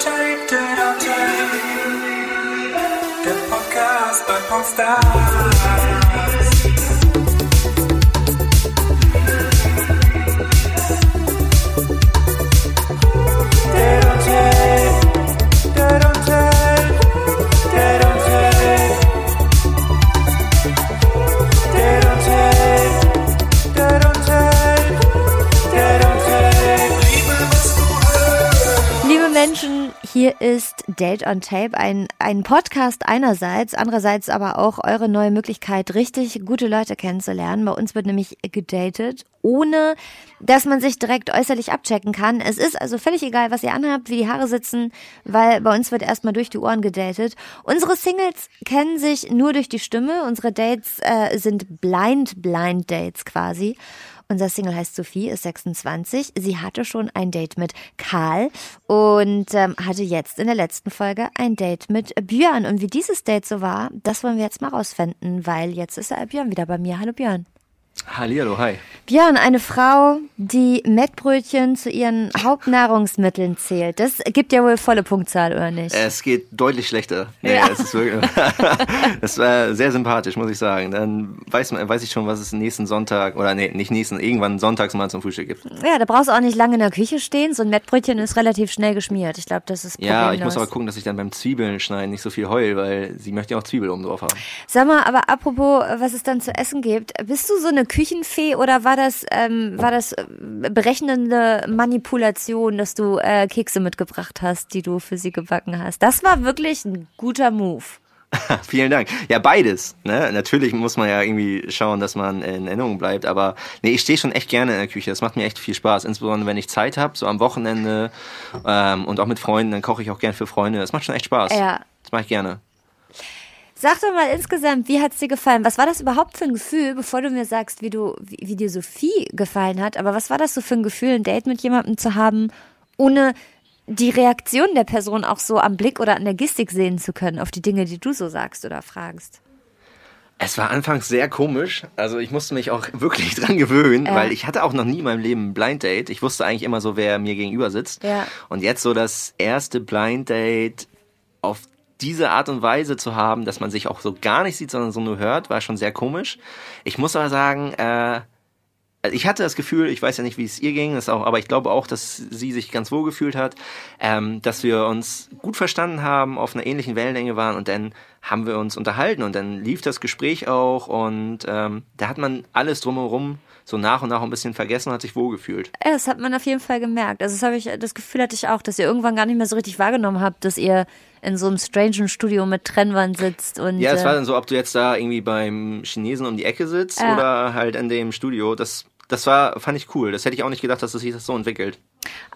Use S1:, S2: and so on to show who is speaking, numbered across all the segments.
S1: Tape, Der Podcast bei Popstars.
S2: Liebe Menschen, hier ist Date on Tape, ein, ein Podcast einerseits, andererseits aber auch eure neue Möglichkeit, richtig gute Leute kennenzulernen. Bei uns wird nämlich gedatet, ohne dass man sich direkt äußerlich abchecken kann. Es ist also völlig egal, was ihr anhabt, wie die Haare sitzen, weil bei uns wird erstmal durch die Ohren gedatet. Unsere Singles kennen sich nur durch die Stimme. Unsere Dates äh, sind blind, blind Dates quasi. Unser Single heißt Sophie, ist 26. Sie hatte schon ein Date mit Karl und ähm, hatte jetzt in der letzten Folge ein Date mit Björn. Und wie dieses Date so war, das wollen wir jetzt mal rausfinden, weil jetzt ist der Björn wieder bei mir. Hallo Björn.
S3: Hallihallo, hi.
S2: Björn, eine Frau, die Mettbrötchen zu ihren Hauptnahrungsmitteln zählt. Das gibt ja wohl volle Punktzahl, oder nicht?
S3: Es geht deutlich schlechter. Nee,
S2: Ja.
S3: es ist wirklich, das war sehr sympathisch, muss ich sagen. Dann weiß, man, weiß ich schon, was es nächsten Sonntag, oder nee, nicht nächsten, irgendwann sonntags mal zum Frühstück gibt.
S2: Ja, da brauchst du auch nicht lange in der Küche stehen. So ein Mettbrötchen ist relativ schnell geschmiert. Ich glaube, das ist problemlos.
S3: Ja, ich muss aber gucken, dass ich dann beim Zwiebeln schneiden nicht so viel heul, weil sie möchte ja auch Zwiebel oben drauf haben.
S2: Sag mal, aber apropos, was es dann zu essen gibt, bist du so eine Küchenfee oder war das, ähm, war das äh, berechnende Manipulation, dass du äh, Kekse mitgebracht hast, die du für sie gebacken hast? Das war wirklich ein guter Move.
S3: Vielen Dank. Ja, beides. Ne? Natürlich muss man ja irgendwie schauen, dass man in Erinnerung bleibt, aber nee, ich stehe schon echt gerne in der Küche. Das macht mir echt viel Spaß, insbesondere wenn ich Zeit habe, so am Wochenende ähm, und auch mit Freunden, dann koche ich auch gern für Freunde. Das macht schon echt Spaß.
S2: Ja.
S3: Das mache ich gerne.
S2: Sag doch mal insgesamt, wie hat's dir gefallen? Was war das überhaupt für ein Gefühl, bevor du mir sagst, wie du, wie, wie dir Sophie gefallen hat? Aber was war das so für ein Gefühl, ein Date mit jemandem zu haben, ohne die Reaktion der Person auch so am Blick oder an der Gestik sehen zu können auf die Dinge, die du so sagst oder fragst?
S3: Es war anfangs sehr komisch. Also ich musste mich auch wirklich dran gewöhnen, weil ich hatte auch noch nie in meinem Leben ein Blind Date. Ich wusste eigentlich immer so, wer mir gegenüber sitzt.
S2: Ja.
S3: Und jetzt so das erste Blind Date auf diese Art und Weise zu haben, dass man sich auch so gar nicht sieht, sondern so nur hört, war schon sehr komisch. Ich muss aber sagen, äh, also ich hatte das Gefühl, ich weiß ja nicht, wie es ihr ging, das auch, aber ich glaube auch, dass sie sich ganz wohl gefühlt hat, ähm, dass wir uns gut verstanden haben, auf einer ähnlichen Wellenlänge waren und dann haben wir uns unterhalten und dann lief das Gespräch auch und ähm, da hat man alles drumherum so nach und nach ein bisschen vergessen und hat sich wohl gefühlt.
S2: Ja, das hat man auf jeden Fall gemerkt. Also das habe ich, das Gefühl hatte ich auch, dass ihr irgendwann gar nicht mehr so richtig wahrgenommen habt, dass ihr in so einem strangen Studio mit Trennwand sitzt und
S3: Ja, es
S2: äh,
S3: war dann so, ob du jetzt da irgendwie beim Chinesen um die Ecke sitzt
S2: Ja.
S3: oder halt in dem Studio, das, das war, fand ich cool. Das hätte ich auch nicht gedacht, dass es sich das so entwickelt.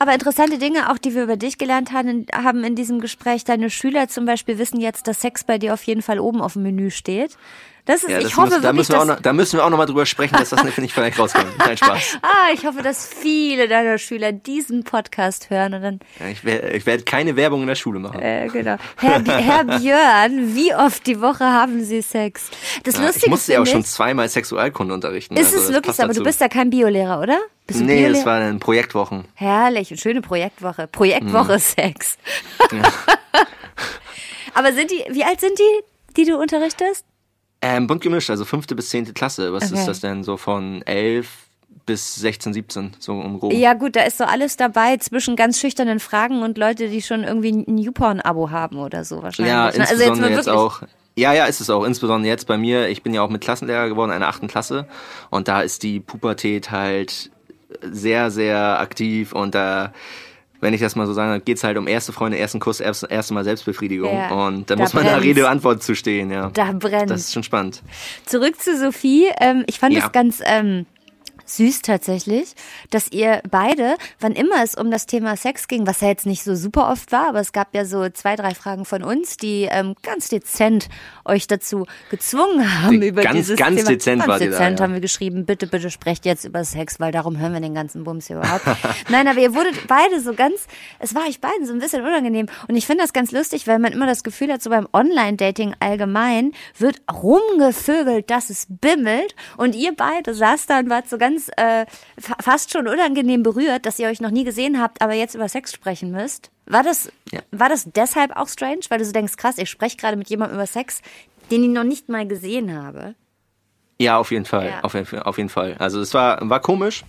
S2: Aber interessante Dinge, auch die wir über dich gelernt haben, haben in diesem Gespräch. Deine Schüler zum Beispiel wissen jetzt, dass Sex bei dir auf jeden Fall oben auf dem Menü steht. Das ist,
S3: Ja,
S2: ich
S3: das
S2: hoffe
S3: muss, da,
S2: wirklich,
S3: müssen wir auch
S2: dass,
S3: noch, da müssen wir auch noch mal drüber sprechen, dass das nicht vielleicht rauskommt. Nein, Spaß.
S2: ah, ich hoffe, dass viele deiner Schüler diesen Podcast hören und dann,
S3: Ja, Ich werde ich werd keine Werbung in der Schule machen.
S2: äh, genau. Herr, Bi- Herr Björn, wie oft die Woche haben Sie Sex? Das
S3: Ja,
S2: Lustige
S3: ich musste ja auch
S2: finde
S3: schon
S2: ich,
S3: zweimal Sexualkunde unterrichten.
S2: ist
S3: also
S2: es
S3: das
S2: wirklich
S3: passt
S2: so, aber
S3: dazu.
S2: du bist ja kein Biolehrer, oder? Bist du
S3: Nee,
S2: Biolehrer?
S3: es war ein Projektwochen.
S2: Herrlich, eine schöne Projektwoche.
S3: Mhm.
S2: Projektwoche Sex. Aber sind die, wie alt sind die, die du unterrichtest?
S3: Ähm, bunt gemischt, also fünfte bis zehnte Klasse. Was
S2: Okay.
S3: ist das denn so von elf bis 16, 17, so um grob?
S2: Ja gut, da ist so alles dabei zwischen ganz schüchternen Fragen und Leute, die schon irgendwie ein Newporn-Abo haben oder so wahrscheinlich.
S3: Ja,
S2: ne?
S3: insbesondere
S2: mal
S3: jetzt, auch. Ja, ja, ist es auch. Insbesondere jetzt bei mir. Ich bin ja auch mit Klassenlehrer geworden, in der achten Klasse. Und da ist die Pubertät halt sehr, sehr aktiv. Und da, wenn ich das mal so sagen darf, geht's halt um erste Freunde, ersten Kuss, erst- erste Mal Selbstbefriedigung.
S2: Ja,
S3: und da,
S2: da
S3: muss man da
S2: brennt's.
S3: Rede und Antwort zu stehen, ja.
S2: Da brennt's.
S3: Das ist schon spannend.
S2: Zurück zu Sophie. Ähm, ich fand
S3: Ja.
S2: es ganz ähm, süß tatsächlich, dass ihr beide, wann immer es um das Thema Sex ging, was ja jetzt nicht so super oft war, aber es gab ja so zwei, drei Fragen von uns, die ähm, ganz dezent euch dazu gezwungen haben,
S3: Die-
S2: über
S3: ganz-
S2: dieses
S3: ganz
S2: Thema.
S3: dezent
S2: ganz
S3: war die da,
S2: dezent
S3: ja.
S2: haben wir geschrieben, bitte, bitte sprecht jetzt über Sex, weil darum hören wir den ganzen Bums hier überhaupt. Nein, aber ihr wurdet beide so ganz, es war euch beiden so ein bisschen unangenehm. Und ich finde das ganz lustig, weil man immer das Gefühl hat, so beim Online-Dating allgemein wird rumgevögelt, dass es bimmelt. Und ihr beide saßt da und wart so ganz ganz äh, fa- fast schon unangenehm berührt, dass ihr euch noch nie gesehen habt, aber jetzt über Sex sprechen müsst. War das,
S3: Ja.
S2: war das deshalb auch strange, weil du so denkst, krass, ich spreche gerade mit jemandem über Sex, den ich noch nicht mal gesehen habe?
S3: Ja, auf jeden Fall.
S2: Ja.
S3: Auf, jeden, Fall- auf jeden Fall. Also es war, war komisch,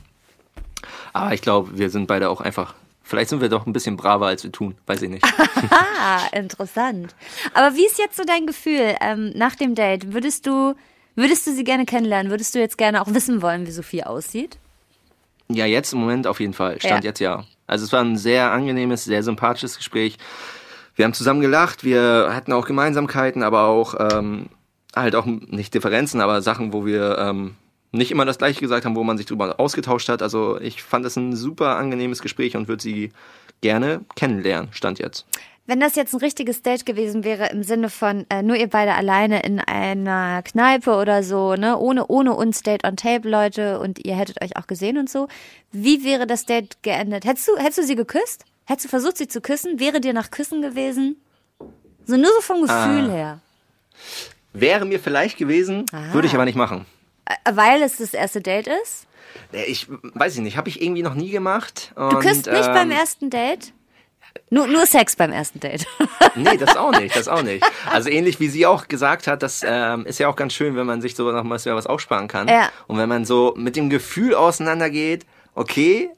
S3: aber ich glaube, wir sind beide auch einfach. Vielleicht sind wir doch ein bisschen braver, als wir tun. Weiß ich nicht.
S2: Ah, interessant. Aber wie ist jetzt so dein Gefühl ähm, nach dem Date? Würdest du, würdest du sie gerne kennenlernen? Würdest du jetzt gerne auch wissen wollen, wie Sophie aussieht?
S3: ja, jetzt im Moment auf jeden Fall. Stand
S2: Ja.
S3: jetzt ja. Also es war ein sehr angenehmes, sehr sympathisches Gespräch. Wir haben zusammen gelacht, wir hatten auch Gemeinsamkeiten, aber auch ähm, halt auch nicht Differenzen, aber Sachen, wo wir ähm, nicht immer das Gleiche gesagt haben, wo man sich drüber ausgetauscht hat. Also ich fand es ein super angenehmes Gespräch und würde sie gerne kennenlernen. Stand jetzt.
S2: Wenn das jetzt ein richtiges Date gewesen wäre im Sinne von äh, nur ihr beide alleine in einer Kneipe oder so, ne, ohne ohne uns Date on Tape Leute und ihr hättet euch auch gesehen und so, wie wäre das Date geendet? Hättest du hättest du sie geküsst? Hättest du versucht sie zu küssen? Wäre dir nach Küssen gewesen? So nur so vom Gefühl her,
S3: Wäre mir vielleicht gewesen,
S2: Ah.
S3: würde ich aber nicht machen.
S2: Äh, weil es das erste Date ist.
S3: Äh, Ich weiß ich nicht, habe ich irgendwie noch nie gemacht.
S2: Du küsst nicht
S3: ähm,
S2: beim ersten Date? Nur, nur Sex beim ersten Date.
S3: Nee, das auch nicht, das auch nicht. Also ähnlich wie sie auch gesagt hat, das ähm, ist ja auch ganz schön, wenn man sich so noch mal was aufsparen kann.
S2: Ja.
S3: Und wenn man so mit dem Gefühl auseinandergeht, okay,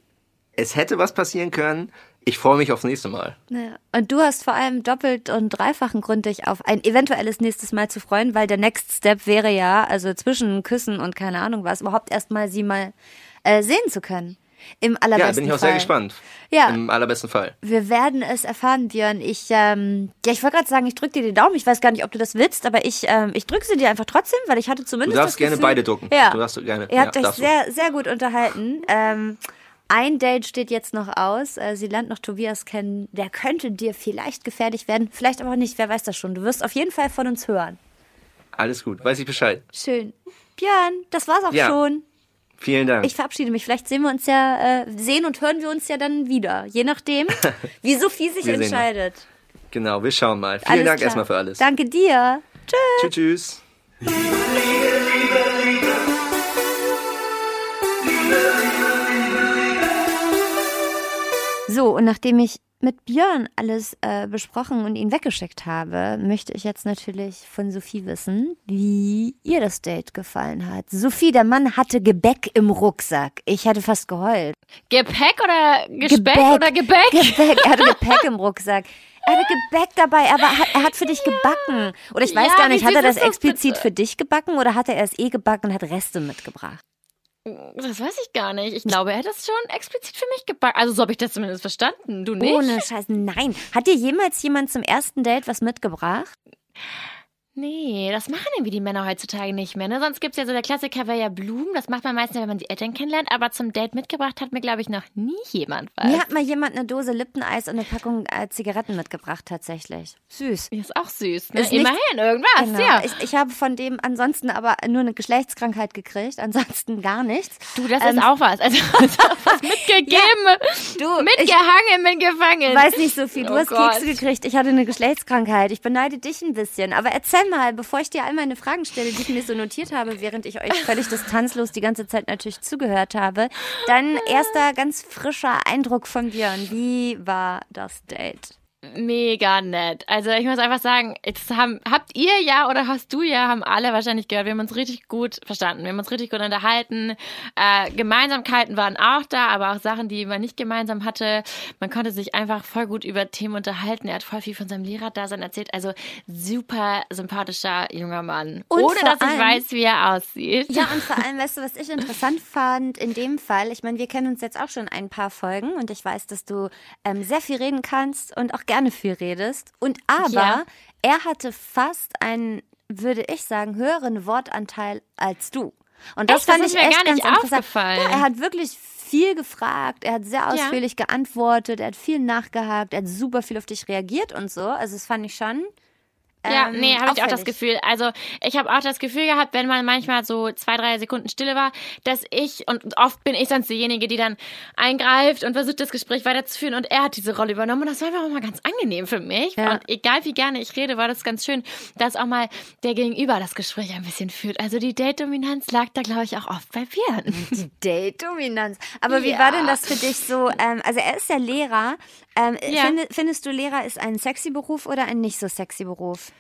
S3: es hätte was passieren können, ich freue mich aufs nächste Mal.
S2: Ja. Und du hast vor allem doppelt und dreifachen Grund, dich auf ein eventuelles nächstes Mal zu freuen, weil der Next Step wäre ja, also zwischen Küssen und keine Ahnung was, überhaupt erstmal sie mal äh, sehen zu können. Im
S3: Ja,
S2: allerbesten
S3: bin ich auch
S2: Fall.
S3: sehr gespannt.
S2: Ja.
S3: Im allerbesten Fall.
S2: Wir werden es erfahren, Björn. Ich, ähm, ja, ich wollte gerade sagen, ich drücke dir den Daumen. Ich weiß gar nicht, ob du das willst, aber ich, ähm, ich drücke sie dir einfach trotzdem, weil ich hatte zumindest.
S3: Du darfst
S2: das
S3: gerne
S2: Gefühl,
S3: beide drücken.
S2: Ja.
S3: Du darfst gerne-
S2: Ihr habt
S3: ja,
S2: euch
S3: darfst du.
S2: sehr, sehr gut unterhalten. Ähm, ein Date steht jetzt noch aus. Äh, Sie lernt noch Tobias kennen. Der könnte dir vielleicht gefährlich werden, vielleicht aber auch nicht. Wer weiß das schon. Du wirst auf jeden Fall von uns hören.
S3: Alles gut, weiß ich Bescheid.
S2: Schön. Björn, das war's auch
S3: Ja.
S2: schon.
S3: Vielen Dank.
S2: Ich verabschiede mich. Vielleicht sehen wir uns ja, äh, sehen und hören wir uns ja dann wieder. Je nachdem, wie Sophie sich
S3: Wir sehen uns.
S2: entscheidet.
S3: genau, wir schauen mal. Vielen
S2: Alles
S3: Dank
S2: klar.
S3: erstmal für alles.
S2: Danke dir. Tschüss.
S3: Tschüss. tschüss.
S2: So, und nachdem ich mit Björn alles äh, besprochen und ihn weggeschickt habe, möchte ich jetzt natürlich von Sophie wissen, wie ihr das Date gefallen hat. Sophie, der Mann hatte Gebäck im Rucksack. Ich hätte fast geheult.
S4: Gepäck oder Gespeck oder Gebäck?
S2: Gebäck. Er hatte Gebäck im Rucksack. Er hatte Gebäck dabei, aber er hat- er hat für dich gebacken. Oder ich weiß
S4: Ja,
S2: gar nicht,
S4: wie
S2: hat er das
S4: süß ist das
S2: explizit
S4: bitte?
S2: für dich gebacken oder hat er es eh gebacken und hat Reste mitgebracht?
S4: Das weiß ich gar nicht. Ich glaube, er hat das schon explizit für mich gebacken. Also so habe ich das zumindest verstanden. Du nicht?
S2: Ohne Scheiß, nein. Hat dir jemals jemand zum ersten Date was mitgebracht?
S4: Nee, das machen irgendwie die Männer heutzutage nicht mehr. Ne? Sonst gibt es ja so der Klassiker wäre ja Blumen. Das macht man meistens, wenn man die Eltern kennenlernt. Aber zum Date mitgebracht hat mir, glaube ich, noch nie jemand was.
S2: Mir hat mal jemand eine Dose Lippeneis und eine Packung äh, Zigaretten mitgebracht, tatsächlich. Süß.
S4: Ja, Ist auch süß. Ne?
S2: Ist nicht-
S4: Immerhin, irgendwas,
S2: Genau.
S4: ja.
S2: Ich, ich habe von dem ansonsten aber nur eine Geschlechtskrankheit gekriegt, ansonsten gar nichts.
S4: du, das
S2: Ähm,
S4: ist auch was. Also, ich hab was mitgegeben.
S2: Du,
S4: Mitgehangen, mitgefangen.
S2: ich weiß nicht so viel. Du
S4: Oh
S2: hast
S4: Gott.
S2: Kekse gekriegt, ich hatte eine Geschlechtskrankheit. Ich beneide dich ein bisschen. Aber erzähl mal, bevor ich dir all meine Fragen stelle, die ich mir so notiert habe, während ich euch völlig distanzlos die ganze Zeit natürlich zugehört habe, dein erster ganz frischer Eindruck von Björn. Wie war das Date?
S4: mega nett. Also ich muss einfach sagen, jetzt haben, habt ihr ja oder hast du ja, haben alle wahrscheinlich gehört, wir haben uns richtig gut verstanden, wir haben uns richtig gut unterhalten. Äh, Gemeinsamkeiten waren auch da, aber auch Sachen, die man nicht gemeinsam hatte. Man konnte sich einfach voll gut über Themen unterhalten. Er hat voll viel von seinem Lehrerdasein erzählt. Also super sympathischer junger Mann.
S2: Und
S4: Ohne
S2: vor
S4: dass ich
S2: allem-
S4: weiß, wie er aussieht.
S2: Ja, und vor allem, weißt du, was ich interessant fand in dem Fall? Ich meine, wir kennen uns jetzt auch schon ein paar Folgen und ich weiß, dass du ähm, sehr viel reden kannst und auch gerne viel redest. Und aber
S4: Ja.
S2: er hatte fast einen, würde ich sagen, höheren Wortanteil als du. Und das
S4: Echt? Das
S2: fand
S4: ist
S2: ich
S4: mir
S2: echt
S4: gar nicht
S2: ganz interessant.
S4: aufgefallen.
S2: Ja, er hat wirklich viel gefragt, er hat sehr ausführlich geantwortet, er hat viel nachgehakt, er hat super viel auf dich reagiert und so. Also das fand ich schon
S4: Ja,
S2: ähm,
S4: nee, habe ich auch das
S2: auffällig.
S4: Gefühl. Also ich habe auch das Gefühl gehabt, wenn man manchmal so zwei, drei Sekunden stille war, dass ich, und oft bin ich sonst diejenige, die dann eingreift und versucht, das Gespräch weiterzuführen und er hat diese Rolle übernommen und das war einfach auch mal ganz angenehm für mich.
S2: Ja.
S4: Und egal wie gerne ich rede, war das ganz schön, dass auch mal der Gegenüber das Gespräch ein bisschen führt. Also die Date-Dominanz lag da, glaube ich, auch oft bei Björn.
S2: Die Date-Dominanz. Aber wie
S4: Ja.
S2: war denn das für dich so? Ähm, also er ist ja Lehrer. Ähm,
S4: Ja.
S2: finde- findest du, Lehrer ist ein sexy Beruf oder ein nicht so sexy Beruf?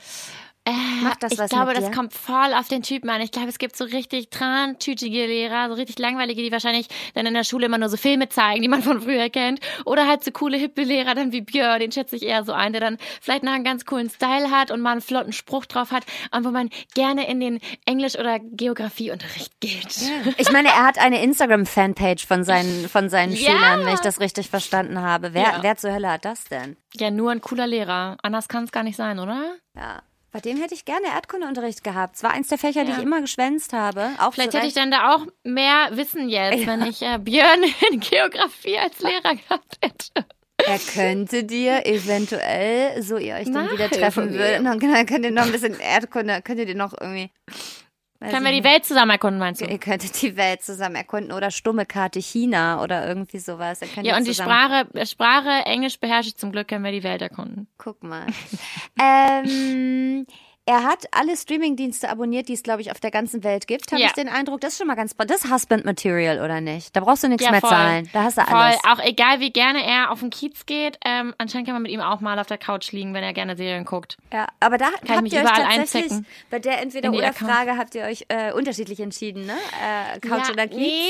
S2: Macht das
S4: Äh, ich
S2: was
S4: glaube,
S2: mit
S4: das
S2: dir?
S4: kommt voll auf den Typen an. Ich glaube, es gibt so richtig trantütige Lehrer, so richtig langweilige, die wahrscheinlich dann in der Schule immer nur so Filme zeigen, die man von früher kennt. Oder halt so coole, hippe Lehrer, dann wie Björn, den schätze ich eher so ein, der dann vielleicht noch einen ganz coolen Style hat und mal einen flotten Spruch drauf hat und wo man gerne in den Englisch- oder Geografieunterricht geht.
S2: Ich meine, er hat eine Instagram-Fanpage von seinen, von seinen
S4: Ja.
S2: Schülern, wenn ich das richtig verstanden habe. Wer,
S4: Ja.
S2: wer zur Hölle hat das denn?
S4: Ja, nur ein cooler Lehrer. Anders kann es gar nicht sein, oder?
S2: Ja. Bei dem hätte ich gerne Erdkundeunterricht gehabt. Es war eins der Fächer, die
S4: Ja.
S2: ich immer geschwänzt habe. Auch
S4: Vielleicht
S2: zu
S4: hätte
S2: Recht.
S4: ich dann da auch mehr Wissen jetzt, wenn ich äh, Björn in Geografie als Lehrer gehabt hätte.
S2: Er könnte dir eventuell, so ihr euch dann wieder
S4: Nachhilfe
S2: treffen
S4: geben.
S2: würdet, dann könnt ihr noch ein bisschen Erdkunde, könnt ihr dir noch irgendwie. weiß ich
S4: Können wir die
S2: nicht.
S4: Welt zusammen erkunden, meinst du?
S2: Ihr könntet die Welt zusammen erkunden oder stumme Karte China oder irgendwie sowas. Dann könnt
S4: Ja,
S2: ihr
S4: und die
S2: zusammen-
S4: Sprache, äh, Sprache Englisch beherrsche ich zum Glück, können wir die Welt erkunden.
S2: Guck mal. ähm, er hat alle Streamingdienste abonniert, die es, glaube ich, auf der ganzen Welt gibt, habe
S4: Ja.
S2: ich den Eindruck. Das ist schon mal ganz. Das ist Husband-Material, oder nicht? Da brauchst du nichts mehr zahlen. Da hast du
S4: voll.
S2: alles.
S4: Auch egal, wie gerne er auf den Kiez geht, ähm, anscheinend kann man mit ihm auch mal auf der Couch liegen, wenn er gerne Serien guckt.
S2: Ja, aber da
S4: ich
S2: habt
S4: mich
S2: ihr euch
S4: überall
S2: tatsächlich
S4: einchecken.
S2: bei der
S4: In die
S2: Entweder-Oder-Frage habt ihr euch äh, unterschiedlich entschieden, ne? Äh, Couch
S4: ja,
S2: oder Kiez?
S4: Nee.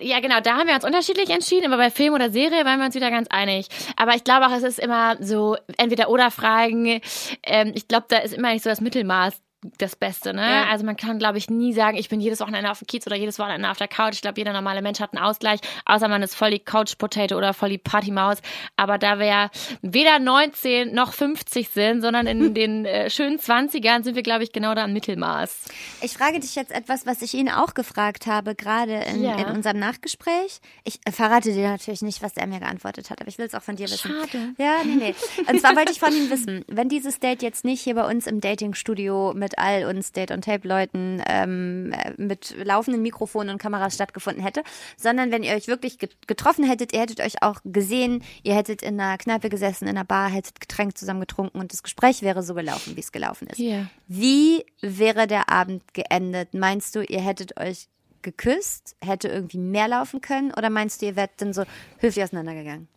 S4: Ja, genau, da haben wir uns unterschiedlich entschieden, aber bei Film oder Serie waren wir uns wieder ganz einig. Aber ich glaube auch, es ist immer so entweder oder Fragen. Ähm, ich glaube, da ist immer nicht so das Mittelmaß das Beste, ne?
S2: Ja.
S4: Also man kann, glaube ich, nie sagen, ich bin jedes Wochenende auf dem Kiez oder jedes Wochenende auf der Couch. Ich glaube, jeder normale Mensch hat einen Ausgleich, außer man ist voll die Couch-Potato oder voll die Partymaus. Aber da wir ja weder 19 noch 50 sind, sondern in den äh, schönen 20ern sind wir, glaube ich, genau da im Mittelmaß.
S2: Ich frage dich jetzt etwas, was ich ihn auch gefragt habe, gerade in,
S4: Ja.
S2: in unserem Nachgespräch. Ich äh, verrate dir natürlich nicht, was er mir geantwortet hat, aber ich will es auch von dir wissen.
S4: Schade.
S2: Ja, nee, nee. Und zwar wollte ich von ihm wissen, wenn dieses Date jetzt nicht hier bei uns im Dating-Studio mit all uns Date-on-Tape-Leuten ähm, äh, mit laufenden Mikrofonen und Kameras stattgefunden hätte, sondern wenn ihr euch wirklich get- getroffen hättet, ihr hättet euch auch gesehen, ihr hättet in einer Kneipe gesessen, in einer Bar, hättet Getränk zusammen getrunken und das Gespräch wäre so gelaufen, wie es gelaufen ist.
S4: Ja.
S2: Wie wäre der Abend geendet? Meinst du, ihr hättet euch geküsst, hätte irgendwie mehr laufen können oder meinst du, ihr wärt dann so höflich auseinandergegangen?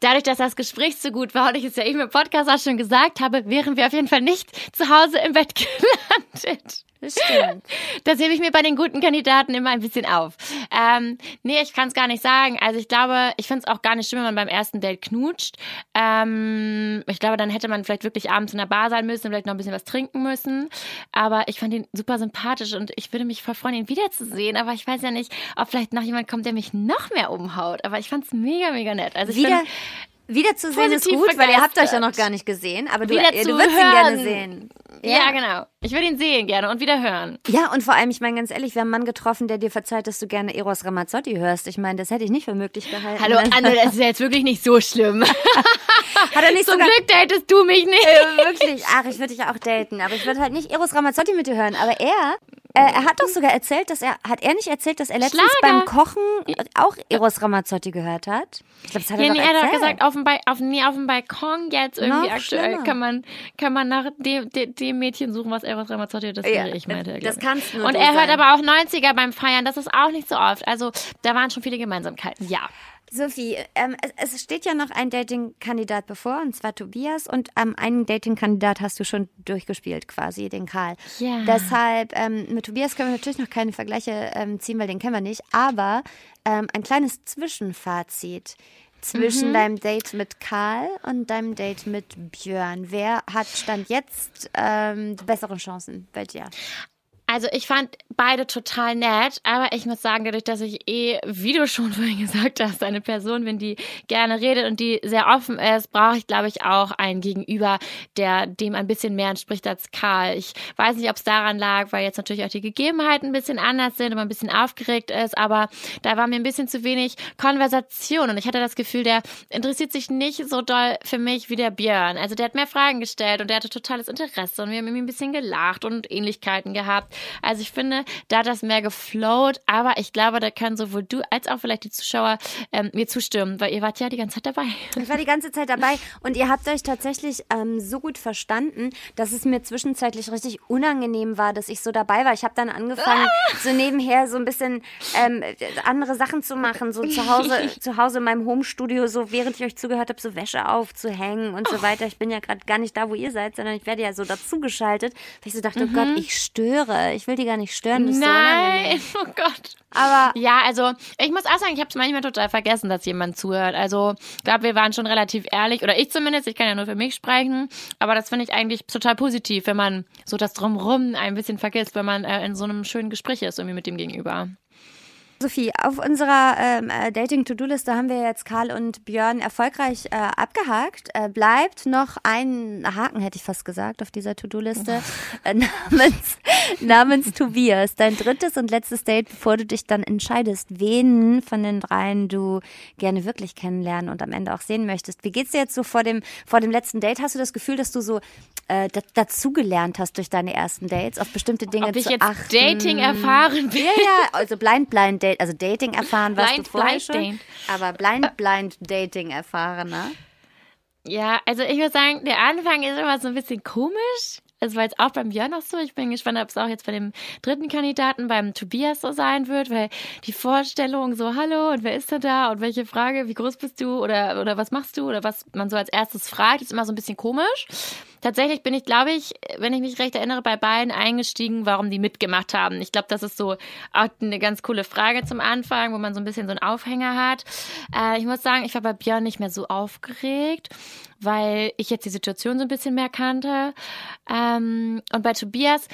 S4: Dadurch, dass das Gespräch so gut war und ich es ja eben im Podcast auch schon gesagt habe, wären wir auf jeden Fall nicht zu Hause im Bett gelandet.
S2: Das stimmt.
S4: Das hebe ich mir bei den guten Kandidaten immer ein bisschen auf. Ähm, nee, ich kann es gar nicht sagen. Also ich glaube, ich finde es auch gar nicht schlimm, wenn man beim ersten Date knutscht. Ähm, ich glaube, dann hätte man vielleicht wirklich abends in der Bar sein müssen, vielleicht noch ein bisschen was trinken müssen. Aber ich fand ihn super sympathisch und ich würde mich voll freuen, ihn wiederzusehen. Aber ich weiß ja nicht, ob vielleicht noch jemand kommt, der mich noch mehr umhaut. Aber ich fand es mega, mega nett. Also ich
S2: Wieder,
S4: bin
S2: wiederzusehen ist
S4: positiv
S2: gut, weil ihr habt euch ja
S4: begeistert.
S2: noch gar nicht gesehen, aber du,
S4: Wieder
S2: ihr-
S4: zu
S2: du würdest ihn
S4: hören.
S2: gerne sehen.
S4: Ja, genau. Ich würde ihn sehen gerne und wieder hören.
S2: Ja, und vor allem, ich meine ganz ehrlich, wir haben einen Mann getroffen, der dir verzeiht, dass du gerne Eros Ramazzotti hörst. Ich meine, das hätte ich nicht für möglich gehalten.
S4: Hallo Anne, das ist ja jetzt wirklich nicht so schlimm.
S2: Hat er nicht
S4: also, Zum
S2: sogar
S4: Glück datest du mich nicht.
S2: Äh, wirklich, ach, ich würde dich auch daten, aber ich würde halt nicht Eros Ramazzotti mit dir hören. Aber er, äh, er hat doch sogar erzählt, dass er, hat er nicht erzählt, dass er letztens
S4: Schlager.
S2: beim Kochen auch Eros Ramazzotti gehört hat? Ich glaube, das hat er
S4: Ja,
S2: doch
S4: nee, er
S2: erzählt.
S4: hat doch gesagt, auf dem, ba auf, nee, auf dem Balkon jetzt irgendwie
S2: Noch schlimmer.
S4: aktuell kann man, kann man nach dem, dem, dem Mädchen suchen, was Eros Ramazzotti das
S2: Ja,
S4: wäre ich meinte.
S2: das
S4: glaube ich.
S2: kannst nur
S4: Und
S2: du
S4: er hört
S2: sein.
S4: aber auch 90er beim Feiern, das ist auch nicht so oft. Also da waren schon viele Gemeinsamkeiten. Ja.
S2: Sophie, ähm, es, es steht ja noch ein Dating-Kandidat bevor, und zwar Tobias. Und ähm, einen Dating-Kandidat hast du schon durchgespielt, quasi, den Karl.
S4: Ja.
S2: Deshalb, ähm, mit Tobias können wir natürlich noch keine Vergleiche ähm, ziehen, weil den kennen wir nicht. Aber ähm, ein kleines Zwischenfazit zwischen deinem Date mit Karl und deinem Date mit Björn. Wer hat Stand jetzt ähm, die besseren Chancen bei dir?
S4: Also ich fand beide total nett, aber ich muss sagen, dadurch, dass ich eh, wie du schon vorhin gesagt hast, eine Person bin, die gerne redet und die sehr offen ist, brauche ich, glaube ich, auch einen Gegenüber, der dem ein bisschen mehr entspricht als Karl. Ich weiß nicht, ob es daran lag, weil jetzt natürlich auch die Gegebenheiten ein bisschen anders sind und man ein bisschen aufgeregt ist, aber da war mir ein bisschen zu wenig Konversation und ich hatte das Gefühl, der interessiert sich nicht so doll für mich wie der Björn. Also der hat mehr Fragen gestellt und der hatte totales Interesse und wir haben irgendwie ein bisschen gelacht und Ähnlichkeiten gehabt. Also ich finde, da hat das mehr geflowt, aber ich glaube, da können sowohl du als auch vielleicht die Zuschauer ähm, mir zustimmen, weil ihr wart ja die ganze Zeit dabei.
S2: Ich war die ganze Zeit dabei und ihr habt euch tatsächlich ähm, so gut verstanden, dass es mir zwischenzeitlich richtig unangenehm war, dass ich so dabei war. Ich habe dann angefangen, so nebenher so ein bisschen ähm, andere Sachen zu machen, so zu Hause, zu Hause in meinem Homestudio, so während ich euch zugehört habe, so Wäsche aufzuhängen und so weiter. Ich bin ja gerade gar nicht da, wo ihr seid, sondern ich werde ja so dazugeschaltet, weil ich so dachte, oh Gott, ich störe. Ich will die gar nicht stören. Das ist so unangenehm.
S4: Nein, oh Gott.
S2: Aber
S4: Ja, also ich muss auch sagen, ich habe es manchmal total vergessen, dass jemand zuhört. Also ich glaube, wir waren schon relativ ehrlich, oder ich zumindest, ich kann ja nur für mich sprechen, aber das finde ich eigentlich total positiv, wenn man so das Drumrum ein bisschen vergisst, wenn man äh, in so einem schönen Gespräch ist, irgendwie mit dem Gegenüber.
S2: Sophie, auf unserer ähm, äh, Dating-To-Do-Liste haben wir jetzt Karl und Björn erfolgreich äh, abgehakt. Äh, bleibt noch ein Haken, hätte ich fast gesagt, auf dieser To-Do-Liste äh, namens, namens Tobias. Dein drittes und letztes Date, bevor du dich dann entscheidest, wen von den dreien du gerne wirklich kennenlernen und am Ende auch sehen möchtest. Wie geht's dir jetzt so vor dem, vor dem letzten Date? Hast du das Gefühl, dass du so äh, da, dazugelernt hast durch deine ersten Dates, auf bestimmte Dinge
S4: Ob ich
S2: zu
S4: jetzt
S2: achten?
S4: Dating erfahren bin?
S2: Ja, ja, also blind blind date, also Dating erfahren warst
S4: Blind,
S2: du vorher
S4: blind
S2: schon,
S4: date.
S2: aber blind blind Dating ne? erfahrener.
S4: Ja, also ich würde sagen, der Anfang ist immer so ein bisschen komisch. Es war jetzt auch beim Björn noch so. Ich bin gespannt, ob es auch jetzt bei dem dritten Kandidaten, beim Tobias so sein wird, weil die Vorstellung so, hallo und wer ist da da und welche Frage, wie groß bist du oder, oder was machst du oder was man so als erstes fragt, ist immer so ein bisschen komisch. Tatsächlich bin ich, glaube ich, wenn ich mich recht erinnere, bei beiden eingestiegen, warum die mitgemacht haben. Ich glaube, das ist so auch eine ganz coole Frage zum Anfang, wo man so ein bisschen so einen Aufhänger hat. Äh, ich muss sagen, ich war bei Björn nicht mehr so aufgeregt, weil ich jetzt die Situation so ein bisschen mehr kannte. Ähm, und bei Tobias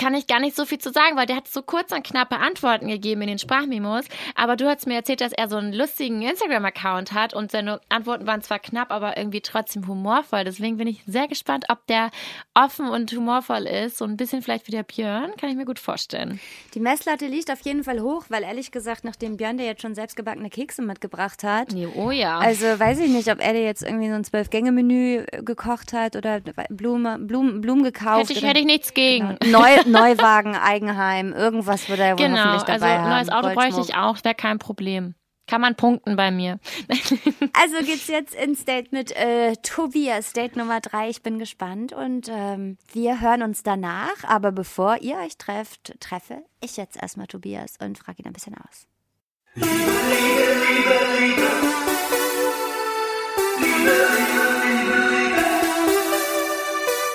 S4: kann ich gar nicht so viel zu sagen, weil der hat so kurz und knappe Antworten gegeben in den Sprachmemos. Aber du hast mir erzählt, dass er so einen lustigen Instagram-Account hat und seine Antworten waren zwar knapp, aber irgendwie trotzdem humorvoll. Deswegen bin ich sehr gespannt, ob der offen und humorvoll ist. So ein bisschen vielleicht wie der Björn, kann ich mir gut vorstellen.
S2: Die Messlatte liegt auf jeden Fall hoch, weil ehrlich gesagt, nachdem Björn dir jetzt schon selbstgebackene Kekse mitgebracht hat,
S4: Nee, oh ja.
S2: also weiß ich nicht, ob er dir jetzt irgendwie so ein Zwölf-Gänge-Menü äh, gekocht hat oder Blume, Blumen, Blumen gekauft.
S4: hätte, ich,
S2: oder
S4: hätte ich nichts
S2: genau,
S4: gegen.
S2: Neu, Neuwagen, Eigenheim, irgendwas würde er wohl
S4: Genau,
S2: hoffentlich
S4: also
S2: dabei haben.
S4: neues Auto bräuchte
S2: Goldschmuck.
S4: ich auch, wäre kein Problem. Kann man punkten bei mir.
S2: Also geht's jetzt ins Date mit äh, Tobias, Date Nummer drei. Ich bin gespannt und ähm, wir hören uns danach. Aber bevor ihr euch trefft, treffe ich jetzt erstmal Tobias und frage ihn ein bisschen aus.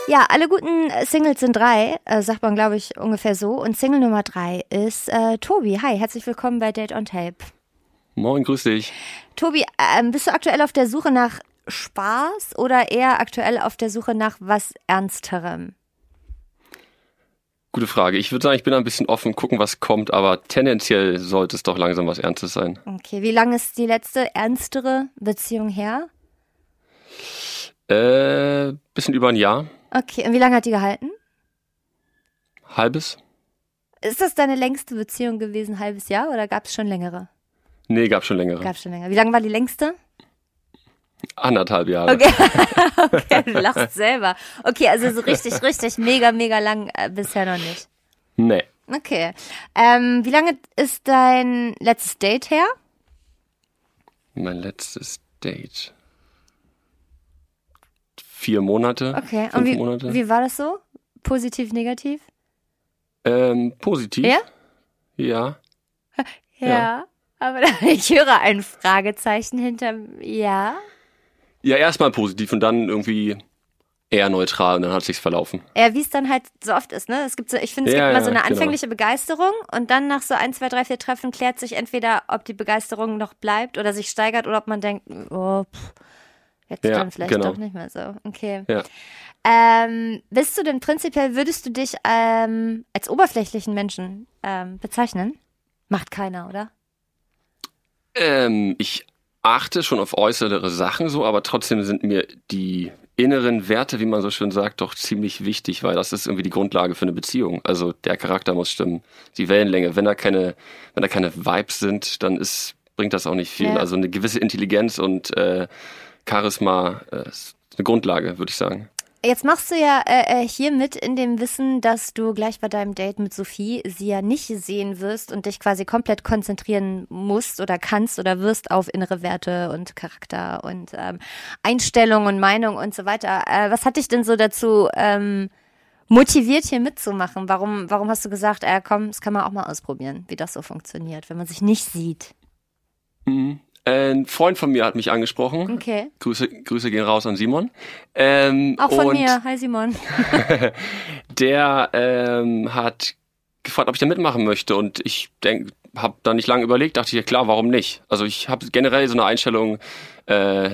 S2: Ja, alle guten äh, Singles sind drei, äh, sagt man, glaube ich, ungefähr so. Und Single Nummer drei ist äh, Tobi. Hi, herzlich willkommen bei Date on Tape.
S5: Moin, grüß dich.
S2: Tobi, ähm, bist du aktuell auf der Suche nach Spaß oder eher aktuell auf der Suche nach was Ernsterem?
S5: Gute Frage. Ich würde sagen, ich bin ein bisschen offen, gucken, was kommt, aber tendenziell sollte es doch langsam was Ernstes sein.
S2: Okay, wie lange ist die letzte ernstere Beziehung her?
S5: Äh, bisschen über ein Jahr,
S2: Okay, und wie lange hat die gehalten?
S5: halbes?
S2: Ist das deine längste Beziehung gewesen, halbes Jahr oder gab es schon längere?
S5: Nee, gab schon längere.
S2: Gab schon länger. Wie lange war die längste?
S5: Anderthalb Jahre.
S2: Okay. okay, du lachst selber. Okay, also so richtig, richtig mega, mega lang äh, bisher noch nicht.
S5: Nee,
S2: Okay. Ähm, wie lange ist dein letztes Date her?
S5: mein letztes Date. Vier Monate,
S2: Okay,
S5: fünf
S2: und wie,
S5: Monate.
S2: wie war das so? Positiv, negativ?
S5: ähm, positiv.
S2: Ja?
S5: Ja.
S2: Ja.
S5: Ja.
S2: Aber ich höre ein Fragezeichen hinterm Ja.
S5: Ja, erstmal positiv und dann irgendwie eher neutral und dann hat sich's verlaufen.
S2: Ja, wie es dann halt so oft ist, ne? Es gibt so, ich finde, es
S5: Ja,
S2: gibt mal
S5: ja,
S2: so eine
S5: genau.
S2: anfängliche Begeisterung und dann nach so ein, zwei, drei, vier Treffen klärt sich entweder, ob die Begeisterung noch bleibt oder sich steigert oder ob man denkt, oh, pff, jetzt
S5: Ja,
S2: dann vielleicht
S5: genau.
S2: doch nicht mehr so. Okay.
S5: Ja.
S2: Ähm, bist du denn prinzipiell, würdest du dich ähm, als oberflächlichen Menschen ähm, bezeichnen? Macht keiner, oder?
S5: Ähm, ich achte schon auf äußere Sachen so, aber trotzdem sind mir die inneren Werte, wie man so schön sagt, doch ziemlich wichtig, weil das ist irgendwie die Grundlage für eine Beziehung. Also der Charakter muss stimmen, die Wellenlänge. Wenn da keine, wenn da keine Vibes sind, dann ist, bringt das auch nicht viel.
S2: Ja.
S5: Also eine gewisse Intelligenz und äh, Charisma äh, ist eine Grundlage, würde ich sagen.
S2: Jetzt machst du ja äh, äh, hier mit in dem Wissen, dass du gleich bei deinem Date mit Sophie sie ja nicht sehen wirst und dich quasi komplett konzentrieren musst oder kannst oder wirst auf innere Werte und Charakter und ähm, Einstellung und Meinung und so weiter. Äh, was hat dich denn so dazu ähm, motiviert, hier mitzumachen? Warum, warum hast du gesagt, äh, komm, das kann man auch mal ausprobieren, wie das so funktioniert, wenn man sich nicht sieht?
S5: Äh, ein Freund von mir hat mich angesprochen.
S2: Okay.
S5: Grüße, Grüße gehen raus an Simon. Ähm,
S2: Auch von
S5: und
S2: mir. Hi Simon.
S5: der ähm, hat gefragt, ob ich da mitmachen möchte. Und ich denk, habe da nicht lange überlegt, dachte ich, ja klar, warum nicht? Also ich habe generell so eine Einstellung, äh,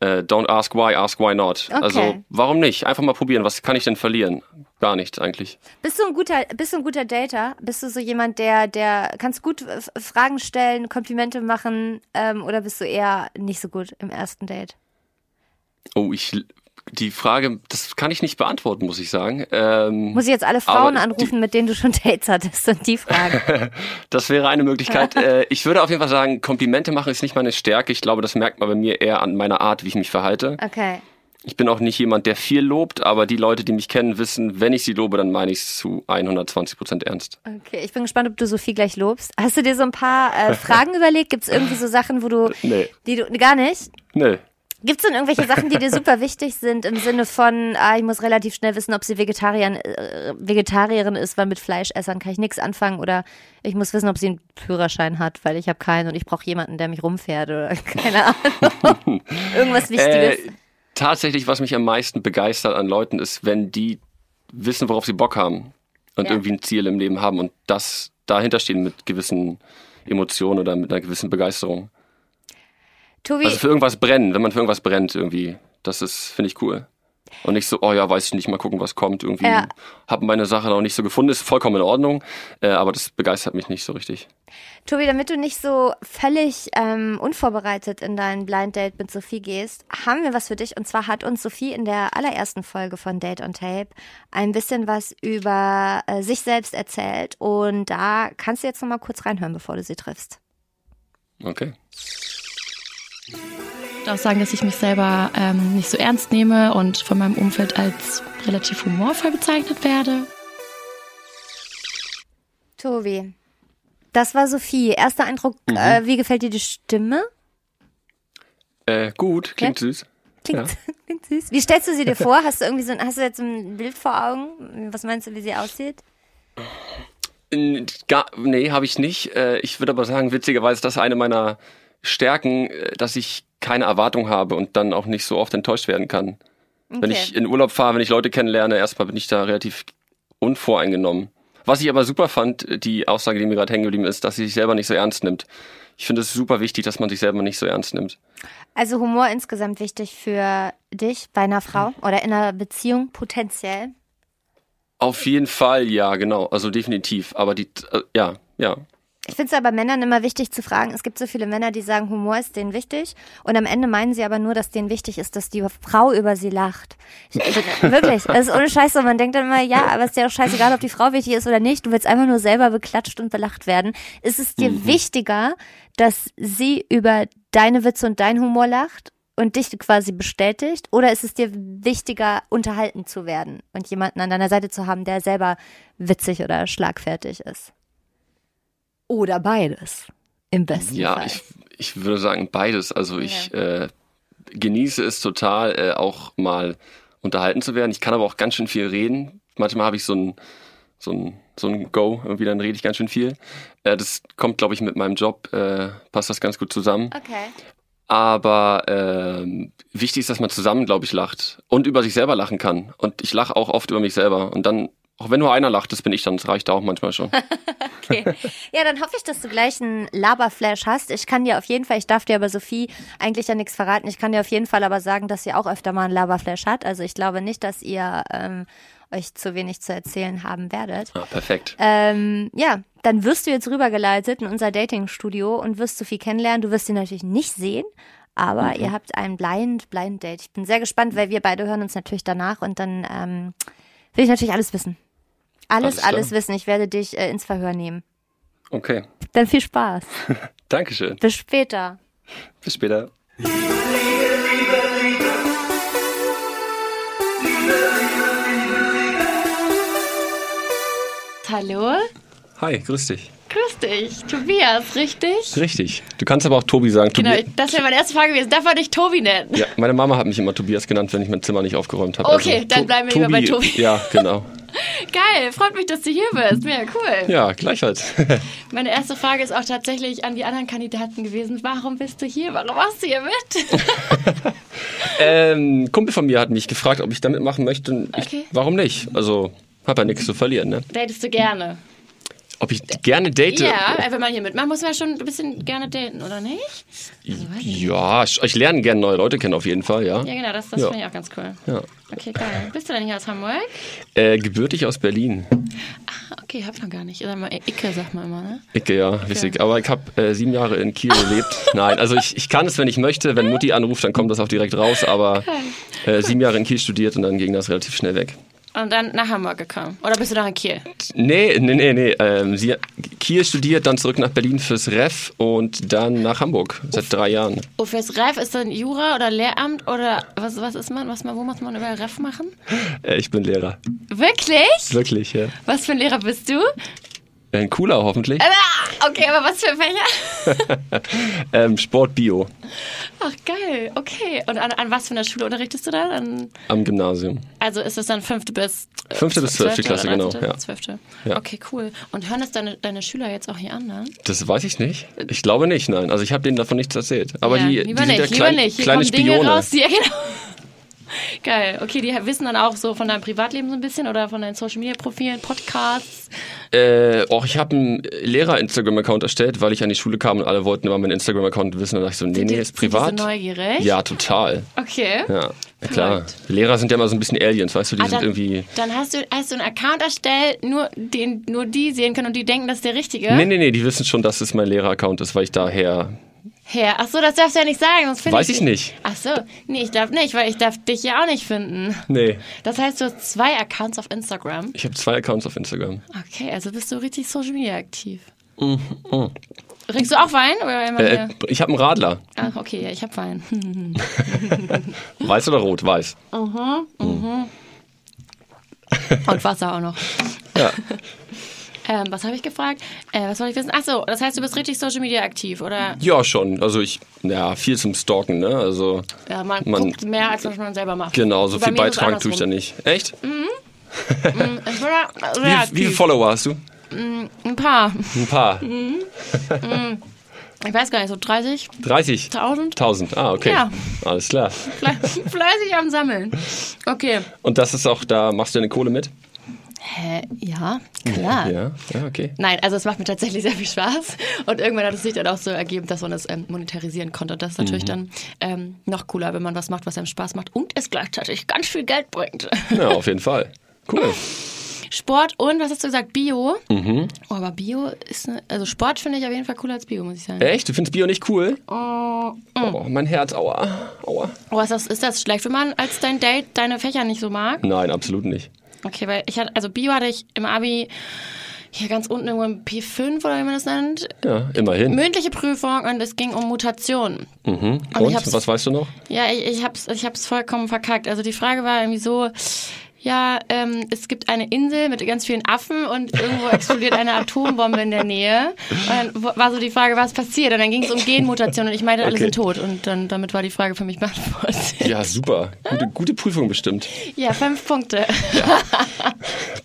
S5: äh, don't ask why, ask why not.
S2: Okay.
S5: Also warum nicht? Einfach mal probieren, was kann ich denn verlieren? Gar nichts eigentlich.
S2: Bist du ein guter, bist du ein guter Dater? Bist du so jemand, der, der kannst gut äh, F- Fragen stellen, Komplimente machen ähm, oder bist du eher nicht so gut im ersten Date?
S5: Oh, ich... Die Frage, das kann ich nicht beantworten, muss ich sagen. Ähm,
S2: Muss ich jetzt alle
S5: Aber
S2: Frauen
S5: die-
S2: anrufen, mit denen du schon Dates hattest und die fragen?
S5: Das wäre eine Möglichkeit. Äh, ich würde auf jeden Fall sagen, Komplimente machen ist nicht meine Stärke. Ich glaube, das merkt man bei mir eher an meiner Art, wie ich mich verhalte.
S2: Okay.
S5: Ich bin auch nicht jemand, der viel lobt, aber die Leute, die mich kennen, wissen, wenn ich sie lobe, dann meine ich es zu 120 Prozent ernst.
S2: Okay, ich bin gespannt, ob du Sophie gleich lobst. Hast du dir so ein paar äh, Fragen überlegt? Gibt es irgendwie so Sachen, wo du,
S5: Nee.
S2: die du, gar nicht?
S5: Nö.
S2: Gibt es denn irgendwelche Sachen, die dir super wichtig sind im Sinne von, ah, ich muss relativ schnell wissen, ob sie Vegetarier, äh, Vegetarierin ist, weil mit Fleischessern kann ich nichts anfangen oder ich muss wissen, ob sie einen Führerschein hat, weil ich habe keinen und ich brauche jemanden, der mich rumfährt oder keine Ahnung. Irgendwas Wichtiges.
S5: Äh, tatsächlich, was mich am meisten begeistert an Leuten ist, wenn die wissen, worauf sie Bock haben und
S2: Ja.
S5: irgendwie ein Ziel im Leben haben und das dahinter stehen mit gewissen Emotionen oder mit einer gewissen Begeisterung.
S2: Tobi,
S5: Also für irgendwas brennen, wenn man für irgendwas brennt irgendwie. Das ist, finde ich cool. Und nicht so, oh ja, weiß ich nicht, mal gucken, was kommt. Irgendwie
S2: Ja.
S5: habe meine Sache noch nicht so gefunden, ist vollkommen in Ordnung, äh, aber das begeistert mich nicht so richtig.
S2: Tobi, damit du nicht so völlig ähm, unvorbereitet in dein Blind Date mit Sophie gehst, haben wir was für dich. Und zwar hat uns Sophie in der allerersten Folge von Date on Tape ein bisschen was über äh, sich selbst erzählt. Und da kannst du jetzt nochmal kurz reinhören, bevor du sie triffst.
S5: Okay.
S4: Ich würde auch sagen, dass ich mich selber ähm, nicht so ernst nehme und von meinem Umfeld als relativ humorvoll bezeichnet werde.
S2: Tobi, das war Sophie. Erster Eindruck, äh, wie gefällt dir die Stimme?
S5: Äh, gut, klingt süß.
S2: Klingt, klingt süß. Wie stellst du sie dir vor? Hast du irgendwie so ein, hast du jetzt ein Bild vor Augen? Was meinst du, wie sie aussieht?
S5: N- Gar, nee, habe ich nicht. Äh, Ich würde aber sagen, witzigerweise ist das eine meiner Stärken, äh, dass ich keine Erwartung habe und dann auch nicht so oft enttäuscht werden kann. Wenn ich in Urlaub fahre, wenn ich Leute kennenlerne, erstmal bin ich da relativ unvoreingenommen. Was ich aber super fand, äh, die Aussage, die mir gerade hängen geblieben ist, dass sie sich selber nicht so ernst nimmt. Ich finde es super wichtig, dass man sich selber nicht so ernst nimmt.
S2: Also Humor insgesamt wichtig für dich bei einer Frau oder in einer Beziehung potenziell.
S5: Auf jeden Fall, ja, genau. Also definitiv. Aber die, äh, ja, ja.
S2: Ich finde es aber Männern immer wichtig zu fragen. Es gibt so viele Männer, die sagen, Humor ist denen wichtig. Und am Ende meinen sie aber nur, dass denen wichtig ist, dass die Frau über sie lacht. Ich, also, wirklich, das ist ohne Scheiße. Und man denkt dann immer, ja, aber ist dir doch scheißegal, ob die Frau wichtig ist oder nicht. Du willst einfach nur selber beklatscht und belacht werden. Ist es dir wichtiger, dass sie über deine Witze und deinen Humor lacht und dich quasi bestätigt? Oder ist es dir wichtiger, unterhalten zu werden und jemanden an deiner Seite zu haben, der selber witzig oder schlagfertig ist? Oder beides. Im besten
S5: Ja,
S2: Fall.
S5: ich, ich würde sagen beides. Also ich äh, genieße es total, äh, auch mal unterhalten zu werden. Ich kann aber auch ganz schön viel reden. Manchmal habe ich so ein, so ein, so ein Go, irgendwie dann rede ich ganz schön viel. Äh, das kommt, glaube ich, mit meinem Job, äh, passt das ganz gut zusammen.
S2: okay.
S5: Aber ähm, wichtig ist, dass man zusammen, glaube ich, lacht und über sich selber lachen kann. Und ich lache auch oft über mich selber. Und dann Auch wenn nur einer lacht, das bin ich dann, das reicht auch manchmal schon.
S2: Ja, dann hoffe ich, dass du gleich einen Laberflash hast. Ich kann dir auf jeden Fall, ich darf dir aber Sophie eigentlich ja nichts verraten. Ich kann dir auf jeden Fall aber sagen, dass sie auch öfter mal einen Laberflash hat. Also ich glaube nicht, dass ihr ähm, euch zu wenig zu erzählen haben werdet.
S5: Ah, perfekt.
S2: Ähm, ja, dann wirst du jetzt rübergeleitet in unser Datingstudio und wirst Sophie kennenlernen. Du wirst sie natürlich nicht sehen, aber ihr habt ein Blind, Blind Date. Ich bin sehr gespannt, weil wir beide hören uns natürlich danach und dann ähm, will ich natürlich alles wissen. Alles,
S5: Alles klar.
S2: alles wissen. Ich werde dich äh, ins Verhör nehmen.
S5: Okay.
S2: Dann viel Spaß.
S5: Dankeschön.
S2: Bis später.
S5: Bis später.
S4: Hallo?
S5: Hi, grüß dich.
S4: Grüß dich, Tobias, richtig?
S5: Richtig. Du kannst aber auch Tobi sagen.
S4: Genau,
S5: Tobi
S4: ich- das wäre meine erste Frage gewesen. Darf man dich Tobi nennen?
S5: ja, meine Mama hat mich immer Tobias genannt, wenn ich mein Zimmer nicht aufgeräumt habe.
S4: Okay, dann
S5: To-
S4: bleiben wir lieber bei Tobi.
S5: Ja, genau.
S4: Geil, freut mich, dass du hier bist. Mega cool.
S5: Ja, halt. gleichfalls.
S4: Meine erste Frage ist auch tatsächlich an die anderen Kandidaten gewesen. Warum bist du hier? Warum machst du hier mit?
S5: ähm, ein Kumpel von mir hat mich gefragt, ob ich damit machen möchte. Und Ich,
S4: Okay.
S5: Warum nicht? Also, hab ja nichts zu verlieren, ne?
S4: Datest du gerne?
S5: Ob ich gerne date?
S4: Ja, äh, wenn man hier mitmacht, muss man schon ein bisschen gerne daten, oder nicht?
S5: Ja, ich ich lerne gerne neue Leute kennen auf jeden Fall, ja.
S4: Ja, genau, das, das
S5: Ja.
S4: finde ich auch ganz cool.
S5: Ja.
S4: Okay, geil. Bist du denn hier aus Hamburg?
S5: Äh, gebürtig aus Berlin.
S4: Okay, hab ich noch gar nicht. Sag mal, Icke, sag mal immer, ne?
S5: Ich, ja, richtig. Aber ich habe äh, sieben Jahre in Kiel gelebt. Nein, also ich, ich kann es, wenn ich möchte. Wenn Mutti anruft, dann kommt das auch direkt raus. Aber äh, sieben Jahre in Kiel studiert und dann ging das relativ schnell weg.
S4: Und dann nach Hamburg gekommen. Oder bist du noch in Kiel?
S5: Nee, nee, nee, nee. Ähm, sie, Kiel studiert, dann zurück nach Berlin fürs Ref und dann nach Hamburg seit drei Jahren.
S4: Oh, fürs Ref ist dann Jura oder Lehramt oder was, was ist man? Was, man- wo muss man über Ref machen?
S5: Äh, ich bin Lehrer.
S4: Wirklich?
S5: Wirklich, ja.
S4: Was für ein Lehrer bist du?
S5: Ein Äh, cooler hoffentlich.
S4: Ah, Okay, aber was für ein Fächer?
S5: Ähm, Sport Bio
S4: Ach, geil. Okay. Und an, an was für einer Schule unterrichtest du dann? An,
S5: am Gymnasium.
S4: also ist es dann fünfte bis... äh,
S5: Fünfte bis zwölfte Klasse,
S4: oder
S5: genau,
S4: dreizehnte?
S5: ja.
S4: Zwölfte.
S5: Ja.
S4: Okay, cool. Und hören das deine, deine Schüler jetzt auch hier an, ne?
S5: Das weiß ich nicht. Ich glaube nicht, nein. Also ich habe denen davon nichts erzählt. Aber
S4: Ja,
S5: die, die
S4: lieber
S5: sind
S4: nicht,
S5: ja
S4: lieber
S5: klein,
S4: nicht. Hier
S5: kleine
S4: kommen Dinge
S5: Spione.
S4: raus, die, ja, genau. Geil. Okay, die wissen dann auch so von deinem Privatleben so ein bisschen oder von deinen Social Media Profilen, Podcasts.
S5: Äh, auch ich habe einen Lehrer-Instagram-Account erstellt, weil ich an die Schule kam und alle wollten immer meinen Instagram-Account wissen. Und da dachte ich so, nee,
S4: Sind die-
S5: nee, ist
S4: sind die so
S5: privat.
S4: neugierig?
S5: Ja, total.
S4: Okay.
S5: Ja, ja klar.
S4: Verrückt.
S5: Lehrer sind ja immer so ein bisschen Aliens, weißt du, die
S4: Ah,
S5: sind
S4: dann,
S5: irgendwie.
S4: dann hast du hast du einen Account erstellt, nur den nur die sehen können und die denken, das ist der richtige.
S5: Nee, nee, nee, die wissen schon, dass es mein Lehrer-Account ist, weil ich daher.
S4: Her. Ach so, das darfst du ja nicht sagen, sonst finde
S5: Weiß ich nicht.
S4: Ach so, nee, ich darf nicht, weil ich darf dich ja auch nicht finden.
S5: Nee.
S4: Das heißt, du hast zwei Accounts auf Instagram.
S5: Ich habe zwei Accounts auf Instagram.
S4: Okay, also bist du richtig Social Media aktiv. Trinkst du auch Wein oder immer
S5: Mhm. Äh,
S4: hier?
S5: ich habe einen Radler.
S4: Ach, okay, ja, ich hab Wein.
S5: Weiß oder rot? Weiß.
S4: Und Wasser auch noch.
S5: Ja.
S4: Ähm, was habe ich gefragt? Äh, was soll ich wissen? Ach so, das heißt, du bist richtig Social Media aktiv, oder?
S5: Ja, schon. Also ich, ja, viel zum Stalken, ne? Also
S4: Ja, man,
S5: Man-
S4: guckt mehr, als was man selber macht.
S5: genau, so
S4: Bei
S5: viel
S4: mir ist es
S5: beitragen tue ich da
S4: andersrum.
S5: nicht. Echt?
S4: Ich bin da sehr
S5: Wie,
S4: aktiv.
S5: wie viele Follower hast du?
S4: Ein paar.
S5: Ein paar.
S4: Hm. Ich weiß gar nicht, so 30,
S5: 30.
S4: 1000?
S5: 1000. Ah, okay.
S4: Ja.
S5: Alles klar.
S4: Fle- Fleißig am Sammeln. Okay.
S5: Und das ist auch, da machst du deine Kohle mit?
S4: Hä? Äh, Ja, klar.
S5: Ja, ja, okay.
S4: Nein, also es macht mir tatsächlich sehr viel Spaß. Und irgendwann hat es sich dann auch so ergeben, dass man das ähm, monetarisieren konnte. Und das ist natürlich dann ähm, noch cooler, wenn man was macht, was einem Spaß macht und es gleichzeitig ganz viel Geld bringt.
S5: Ja, auf jeden Fall. Cool.
S4: Sport und, was hast du gesagt, Bio? Oh, aber Bio ist, ne, also Sport finde ich auf jeden Fall cooler als Bio, muss ich sagen.
S5: Echt? Du findest Bio nicht cool?
S4: Mm.
S5: Oh, mein Herz, aua. aua.
S4: Oh, ist das, ist das schlecht, wenn man als dein Date deine Fächer nicht so mag?
S5: Nein, absolut nicht.
S4: Okay, weil ich hatte, also Bio hatte ich im Abi hier ganz unten irgendwo im P5 oder wie man das nennt.
S5: Ja, immerhin.
S4: Mündliche Prüfung und es ging um Mutationen.
S5: Mhm.
S4: ich hab's-
S5: Und, was weißt du noch?
S4: Ja, ich, ich hab's, ich hab's vollkommen verkackt. Also die Frage war irgendwie so, ja, ähm, es gibt eine Insel mit ganz vielen Affen und irgendwo explodiert eine Atombombe in der Nähe. Und dann war so die Frage, was passiert? Und dann ging es um Genmutationen und ich meinte, alle
S5: Okay.
S4: sind tot. Und dann damit war die Frage für mich beantwortet.
S5: Ja, super. Gute, gute Prüfung bestimmt.
S4: Ja, fünf Punkte.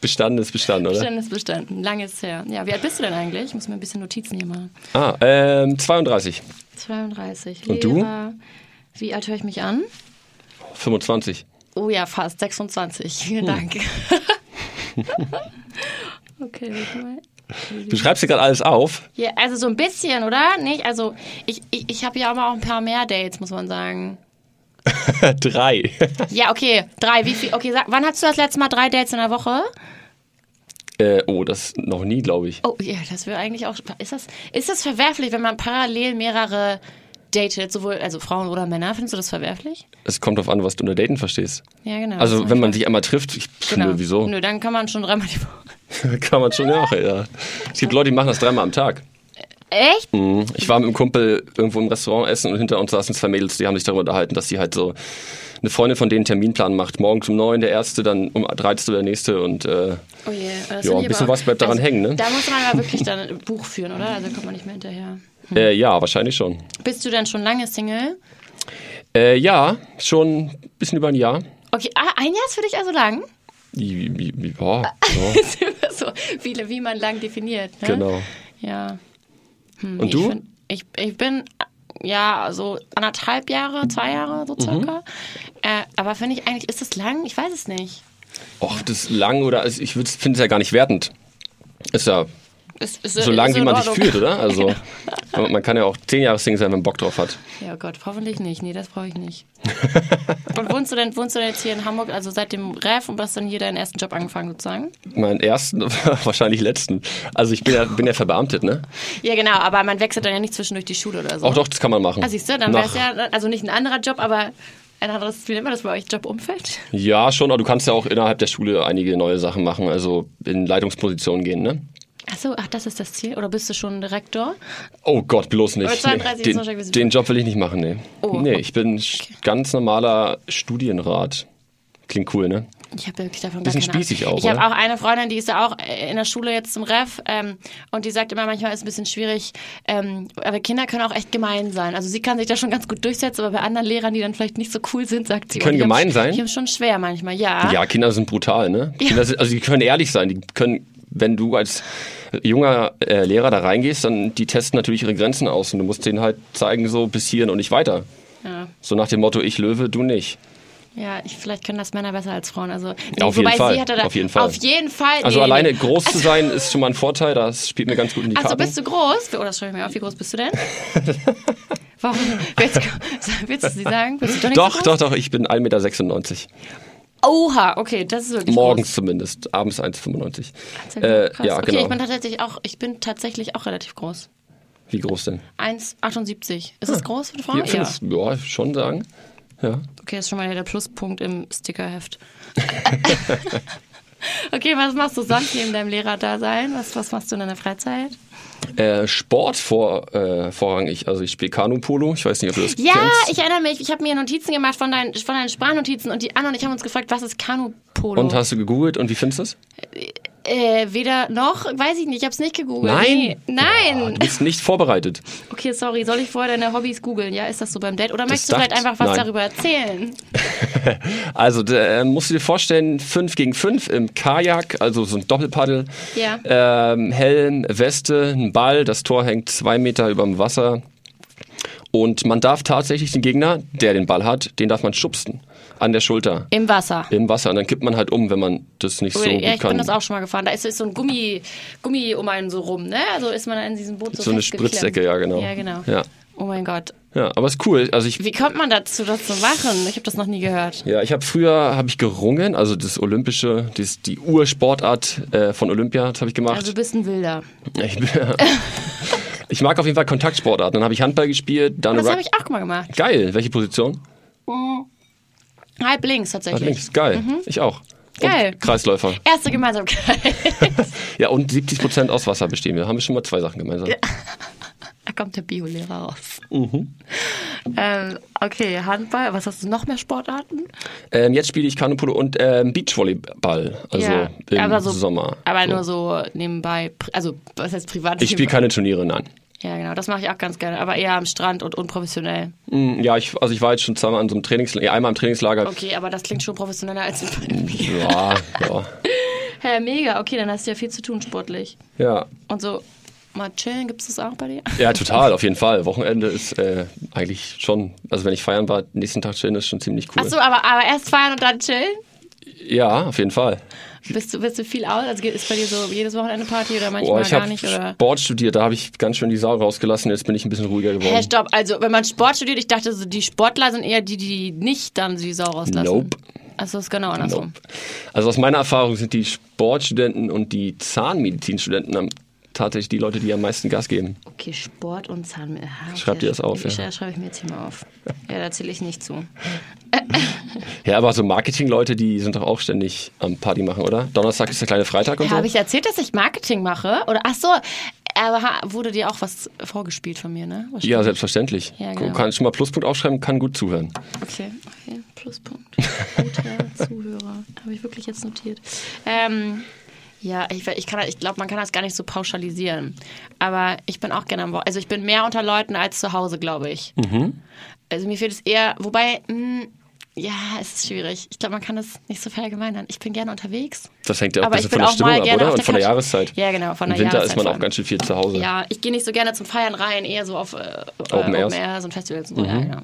S5: Bestanden ist bestanden, oder?
S4: Dann ist bestanden. Lang ist her. Ja, wie alt bist du denn eigentlich? Ich muss mir ein bisschen Notizen hier machen.
S5: Ah, ähm, 32.
S4: 32.
S5: Und du?
S4: Lehrer. Wie alt höre ich mich an?
S5: 25. Hm.
S4: Oh ja, fast 26. Vielen Dank. Okay, warte mal.
S5: Du schreibst dir gerade alles auf.
S4: Ja, also so ein bisschen, oder? Nicht? Also ich, ich, ich habe ja aber auch ein paar mehr Dates, muss man sagen.
S5: Drei.
S4: Ja, okay, drei. Wie viel? Okay, sag, wann hast du das letzte Mal drei Dates in der Woche?
S5: äh, oh, das noch nie, glaube ich.
S4: Oh ja, das wäre eigentlich auch. Ist das, ist das verwerflich, wenn man parallel mehrere datet, sowohl also Frauen oder Männer? Findest du das verwerflich?
S5: Es kommt drauf an, was du unter Daten verstehst.
S4: Ja, genau.
S5: Also,
S4: Das Genau.
S5: wenn man
S4: ist
S5: sich einmal trifft, ich, pff,
S4: manchmal-
S5: nö, wieso?
S4: Nö, dann kann man schon dreimal die Woche.
S5: Kann man schon machen, ja. Es gibt Leute, die machen das dreimal am Tag.
S4: Echt?
S5: Mhm. Ich war mit einem Kumpel irgendwo im Restaurant essen und hinter uns saßen zwei Mädels, die haben sich darüber unterhalten, dass sie halt so eine Freundin von denen einen Terminplan macht. Morgens um neun der erste, dann um 13 der nächste und äh,
S4: Oh je. das
S5: Ja,
S4: find
S5: ein
S4: ich
S5: bisschen
S4: aber-
S5: was bleibt daran
S4: also,
S5: hängen, ne?
S4: Da muss man aber wirklich dann ein Buch führen, oder? Also kommt man nicht mehr hinterher.
S5: äh, ja, wahrscheinlich schon.
S4: Bist du denn schon lange Single?
S5: Äh, ja, schon ein bisschen über ein Jahr.
S4: Okay, ah, ein Jahr ist für dich also lang?
S5: I- i- i- Ja, oh, ja
S4: Ist immer so, viele, wie man lang definiert. Ne?
S5: genau.
S4: Ja. Hm,
S5: Und
S4: ich
S5: du?
S4: find- ich, ich bin, ja, so anderthalb Jahre, zwei Jahre
S5: Mhm.
S4: so circa. Äh, aber finde ich eigentlich, ist das lang? Ich weiß es nicht.
S5: Och, das ist lang oder also ich finde es ja gar nicht wertend. Ist ja
S4: Ist, ist,
S5: so lang,
S4: ist
S5: wie
S4: in
S5: man sich
S4: Ordnung.
S5: fühlt, oder? Also man man kann ja auch zehn Jahre Single sein, wenn man Bock drauf hat.
S4: Ja, oh Gott, hoffentlich nicht. Nee, das brauche ich nicht. und wohnst du, denn, wohnst du denn jetzt hier in Hamburg, also seit dem Ref und hast dann hier deinen ersten Job angefangen sozusagen?
S5: Meinen ersten, wahrscheinlich letzten. Also ich bin ja, bin ja verbeamtet, ne?
S4: Ja, genau, aber man wechselt dann ja nicht zwischendurch die Schule oder so.
S5: Auch doch, das kann man machen.
S4: Ah, siehst du, dann
S5: Nach-
S4: wäre es ja, also nicht ein anderer Job, aber ein anderes, wie nennt man das bei euch, Jobumfeld?
S5: Ja, schon, aber du kannst ja auch innerhalb der Schule einige neue Sachen machen, also in Leitungspositionen gehen, ne?
S4: Achso, ach, das ist das Ziel? Oder bist du schon Rektor?
S5: Oh Gott, bloß nicht.
S4: Aber 32 ist noch schon ein
S5: den,
S4: bisschen-
S5: den Job will ich nicht machen, ne.
S4: Oh.
S5: Nee, ich bin sch- ganz normaler Studienrat. Klingt cool, ne?
S4: Ich habe wirklich davon
S5: Bisschen
S4: gar keine Ahnung.
S5: spießig auch,
S4: Ich habe
S5: oder?
S4: auch eine Freundin, die ist ja auch äh, in der Schule jetzt zum Ref ähm, und die sagt immer, manchmal ist es ein bisschen schwierig, ähm, aber Kinder können auch echt gemein sein. Also sie kann sich da schon ganz gut durchsetzen, aber bei anderen Lehrern, die dann vielleicht nicht so cool sind, sagt sie,
S5: Die können
S4: oh, die
S5: gemein
S4: haben,
S5: sein?
S4: Die haben schon schwer manchmal, ja.
S5: Ja, Kinder sind brutal, ne?
S4: Ah. Ja.
S5: Kinder sind, also die können ehrlich sein, die können, wenn du als junger äh, Lehrer da reingehst, dann die testen natürlich ihre Grenzen aus und du musst denen halt zeigen, so bis hierhin und nicht weiter.
S4: Ja.
S5: So nach dem Motto, ich Löwe, du nicht.
S4: Ja, ich, vielleicht können das Männer besser als Frauen. Also, nee,
S5: Auf jeden
S4: wobei
S5: Fall,
S4: sie hatte da,
S5: auf jeden Fall.
S4: Auf jeden Fall.
S5: Also
S4: Äh, nee, nee,
S5: alleine
S4: nee.
S5: groß zu sein ist schon mal ein Vorteil, das spielt mir ganz gut in die
S4: Achso,
S5: Karten.
S4: bist du groß? Oh, das schreibe ich mir auf. Wie groß bist du denn? Warum? Willst du, willst du sie sagen? Bist du doch nicht so
S5: doch,
S4: groß?
S5: doch, doch, ich bin 1,96 Meter.
S4: Oha, okay, das ist wirklich
S5: Morgens
S4: groß. Also
S5: zumindest, abends 1,95
S4: Sehr
S5: Äh,
S4: gut, krass.
S5: ja,
S4: okay, ich
S5: genau.
S4: bin tatsächlich auch, ich bin tatsächlich auch relativ groß.
S5: Wie groß denn?
S4: 1,78. Ist das groß für eine Frau?
S5: Hier, fünf, Ah. ja, schon sagen. Ja.
S4: Okay, das ist schon mal der Pluspunkt im Stickerheft. okay, was machst du sonst neben deinem Lehrerdasein? Was, was machst du in deiner Freizeit?
S5: Äh, Sport vor, äh, vorrangig. Also ich spiele Kanu-Polo. Ich weiß nicht, ob du das
S4: Ja,
S5: kennst.
S4: ich erinnere mich, ich habe mir Notizen gemacht von deinen, von deinen Sprachnotizen und die Anna und ich haben uns gefragt, was ist Kanu-Polo?
S5: Und hast du gegoogelt und wie findest du es?
S4: äh, weder noch, weiß ich nicht, ich habe es nicht gegoogelt.
S5: Nein.
S4: Nee.
S5: Ah, du
S4: Nein.
S5: bist nicht vorbereitet.
S4: Okay, sorry, soll ich vorher deine Hobbys googeln? Ja, ist das so beim Date? Oder möchtest du
S5: dacht-
S4: vielleicht einfach was
S5: nein.
S4: darüber erzählen?
S5: Also d- äh, musst du dir vorstellen, 5 gegen 5 im Kajak, also so ein Doppelpaddel.
S4: Ja.
S5: Ähm, Helm, Weste, ein Ball, das Tor hängt zwei Meter über dem Wasser. Und man darf tatsächlich den Gegner, der den Ball hat, den darf man schubsen. An der Schulter.
S4: Im Wasser.
S5: Im Wasser. Und dann kippt man halt um, wenn man das nicht so
S4: ja,
S5: gut
S4: ich
S5: kann.
S4: bin das auch schon mal gefahren. Da ist, ist so ein Gummi, Gummi um einen so rum, ne? Also ist man in diesem Boot so
S5: so eine
S4: festgeklemmt.
S5: Spritzdecke, ja, genau.
S4: Ja, genau.
S5: Ja.
S4: Oh mein Gott.
S5: Ja, aber ist cool. Also ich
S4: Wie kommt man dazu, das zu machen? Ich habe das noch nie gehört.
S5: Ja, ich habe früher habe ich gerungen, also das Olympische, das, die Ursportart äh, von Olympia, das habe ich gemacht.
S4: Also du bist ein Wilder.
S5: ich, bin- ich mag auf jeden Fall Kontaktsportarten. Dann habe ich Handball gespielt, dann
S4: Das
S5: Rug-
S4: habe ich auch mal gemacht.
S5: Geil, welche Position?
S4: Halb links
S5: Ah,
S4: tatsächlich.
S5: links, geil. Ich auch.
S4: Mhm. Geil.
S5: Und Kreisläufer.
S4: Erste Gemeinsamkeit.
S5: Ja, und 70 Prozent aus Wasser bestehen wir. Haben wir schon mal zwei Sachen gemeinsam.
S4: Da kommt der Biolehrer raus.
S5: Mhm.
S4: Ähm, okay, Handball. Was hast du noch mehr Sportarten?
S5: Ähm, jetzt spiele ich Kanupolo und ähm, Beachvolleyball, also im
S4: aber so,
S5: Sommer.
S4: Aber
S5: So.
S4: nur so nebenbei. pri- Also, was heißt privat?
S5: Ich spiele keine Turniere, nein.
S4: Ja, genau. Das mache ich auch ganz gerne. Aber eher am Strand und unprofessionell.
S5: Hm, Ja, ich, also ich war jetzt schon zweimal an so einem Trainingslager, ja, einmal im Trainingslager.
S4: Okay, aber das klingt schon professioneller als
S5: Ja, ja.
S4: Hä, mega. Okay, dann hast du ja viel zu tun sportlich.
S5: Ja,
S4: Und so mal chillen, gibt es das auch bei dir?
S5: Ja, total, auf jeden Fall. Wochenende ist äh, eigentlich schon, also wenn ich feiern war, nächsten Tag chillen ist schon ziemlich cool.
S4: Achso, aber, aber erst feiern und dann chillen?
S5: Ja, auf jeden Fall.
S4: Bist du, bist du viel aus? Also ist bei dir so jedes Wochenende Party oder manchmal
S5: Boah, ich
S4: gar
S5: habe
S4: nicht? Oder?
S5: Sport studiert, da habe ich ganz schön die Sau rausgelassen. Jetzt bin ich ein bisschen ruhiger geworden.
S4: Hey, stopp. Also, wenn man Sport studiert, ich dachte so, die Sportler sind eher die, die nicht dann die Sau rauslassen.
S5: Nope.
S4: Also, ist genau andersrum.
S5: Nope. Also aus meiner Erfahrung sind die Sportstudenten und die Zahnmedizinstudenten am, tatsächlich die Leute, die am meisten Gas geben.
S4: Okay, Sport und Zahnmedizin.
S5: Schreib dir das auf, ja.
S4: Ja, schreibe ich mir jetzt hier mal auf. Ja, da zähle ich nicht zu.
S5: Ja, aber so Marketing-Leute, die sind doch auch ständig am Party machen, oder? Donnerstag ist der kleine Freitag und
S4: Habe
S5: so.
S4: ich erzählt, dass ich Marketing mache? Oder ach so, aber ha- wurde dir auch was vorgespielt von mir, ne? Wahrscheinlich.
S5: Ja, selbstverständlich.
S4: Ja, genau.
S5: Du kannst schon mal Pluspunkt aufschreiben, kann gut zuhören.
S4: Okay, okay, Pluspunkt. Guter Zuhörer. Habe ich wirklich jetzt notiert. Ähm, ja, ich, we- ich, kann- ich glaube, man kann das gar nicht so pauschalisieren. Aber ich bin auch gerne am Wochenende. Also ich bin mehr unter Leuten als zu Hause, glaube ich.
S5: Mhm.
S4: Also mir fehlt es eher, wobei, mh, ja, es ist schwierig. Ich glaube, man kann das nicht so verallgemeinern. Ich bin gerne unterwegs.
S5: Das hängt ja auch ein
S4: Aber ich
S5: bisschen
S4: bin
S5: von der
S4: auch mal
S5: Stimmung ab,
S4: gerne
S5: oder?
S4: auf
S5: Und
S4: der
S5: von der
S4: Couch.
S5: Jahreszeit.
S4: Ja, genau, von der
S5: Im Winter
S4: Jahreszeit
S5: ist man
S4: vor
S5: auch
S4: allem.
S5: ganz schön viel zu Hause.
S4: Ja, ich gehe nicht so gerne zum Feiern rein, eher so auf äh,
S5: Open
S4: äh,
S5: Airs. Mhm.
S4: Airs und Festivals und so. Ja, genau.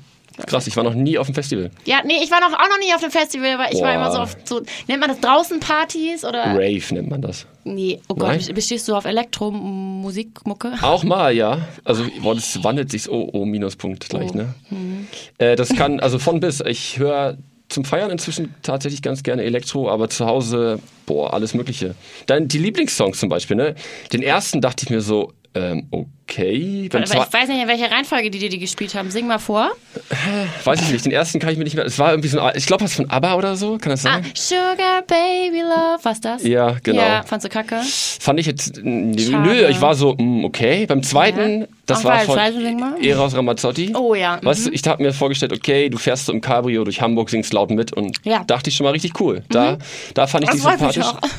S5: Krass, ich war noch nie auf dem Festival.
S4: Ja, nee, ich war noch, auch noch nie auf dem Festival, aber ich war
S5: Boah.
S4: immer so auf so, nennt man das draußen Partys oder?
S5: Rave nennt man das.
S4: Nee, oh Gott,
S5: Nein? Ah,
S4: bestehst du auf Elektromusik, Mucke?
S5: Auch mal, ja. Also boah, das wandelt sich oh, oh Minuspunkt gleich, ne? Äh, das kann, also von bis. Ich höre zum Feiern inzwischen tatsächlich ganz gerne Elektro, aber zu Hause, boah, alles Mögliche. Dann die Lieblingssongs zum Beispiel, ne? Den ersten dachte ich mir so, ähm, okay. Beim
S4: Aber ich
S5: zweiten,
S4: weiß nicht, in welcher Reihenfolge die dir die gespielt haben. Sing mal vor.
S5: weiß ich nicht, den ersten kann ich mir nicht mehr. Es war irgendwie so ein, ich glaube, was von ABBA oder so, kann das
S4: Ah,
S5: sein?
S4: Sugar Baby Love, was das?
S5: Ja, genau.
S4: Ja, fandst du kacke?
S5: Fand ich jetzt, n- nö,
S4: Schade.
S5: ich war so, mm, okay. Beim zweiten,
S4: Ja.
S5: das
S4: Ach,
S5: war
S4: weil,
S5: von
S4: zweite Ding mal?
S5: Eros Ramazzotti.
S4: Oh ja,
S5: Weißt
S4: mhm.
S5: du, ich habe mir vorgestellt, okay, du fährst so im Cabrio durch Hamburg, singst laut mit und
S4: Ja. Mhm.
S5: dachte ich schon mal richtig cool. Da, da fand ich
S4: Das
S5: dich
S4: freut mich
S5: sympathisch.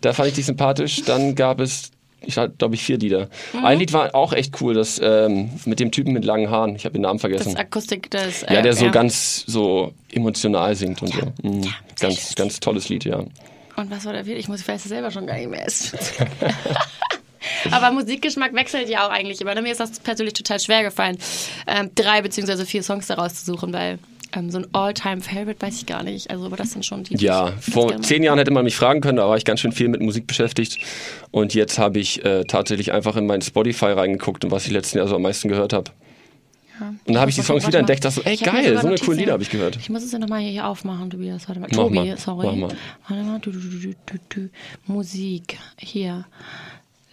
S5: da fand ich dich sympathisch. Dann gab es, ich glaube ich, vier Lieder.
S4: Mhm.
S5: Ein Lied war auch echt cool, das ähm, mit dem Typen mit langen Haaren. Ich habe den Namen
S4: Das
S5: vergessen.
S4: Akustik, das.
S5: ja,
S4: äh,
S5: der so ganz so emotional singt und so. Mhm. ganz, ganz tolles Lied, ja.
S4: Und was war der vierte? Ich muss, ich weiß es selber schon gar nicht mehr. Es- Aber Musikgeschmack wechselt ja auch eigentlich immer. ne? Mir ist das persönlich total schwer gefallen, ähm, drei beziehungsweise vier Songs daraus zu suchen, weil ähm, so ein All-Time-Favorite weiß ich gar nicht. Also, aber das sind schon die. Genau. die
S5: Ja,
S4: ich ganz
S5: vor
S4: gerne mag.
S5: zehn Jahren hätte man mich fragen können, da war ich ganz schön viel mit Musik beschäftigt. Und jetzt habe ich äh, tatsächlich einfach in mein Spotify reingeguckt und was ich letzten Jahr so am meisten gehört habe. Und da habe ich die
S4: Warte,
S5: Songs
S4: warte
S5: wieder
S4: mal.
S5: entdeckt, dachte so, ey
S4: Ich hab mir
S5: geil,
S4: sogar
S5: so eine
S4: Notizen.
S5: coole Lieder habe ich gehört.
S4: Ich muss es ja nochmal hier aufmachen, Tobias. Warte mal.
S5: Mach
S4: Tobi,
S5: mal,
S4: sorry.
S5: mach mal.
S4: Warte mal. Du, du, du, du, du, du. Musik. Hier.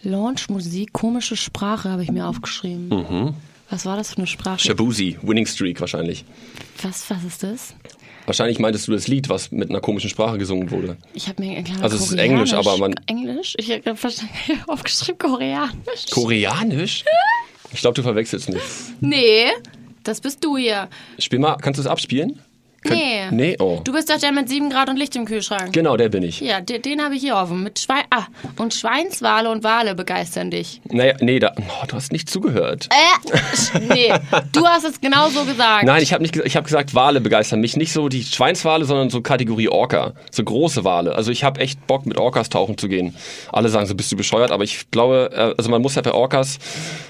S4: Launch-Musik, komische Sprache habe ich mir aufgeschrieben.
S5: Mhm.
S4: Was war das für eine Sprache?
S5: Shabuzi, Winning Streak wahrscheinlich.
S4: was, was ist das?
S5: Wahrscheinlich meintest du das Lied, was mit einer komischen Sprache gesungen wurde.
S4: Ich habe mir ein kleines
S5: Also es ist Englisch, aber man-
S4: Englisch? Ich habe aufgeschrieben Koreanisch.
S5: Koreanisch? Ich glaube, du verwechselst mich.
S4: nee, das bist du hier.
S5: Spiel mal, kannst du es abspielen?
S4: Nee.
S5: Nee, oh.
S4: Du bist doch der mit 7 Grad und Licht im Kühlschrank.
S5: Genau, der bin ich.
S4: ja, den, den habe ich hier offen. Mit Schwein. Ah, und Schweinswale und Wale begeistern dich.
S5: Naja, nee, da, oh, du hast nicht zugehört.
S4: Äh, sch- nee, du hast es genau so gesagt.
S5: Nein, ich habe nicht, ge- ich habe gesagt, Wale begeistern mich nicht so die Schweinswale, sondern so Kategorie Orca, so große Wale. Also ich habe echt Bock mit Orcas tauchen zu gehen. Alle sagen so, bist du bescheuert, aber ich glaube, äh, also man muss ja bei Orcas,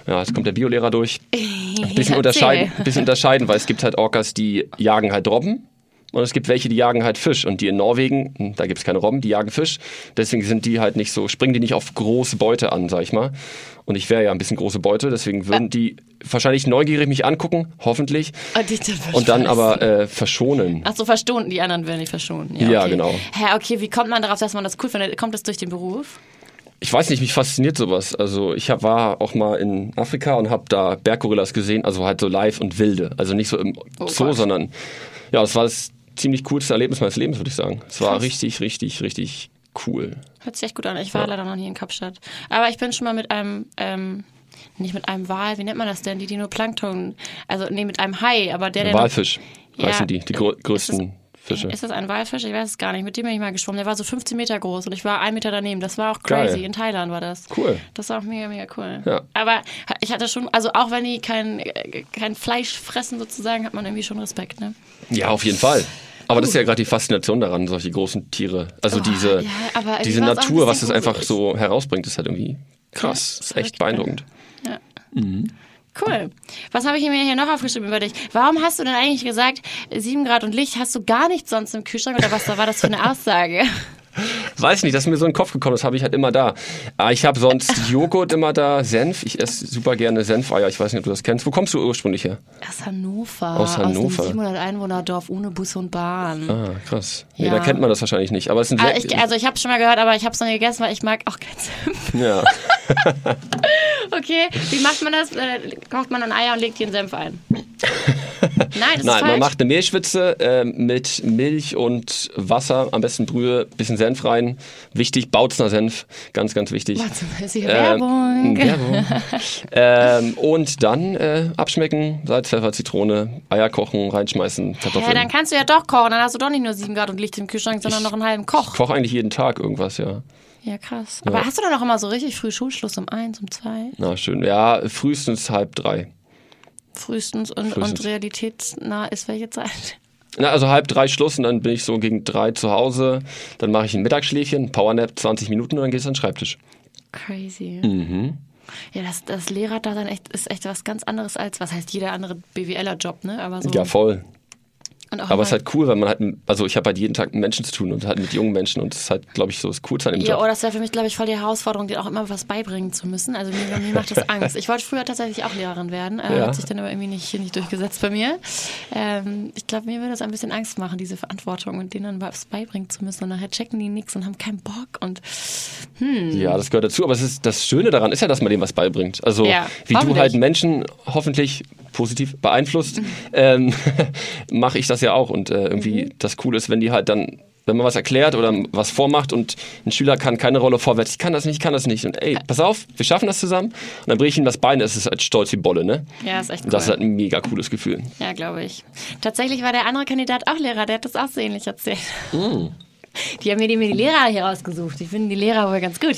S5: ja, jetzt kommt der Biolehrer durch, ein bisschen
S4: Ja,
S5: unterscheiden,
S4: erzähl.
S5: ein bisschen unterscheiden, weil es gibt halt Orcas, die jagen halt Robben. Und es gibt welche, die jagen halt Fisch. Und die in Norwegen, hm, da gibt es keine Robben, die jagen Fisch. Deswegen sind die halt nicht so, springen die nicht auf große Beute an, sag ich mal. Und ich wäre ja ein bisschen große Beute, deswegen würden die wahrscheinlich neugierig mich angucken, hoffentlich.
S4: Und ich dann
S5: Und dann aber äh, verschonen.
S4: Ach so, verstohlen, die anderen werden nicht verschonen. Ja,
S5: Ja,
S4: okay.
S5: genau.
S4: Hä, okay, wie kommt man darauf, dass man das cool findet? Kommt das durch den Beruf?
S5: Ich weiß nicht, mich fasziniert sowas. Also ich hab, war auch mal in Afrika und habe da Berggorillas gesehen, also halt so live und wilde. Also nicht so im Zoo,
S4: Oh Gott.
S5: sondern ja, das war das ziemlich coolste Erlebnis meines Lebens, würde ich sagen. Es war richtig, richtig, richtig cool.
S4: Hört sich echt gut an. Ich war leider noch nie in Kapstadt. Aber ich bin schon mal mit einem, ähm, nicht mit einem Wal, wie nennt man das denn? Die, die nur Plankton, also nee, mit einem Hai, aber der, der.
S5: Walfisch
S4: Ja.
S5: heißen die, die grö größten
S4: noch,
S5: Fische.
S4: Ist das ein Walfisch? Ich weiß es gar nicht. Mit dem bin ich mal geschwommen. Der war so 15 Meter groß und ich war ein Meter daneben. Das war auch crazy.
S5: Geil.
S4: In Thailand war das.
S5: Cool.
S4: Das war auch mega, mega cool.
S5: Ja.
S4: Aber ich hatte schon, also auch wenn die kein, kein Fleisch fressen sozusagen, hat man irgendwie schon Respekt, ne?
S5: Ja, auf jeden Fall. Aber das ist ja gerade die Faszination daran, solche großen Tiere. Also
S4: Oh,
S5: diese,
S4: ja, aber irgendwie
S5: diese
S4: war's auch ein
S5: Natur, was das
S4: bisschen
S5: einfach
S4: gruselig.
S5: so herausbringt, ist halt irgendwie krass. ist echt
S4: verrückt, ne?
S5: beeindruckend.
S4: Cool. Was habe ich mir hier noch aufgeschrieben über dich? Warum hast du denn eigentlich gesagt, 7 Grad und Licht hast du gar nichts sonst im Kühlschrank oder was war das für eine Aussage?
S5: Weiß nicht, dass mir so in den Kopf gekommen ist, habe ich halt immer da. Ah, Ich habe sonst Joghurt immer da, Senf. Ich esse super gerne Senfeier. Ich weiß nicht, ob du das kennst. Wo kommst du ursprünglich her?
S4: Aus Hannover.
S5: Aus Hannover.
S4: Aus dem 700 Einwohnerdorf ohne Bus und Bahn.
S5: Ah, krass. Nee,
S4: Ja.
S5: da kennt man das wahrscheinlich nicht. Aber es sind
S4: Ah, ich, also ich habe schon mal gehört, aber ich habe es noch nie gegessen, weil ich mag auch kein Senf.
S5: ja.
S4: Okay, wie macht man das? Äh, Kocht man dann Eier und legt den Senf ein? Nein, das ist
S5: Nein,
S4: falsch.
S5: man macht eine Mehlschwitze ähm, mit Milch und Wasser, am besten Brühe, bisschen Senf rein. Wichtig, Bautzner Senf, ganz, ganz wichtig.
S4: Warte, das ist hier
S5: Ähm,
S4: Werbung.
S5: Werbung. ähm, und dann äh, abschmecken, Salz, Pfeffer, Zitrone, Eier kochen, reinschmeißen, Kartoffeln.
S4: Ja, dann kannst du ja doch kochen. Dann hast du doch nicht nur sieben Grad und Licht im Kühlschrank, sondern noch einen halben Koch.
S5: ich koche eigentlich jeden Tag irgendwas, ja.
S4: Ja, krass. Aber hast du dann auch immer so richtig früh Schulschluss um eins, um zwei?
S5: Na schön. Ja, frühestens halb drei.
S4: Frühestens und,
S5: Frühestens.
S4: und realitätsnah ist welche Zeit?
S5: Na, also halb drei Schluss und dann bin ich so gegen drei zu Hause. Dann mache ich ein Mittagsschläfchen, Powernap, 20 Minuten und dann geht's an den Schreibtisch.
S4: Crazy.
S5: Mhm.
S4: Ja, das, das Lehrerdasein echt, ist echt was ganz anderes als, was heißt jeder andere BWLer-Job, ne? Aber so.
S5: Ja, voll.
S4: und auch
S5: Aber es ist
S4: mal-
S5: halt cool, weil man halt, also ich habe halt jeden Tag mit Menschen zu tun und halt mit jungen Menschen und es ist halt, glaube ich, so das Coolste an dem
S4: Ja,
S5: Job.
S4: oh, das wäre für mich, glaube ich, voll die Herausforderung, dir auch immer was beibringen zu müssen. Also mir, mir macht das Angst. Ich wollte früher tatsächlich auch Lehrerin werden, äh,
S5: Ja.
S4: hat sich dann aber irgendwie nicht, hier nicht durchgesetzt bei mir. Ähm, ich glaube, mir würde das ein bisschen Angst machen, diese Verantwortung und denen dann was beibringen zu müssen. Und nachher checken die nichts und haben keinen Bock. Und Mhm.
S5: Ja, das gehört dazu. Aber es ist, das Schöne daran ist ja, dass man dem was beibringt. Also
S4: Ja,
S5: wie du
S4: hoffentlich.
S5: halt Menschen hoffentlich positiv beeinflusst,
S4: Mhm.
S5: ähm, mache ich das ja auch. Und äh,
S4: Mhm.
S5: irgendwie das Coole ist, wenn die halt dann, wenn man was erklärt oder was vormacht und ein Schüler kann keine Rolle vorwärts, ich kann das nicht, ich kann das nicht. Und ey, pass auf, wir schaffen das zusammen. Und dann breche ich ihm das Bein, das ist halt stolz wie Bolle, ne?
S4: ja, ist echt cool.
S5: Und Das ist halt ein mega cooles Gefühl.
S4: ja, glaube ich. Tatsächlich war der andere Kandidat auch Lehrer, der hat das auch so ähnlich erzählt.
S5: Hm.
S4: Die haben mir die, mir die Lehrer hier ausgesucht. Ich finde die Lehrer wohl ganz gut.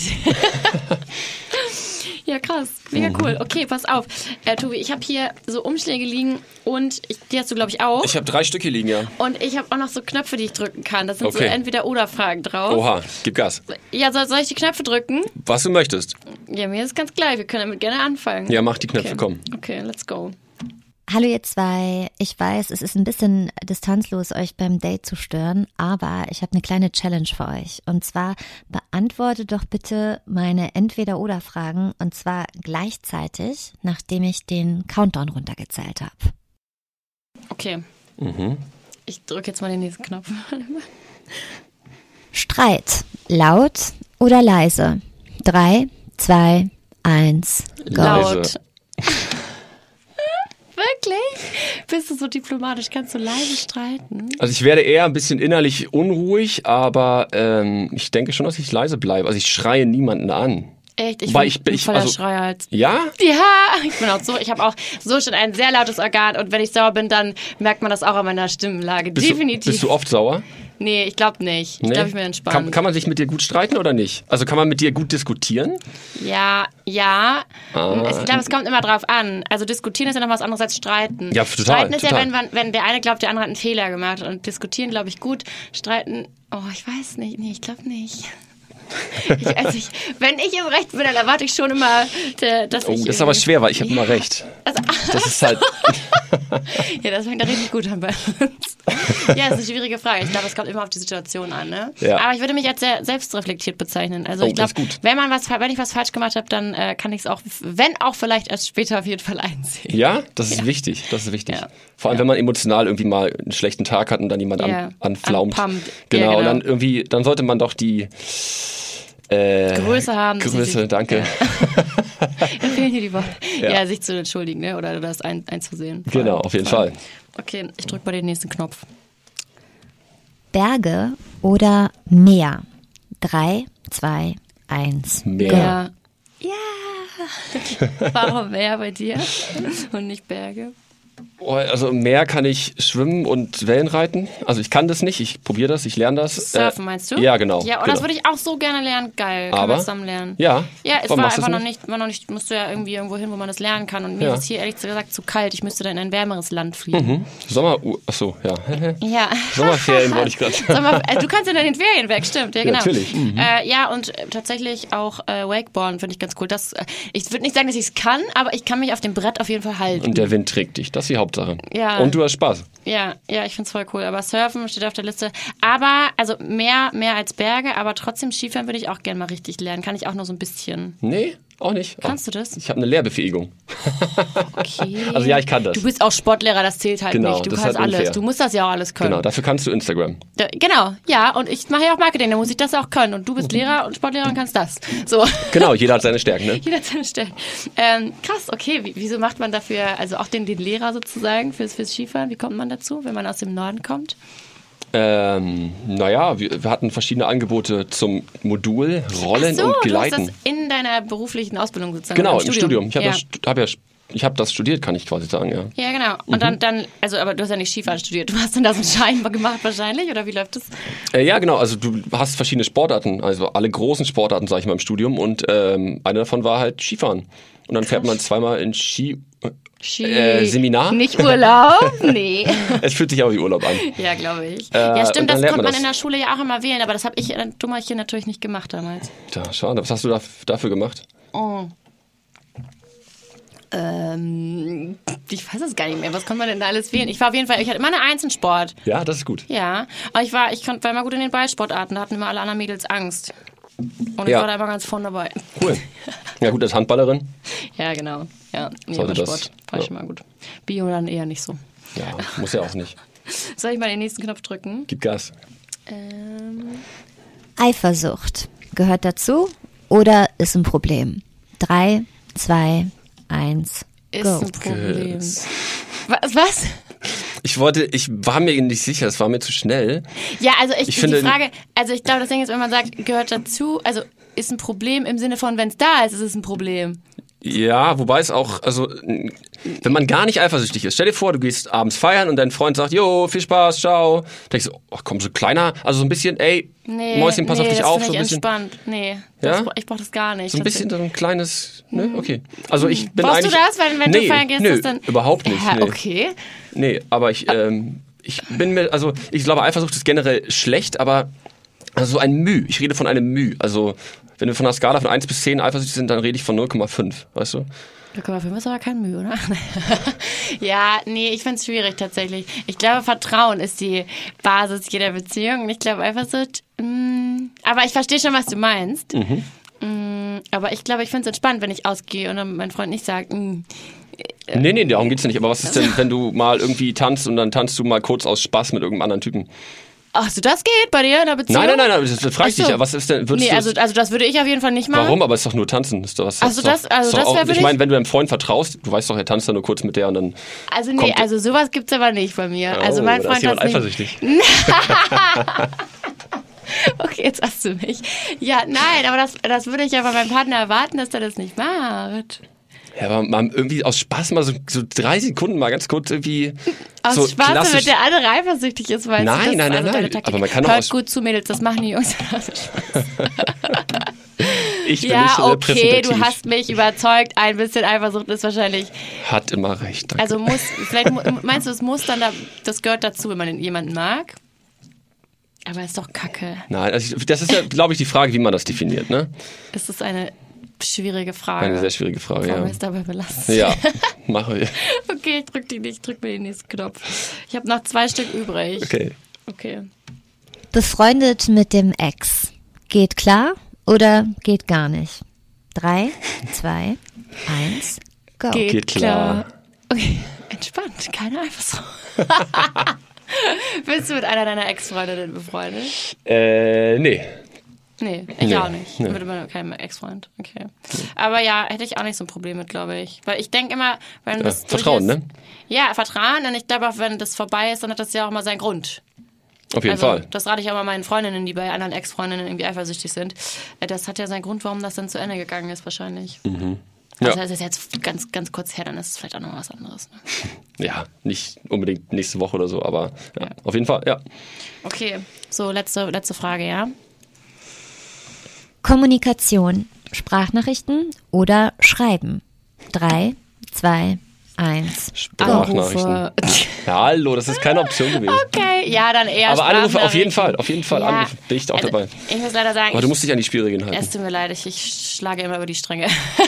S4: Ja, krass. Mega
S5: Mhm.
S4: cool. Okay, pass auf. Äh, Tobi, ich habe hier so Umschläge liegen und ich, die hast du, glaube ich, auch.
S5: Ich habe drei Stück hier liegen, ja.
S4: und ich habe auch noch so Knöpfe, die ich drücken kann. Das sind so
S5: Okay.
S4: Entweder-Oder-Fragen drauf.
S5: Oha, gib Gas.
S4: Ja, soll, soll ich die Knöpfe drücken?
S5: Was du möchtest.
S4: Ja, mir ist ganz gleich. Wir können damit gerne anfangen.
S5: Ja, mach die Knöpfe,
S4: okay.
S5: komm.
S4: Okay, let's go.
S2: Hallo ihr zwei. Ich weiß, es ist ein bisschen distanzlos, euch beim Date zu stören, aber ich habe eine kleine Challenge für euch. Und zwar beantwortet doch bitte meine Entweder-Oder-Fragen und zwar gleichzeitig, nachdem ich den Countdown runtergezählt habe.
S4: Okay,
S5: Mhm.
S4: ich drücke jetzt mal den nächsten Knopf.
S2: Streit. Laut oder leise? Drei, zwei, eins, go.
S5: Leise.
S4: Laut. Wirklich? Bist du so diplomatisch? Kannst du leise streiten?
S5: Also ich werde eher ein bisschen innerlich unruhig, aber ähm, ich denke schon, dass ich leise bleibe. Also ich schreie niemanden an.
S4: Echt? Ich
S5: Wobei
S4: bin
S5: ich bin-
S4: ein
S5: ich-
S4: voller
S5: also-
S4: Schreier als
S5: Ja?
S4: Ja, ich bin auch so, ich habe auch so schon ein sehr lautes Organ und wenn ich sauer bin, dann merkt man das auch an meiner Stimmenlage.
S5: Bist
S4: Definitiv.
S5: Du, bist du oft sauer?
S4: nee, ich glaube nicht. Ich
S5: Nee?
S4: glaube, ich bin entspannt.
S5: Kann, kann man sich mit dir gut streiten oder nicht? Also kann man mit dir gut diskutieren?
S4: ja, ja.
S5: Ah.
S4: Es- Ich glaube, es kommt immer drauf an. Also diskutieren ist ja noch was anderes als streiten.
S5: Ja, total,
S4: Streiten ist ja,
S5: total.
S4: wenn, man, wenn der eine glaubt, der andere hat einen Fehler gemacht und diskutieren, glaube ich, gut. Streiten, oh, ich weiß nicht. Nee, ich glaube nicht. Ich, also ich, wenn ich im Recht bin, dann erwarte ich schon immer, äh, dass
S5: Oh,
S4: ich...
S5: das ist aber
S4: irgendwie-
S5: schwer, weil ich habe immer recht.
S4: Also,
S5: Das ist halt.
S4: Ja, das fängt ja richtig gut an bei uns. Ja, das ist eine schwierige Frage. Ich glaube, es kommt immer auf die Situation an. Ne?
S5: Ja.
S4: Aber ich würde mich als sehr selbstreflektiert bezeichnen. Also
S5: Oh,
S4: ich
S5: das
S4: glaube,
S5: ist gut.
S4: wenn man was, wenn ich was falsch gemacht habe, dann äh, kann ich es auch, wenn auch vielleicht erst später auf jeden Fall einsehen.
S5: Ja, das ist wichtig. Das ist wichtig.
S4: Ja.
S5: Vor allem, wenn man emotional irgendwie mal einen schlechten Tag hat und dann jemand
S4: Ja.
S5: an, anflaumt.
S4: Anpumpt.
S5: Genau,
S4: Ja, genau.
S5: Und dann irgendwie, dann sollte man doch die äh,
S4: Größe haben, dass sie
S5: Größe,
S4: sich-
S5: danke.
S4: Mir fehlen hier die Worte. Ja.
S5: Ja.
S4: sich zu entschuldigen, ne? Oder das ein, einzusehen.
S5: Genau, auf jeden Fall.
S4: Okay, ich drücke mal den nächsten Knopf.
S2: Berge oder Meer? Drei, zwei, eins.
S5: Mehr.
S4: Ja. Ja. Warum Meer bei dir und nicht Berge?
S5: Oh, Also im Meer kann ich schwimmen und Wellen reiten. Also ich kann das nicht, ich probiere das, ich lerne das.
S4: Surfen
S5: Äh,
S4: meinst du?
S5: Ja, genau.
S4: Ja, und
S5: genau.
S4: das würde ich auch so gerne lernen. Geil, können wir
S5: Aber-
S4: zusammen lernen.
S5: Ja,
S4: Ja, es
S5: Warum
S4: war
S5: machst du
S4: einfach
S5: das
S4: noch nicht, war noch nicht, musst du ja irgendwie irgendwo hin, wo man das lernen kann. Und mir
S5: Ja.
S4: ist es hier ehrlich gesagt zu kalt. Ich müsste dann in ein wärmeres Land fliegen.
S5: Hm? Sommer, uh, achso, ja.
S4: Ja.
S5: Sommerferien wollte ich gerade sagen.
S4: Sommer, äh, du kannst ja dann in den Ferien weg, stimmt. Ja, genau.
S5: natürlich. Mhm.
S4: Äh, ja, und äh, tatsächlich auch äh, Wakeboarden finde ich ganz cool. Das, äh, ich würde nicht sagen, dass ich es kann, aber ich kann mich auf dem Brett auf jeden Fall halten.
S5: Und der Wind trägt dich, das ist die Hauptsache.
S4: Ja.
S5: Und du hast Spaß.
S4: Ja, ja, ich find's voll cool. Aber Surfen steht auf der Liste. Aber, also mehr, mehr als Berge, aber trotzdem Skifahren würde ich auch gerne mal richtig lernen. Kann ich auch nur so ein bisschen.
S5: Nee, auch nicht. Ah.
S4: Kannst du das?
S5: Ich habe eine Lehrbefähigung. Also ja, ich kann das.
S4: Du bist auch Sportlehrer, das zählt halt
S5: Genau,
S4: nicht. Du
S5: das ist
S4: kannst
S5: halt
S4: alles.
S5: unfair.
S4: Du musst das ja auch alles können.
S5: Genau, dafür kannst du Instagram.
S4: Da, genau, ja. Und ich mache ja auch Marketing, da muss ich das auch können. Und du bist
S5: Mhm.
S4: Lehrer und Sportlehrer und kannst das. So.
S5: Genau, jeder hat seine Stärken, ne?
S4: Jeder hat seine Stellen. Ähm, krass, okay. Wie, wieso macht man dafür, also auch den, den Lehrer sozusagen fürs, fürs Skifahren? Wie kommt man dazu, wenn man aus dem Norden kommt?
S5: Ähm, naja, wir, wir hatten verschiedene Angebote zum Modul Rollen
S4: so,
S5: und
S4: du
S5: Gleiten.
S4: hast das in deiner beruflichen Ausbildung sozusagen.
S5: genau, im Studium. Ich habe
S4: ja.
S5: das, stu- hab ja, sch- ich hab das studiert, kann ich quasi sagen, ja.
S4: ja, genau.
S5: Mhm.
S4: Und dann, dann, also, aber du hast ja nicht Skifahren studiert. Du hast dann da so einen Schein gemacht wahrscheinlich, oder wie läuft das?
S5: Äh, ja, genau. Also du hast verschiedene Sportarten, also alle großen Sportarten, sage ich mal, im Studium. Und ähm, eine davon war halt Skifahren. Und dann fährt man zweimal in Ski.
S4: Ski.
S5: Äh, Seminar?
S4: Nicht Urlaub? Nee.
S5: Es fühlt sich auch wie Urlaub an.
S4: ja, glaube ich.
S5: Äh,
S4: ja,
S5: und dann
S4: stimmt, das
S5: lernt
S4: konnte
S5: man
S4: man
S5: das.
S4: in der Schule ja auch immer wählen, aber das habe ich, äh, Dummerchen, natürlich nicht gemacht damals. Oh.
S5: Tja, schade. Was hast du da, dafür gemacht?
S4: Ähm, ich weiß es gar nicht mehr. Was konnte man denn da alles wählen? Ich war auf jeden Fall, ich hatte immer eine Eins in Sport.
S5: Ja, das ist gut.
S4: Ja, aber ich war, ich konnte, war immer gut in den Ballsportarten, da hatten immer alle anderen Mädels Angst. Und ich
S5: Ja.
S4: war da immer ganz vorne dabei.
S5: Cool. Ja, gut, als Handballerin.
S4: Ja, genau. Ja, nee,
S5: Sollte
S4: aber
S5: das-
S4: Sport war
S5: ja.
S4: ich schon mal gut. Bio dann eher nicht so.
S5: Ja, muss ja auch nicht.
S4: Soll ich mal den nächsten Knopf drücken?
S5: Gib Gas.
S4: Ähm,
S2: Eifersucht gehört dazu oder ist ein Problem? Drei, zwei, eins.
S4: ist
S2: Go.
S4: ein Problem. Was? was?
S5: Ich wollte, ich war mir nicht sicher, es war mir zu schnell.
S4: Ja, also ich,
S5: Ich finde-
S4: die Frage, also ich glaube, das Ding ist, wenn man sagt, gehört dazu, also ist ein Problem im Sinne von, wenn es da ist, ist es ein Problem.
S5: Ja, wobei es auch, also, n- wenn man gar nicht eifersüchtig ist, stell dir vor, du gehst abends feiern und dein Freund sagt, jo, viel Spaß, ciao. Denkst du, ach komm, so kleiner, also so ein bisschen, ey,
S4: Nee,
S5: Mäuschen, pass
S4: nee,
S5: auf dich
S4: das
S5: auf,
S4: finde
S5: so ein
S4: ich
S5: bisschen.
S4: entspannt. Nee, das,
S5: Ja?
S4: bra- ich brauche das gar nicht.
S5: So ein bisschen so ein kleines, ne, okay. Also ich bin
S4: Mhm. Brauchst du
S5: eigentlich...
S4: das, wenn- wenn du
S5: nee,
S4: feiern gehst,
S5: nö,
S4: dass dann-
S5: überhaupt nicht,
S4: Ja,
S5: nee.
S4: okay. Ah.
S5: Nee, aber ich, ähm, ich bin mir, also ich glaube, Eifersucht ist generell schlecht, aber also so ein Müh. Ich rede von einem Müh. Also wenn wir von einer Skala von 1 bis 10 eifersüchtig sind, dann rede ich von 0,5, weißt du?
S4: 0,5 ist aber kein Mühe, oder? ja, nee, ich find's schwierig tatsächlich. Ich glaube, Vertrauen ist die Basis jeder Beziehung. Ich glaube, Eifersucht. mm, aber ich verstehe schon, was du meinst.
S5: Mhm.
S4: Mm, aber ich glaube, ich find's entspannt, wenn ich ausgehe und dann mein Freund nicht sagt, mm,
S5: Nee, nee, darum geht's ja nicht. Aber was ist denn, wenn du mal irgendwie tanzt und dann tanzt du mal kurz aus Spaß mit irgendeinem anderen Typen?
S4: ach so, das geht bei dir in der Beziehung?
S5: Nein, nein, nein, nein das, das frage ich
S4: Ach so.
S5: dich. ja. Was ist denn, würdest
S4: Nee,
S5: du
S4: also, also das würde ich auf jeden Fall nicht machen.
S5: Warum? Aber es ist doch nur tanzen. Ist doch, was,
S4: Ach so,
S5: ist doch-
S4: das- also
S5: ist doch
S4: das wär
S5: auch,
S4: für
S5: Ich
S4: dich-
S5: meine, wenn du deinem Freund vertraust, du weißt doch, er tanzt dann nur kurz mit der und dann.
S4: Also nee,
S5: Kommt-
S4: also sowas gibt's aber nicht bei mir. also
S5: Oh,
S4: mein
S5: da ist
S4: Freund
S5: jemand
S4: hat's nicht.
S5: eifersüchtig.
S4: Okay, jetzt hast du mich. Ja, nein, aber das, das würde ich ja bei meinem Partner erwarten, dass er das nicht macht.
S5: Ja, aber mal irgendwie aus Spaß mal so, so drei Sekunden mal ganz kurz irgendwie.
S4: Aus
S5: so
S4: Spaß,
S5: klassisch-
S4: damit der andere eifersüchtig ist, weil
S5: Nein,
S4: das
S5: nein, nein,
S4: also deine
S5: nein,
S4: Taktik.
S5: aber man kann auch
S4: Hört
S5: aus-
S4: gut zu, Mädels, das machen die Jungs. Also Spaß.
S5: Ich bin nicht
S4: ja,
S5: äh,
S4: okay,
S5: repräsentativ.
S4: du hast mich überzeugt. Ein bisschen Eifersucht ist wahrscheinlich.
S5: Hat immer recht. Danke.
S4: Also muss, vielleicht mu- meinst du, es muss dann da, das gehört dazu, wenn man jemanden mag. Aber ist doch Kacke.
S5: Nein, also ich, das ist ja, glaube ich, die Frage, wie man das definiert, ne?
S4: Es ist eine schwierige Frage.
S5: Eine sehr schwierige Frage,
S4: Wollen
S5: ja.
S4: wir es dabei belassen?
S5: Ja, mache ich.
S4: Okay, ich drück die nicht, ich drück mir den nächsten Knopf. Ich habe noch zwei Stück übrig.
S5: Okay.
S4: Okay.
S2: Befreundet mit dem Ex. Geht klar oder geht gar nicht? Drei, zwei, eins, go.
S4: Geht,
S5: Geht klar.
S4: klar. Okay, entspannt, keine Eifersucht. Bist du mit einer deiner Ex-Freundinnen befreundet?
S5: Äh, nee.
S4: Nee, ich
S5: Nee,
S4: auch nicht.
S5: nee.
S4: Mit meiner- keinem Ex-Freund. Okay. Aber ja, hätte ich auch nicht so ein Problem mit, glaube ich. Weil ich denke immer, wenn das. durch
S5: Vertrauen,
S4: ist,
S5: ne?
S4: Ja, Vertrauen. Und ich glaube auch, wenn das vorbei ist, dann hat das ja auch mal seinen Grund.
S5: Auf jeden
S4: Also,
S5: Fall.
S4: das rate ich auch mal meinen Freundinnen, die bei anderen Ex-Freundinnen irgendwie eifersüchtig sind. Äh, Das hat ja seinen Grund, warum das dann zu Ende gegangen ist, wahrscheinlich.
S5: Mhm. Ja.
S4: Also, das ist jetzt ganz, ganz kurz her, dann ist es vielleicht auch noch was anderes. Ne?
S5: Ja, nicht unbedingt nächste Woche oder so, aber ja, auf jeden Fall, ja.
S4: Okay, so, letzte, letzte Frage, ja?
S2: Kommunikation. Sprachnachrichten oder Schreiben. Drei, zwei, eins.
S5: Sprachnachrichten. Ja, hallo, das ist keine Option gewesen.
S4: Okay, ja, dann eher
S5: Aber Anrufe auf jeden
S4: Sprachnachrichten.
S5: Fall, auf jeden Fall.
S4: Ja.
S5: Anrufe, bin ich auch
S4: Also,
S5: dabei.
S4: Ich muss leider sagen,
S5: Aber du
S4: ich-
S5: musst dich an die Spielregeln halten.
S4: es tut mir leid, ich, ich schlage immer über die Stränge.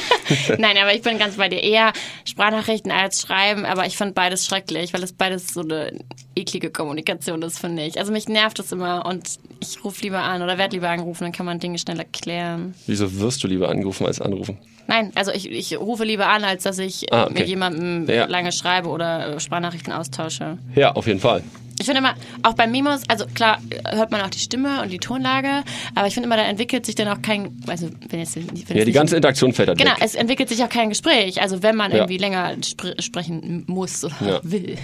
S4: Nein, aber ich bin ganz bei dir. Eher Sprachnachrichten als Schreiben, aber ich fand beides schrecklich, weil es beides so eine eklige Kommunikation ist, finde ich. Also mich nervt das immer und ich rufe lieber an oder werde lieber angerufen, dann kann man Dinge schneller klären.
S5: Wieso wirst du lieber angerufen als anrufen?
S4: Nein, also ich, ich rufe lieber an, als dass ich äh,
S5: Ah, okay.
S4: mit jemandem
S5: Ja.
S4: lange schreibe oder äh, Sprachnachrichten austausche.
S5: Ja, auf jeden Fall.
S4: Ich finde immer, auch bei Memos, also klar hört man auch die Stimme und die Tonlage, aber ich finde immer, da entwickelt sich dann auch kein, also wenn jetzt, wenn jetzt
S5: Ja, die
S4: nicht-
S5: ganze Interaktion fällt halt
S4: Genau,
S5: weg.
S4: es entwickelt sich auch kein Gespräch, also wenn man
S5: Ja.
S4: irgendwie länger spr sprechen muss oder
S5: Ja.
S4: will.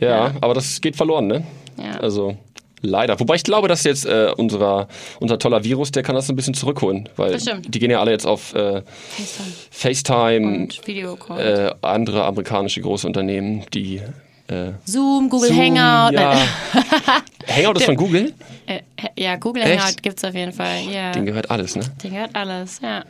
S5: Ja, aber das geht verloren, ne?
S4: Ja.
S5: Also leider. Wobei ich glaube, dass jetzt äh, unser, unser toller Virus, der kann das ein bisschen zurückholen, weil
S4: Das stimmt.
S5: die gehen ja alle jetzt auf äh, FaceTime,
S4: Und Videocall.
S5: äh, andere amerikanische große Unternehmen, die äh,
S4: Zoom, Google
S5: Zoom,
S4: Hangout.
S5: Ja.
S4: nein,
S5: Hangout ist von Google?
S4: Äh, ja, Google
S5: Echt?
S4: Hangout gibt's auf jeden Fall. Ja,
S5: Den gehört alles, ne?
S4: den gehört alles, ja.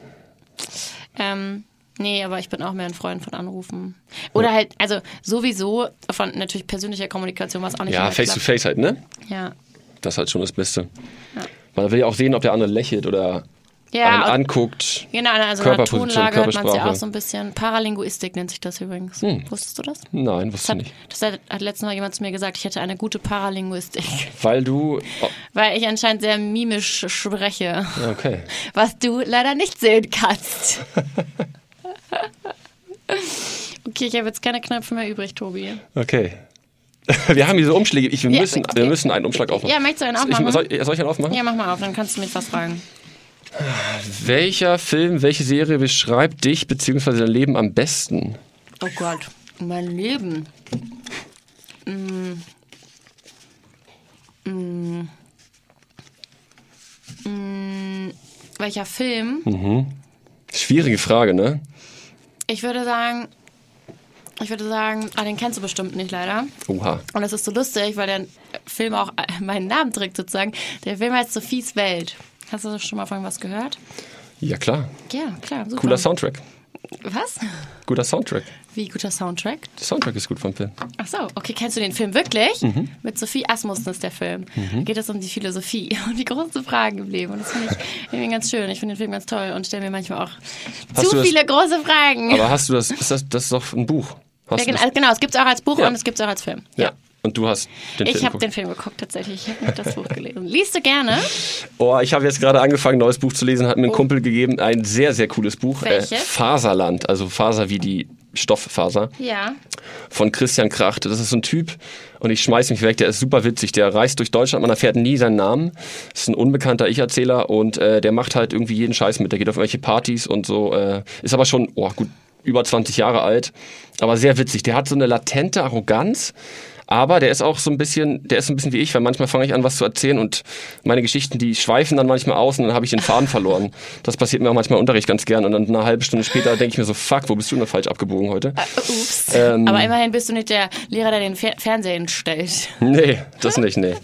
S4: Ähm, nee, aber ich bin auch mehr ein Freund von Anrufen. Oder halt, also sowieso von natürlich persönlicher Kommunikation, was auch nicht
S5: Ja,
S4: immer
S5: face to
S4: klappt.
S5: face halt, ne?
S4: Ja.
S5: Das ist halt schon das Beste. Man will ja auch sehen, ob der andere lächelt oder einen
S4: Ja, und-
S5: anguckt.
S4: Genau, also in der
S5: Körperposition,
S4: Tonlage hört man es ja
S5: Körpersprache.
S4: auch so ein bisschen. Paralinguistik nennt sich das übrigens. Wusstest du das?
S5: Nein,
S4: Das
S5: wusste Hm, ich
S4: hat, das
S5: nicht.
S4: hat, hat letztes Mal jemand zu mir gesagt, ich hätte eine gute Paralinguistik,
S5: Weil du.
S4: weil ich anscheinend sehr mimisch spreche,
S5: Oh, okay.
S4: was du leider nicht sehen kannst. Okay, ich habe jetzt keine Knöpfe mehr übrig, Tobi.
S5: Okay. Wir haben diese Umschläge. Ich, wir,
S4: Ja,
S5: müssen, wir müssen einen Umschlag aufmachen.
S4: Ja, möchtest du einen aufmachen?
S5: Ich, soll, soll ich einen aufmachen?
S4: Ja, mach mal auf, dann kannst du mich was fragen.
S5: Welcher Film, welche Serie beschreibt dich bzw. dein Leben am besten?
S4: Oh Gott, mein Leben. Mm. Mm. Mm. Welcher Film?
S5: Schwierige Frage, ne?
S4: Ich würde sagen, ich würde sagen, ah, den kennst du bestimmt nicht leider.
S5: Oha.
S4: Und das ist so lustig, weil der Film auch äh, meinen Namen trägt sozusagen. Der Film heißt Sophies Welt. Hast du schon mal von was gehört?
S5: Ja, klar.
S4: Ja, klar. Super.
S5: Cooler Soundtrack.
S4: Was?
S5: Guter Soundtrack.
S4: Wie guter Soundtrack?
S5: Der Soundtrack ist gut vom Film.
S4: Ach so, okay, kennst du den Film wirklich?
S5: Mhm.
S4: Mit Sophie Asmussen ist der Film. Da geht es um die Philosophie und die großen Fragen im Leben. Und das finde ich irgendwie ganz schön. Ich finde den Film ganz toll und stelle mir manchmal auch
S5: Hast du
S4: zu
S5: das-
S4: viele große Fragen.
S5: Aber hast du das? Ist das, das ist doch ein Buch. Hast
S4: ja,
S5: du
S4: genau,
S5: das?
S4: genau, es gibt es auch als Buch
S5: Ja.
S4: und es gibt es auch als Film.
S5: Ja. Und du hast den
S4: Ich
S5: Film
S4: habe
S5: geguckt.
S4: den Film geguckt tatsächlich. Ich habe nicht das Buch gelesen. Liest du gerne?
S5: Oh, ich habe jetzt gerade angefangen, ein neues Buch zu lesen, hat mir ein Kumpel gegeben, ein sehr, sehr cooles Buch.
S4: Oh.
S5: Äh,
S4: Welches?
S5: Faserland, also Faser wie die Stofffaser
S4: Ja.
S5: von Christian Krachte. Das ist so ein Typ und ich schmeiß mich weg, der ist super witzig, der reist durch Deutschland, man erfährt nie seinen Namen. Ist ein unbekannter Ich-Erzähler und äh, der macht halt irgendwie jeden Scheiß mit. Der geht auf irgendwelche Partys und so, äh, ist aber schon, oh gut, über 20 Jahre alt, aber sehr witzig. Der hat so eine latente Arroganz. Aber der ist auch so ein bisschen, der ist so ein bisschen wie ich, weil manchmal fange ich an, was zu erzählen und meine Geschichten, die schweifen dann manchmal aus und dann habe ich den Faden verloren. Das passiert mir auch manchmal im Unterricht ganz gern und dann eine halbe Stunde später denke ich mir so, fuck, wo bist du denn falsch abgebogen heute?
S4: Oh, Ups.
S5: Ähm.
S4: Aber immerhin bist du nicht der Lehrer, der den Fer Fernsehen stellt.
S5: Nee, das nicht, nee.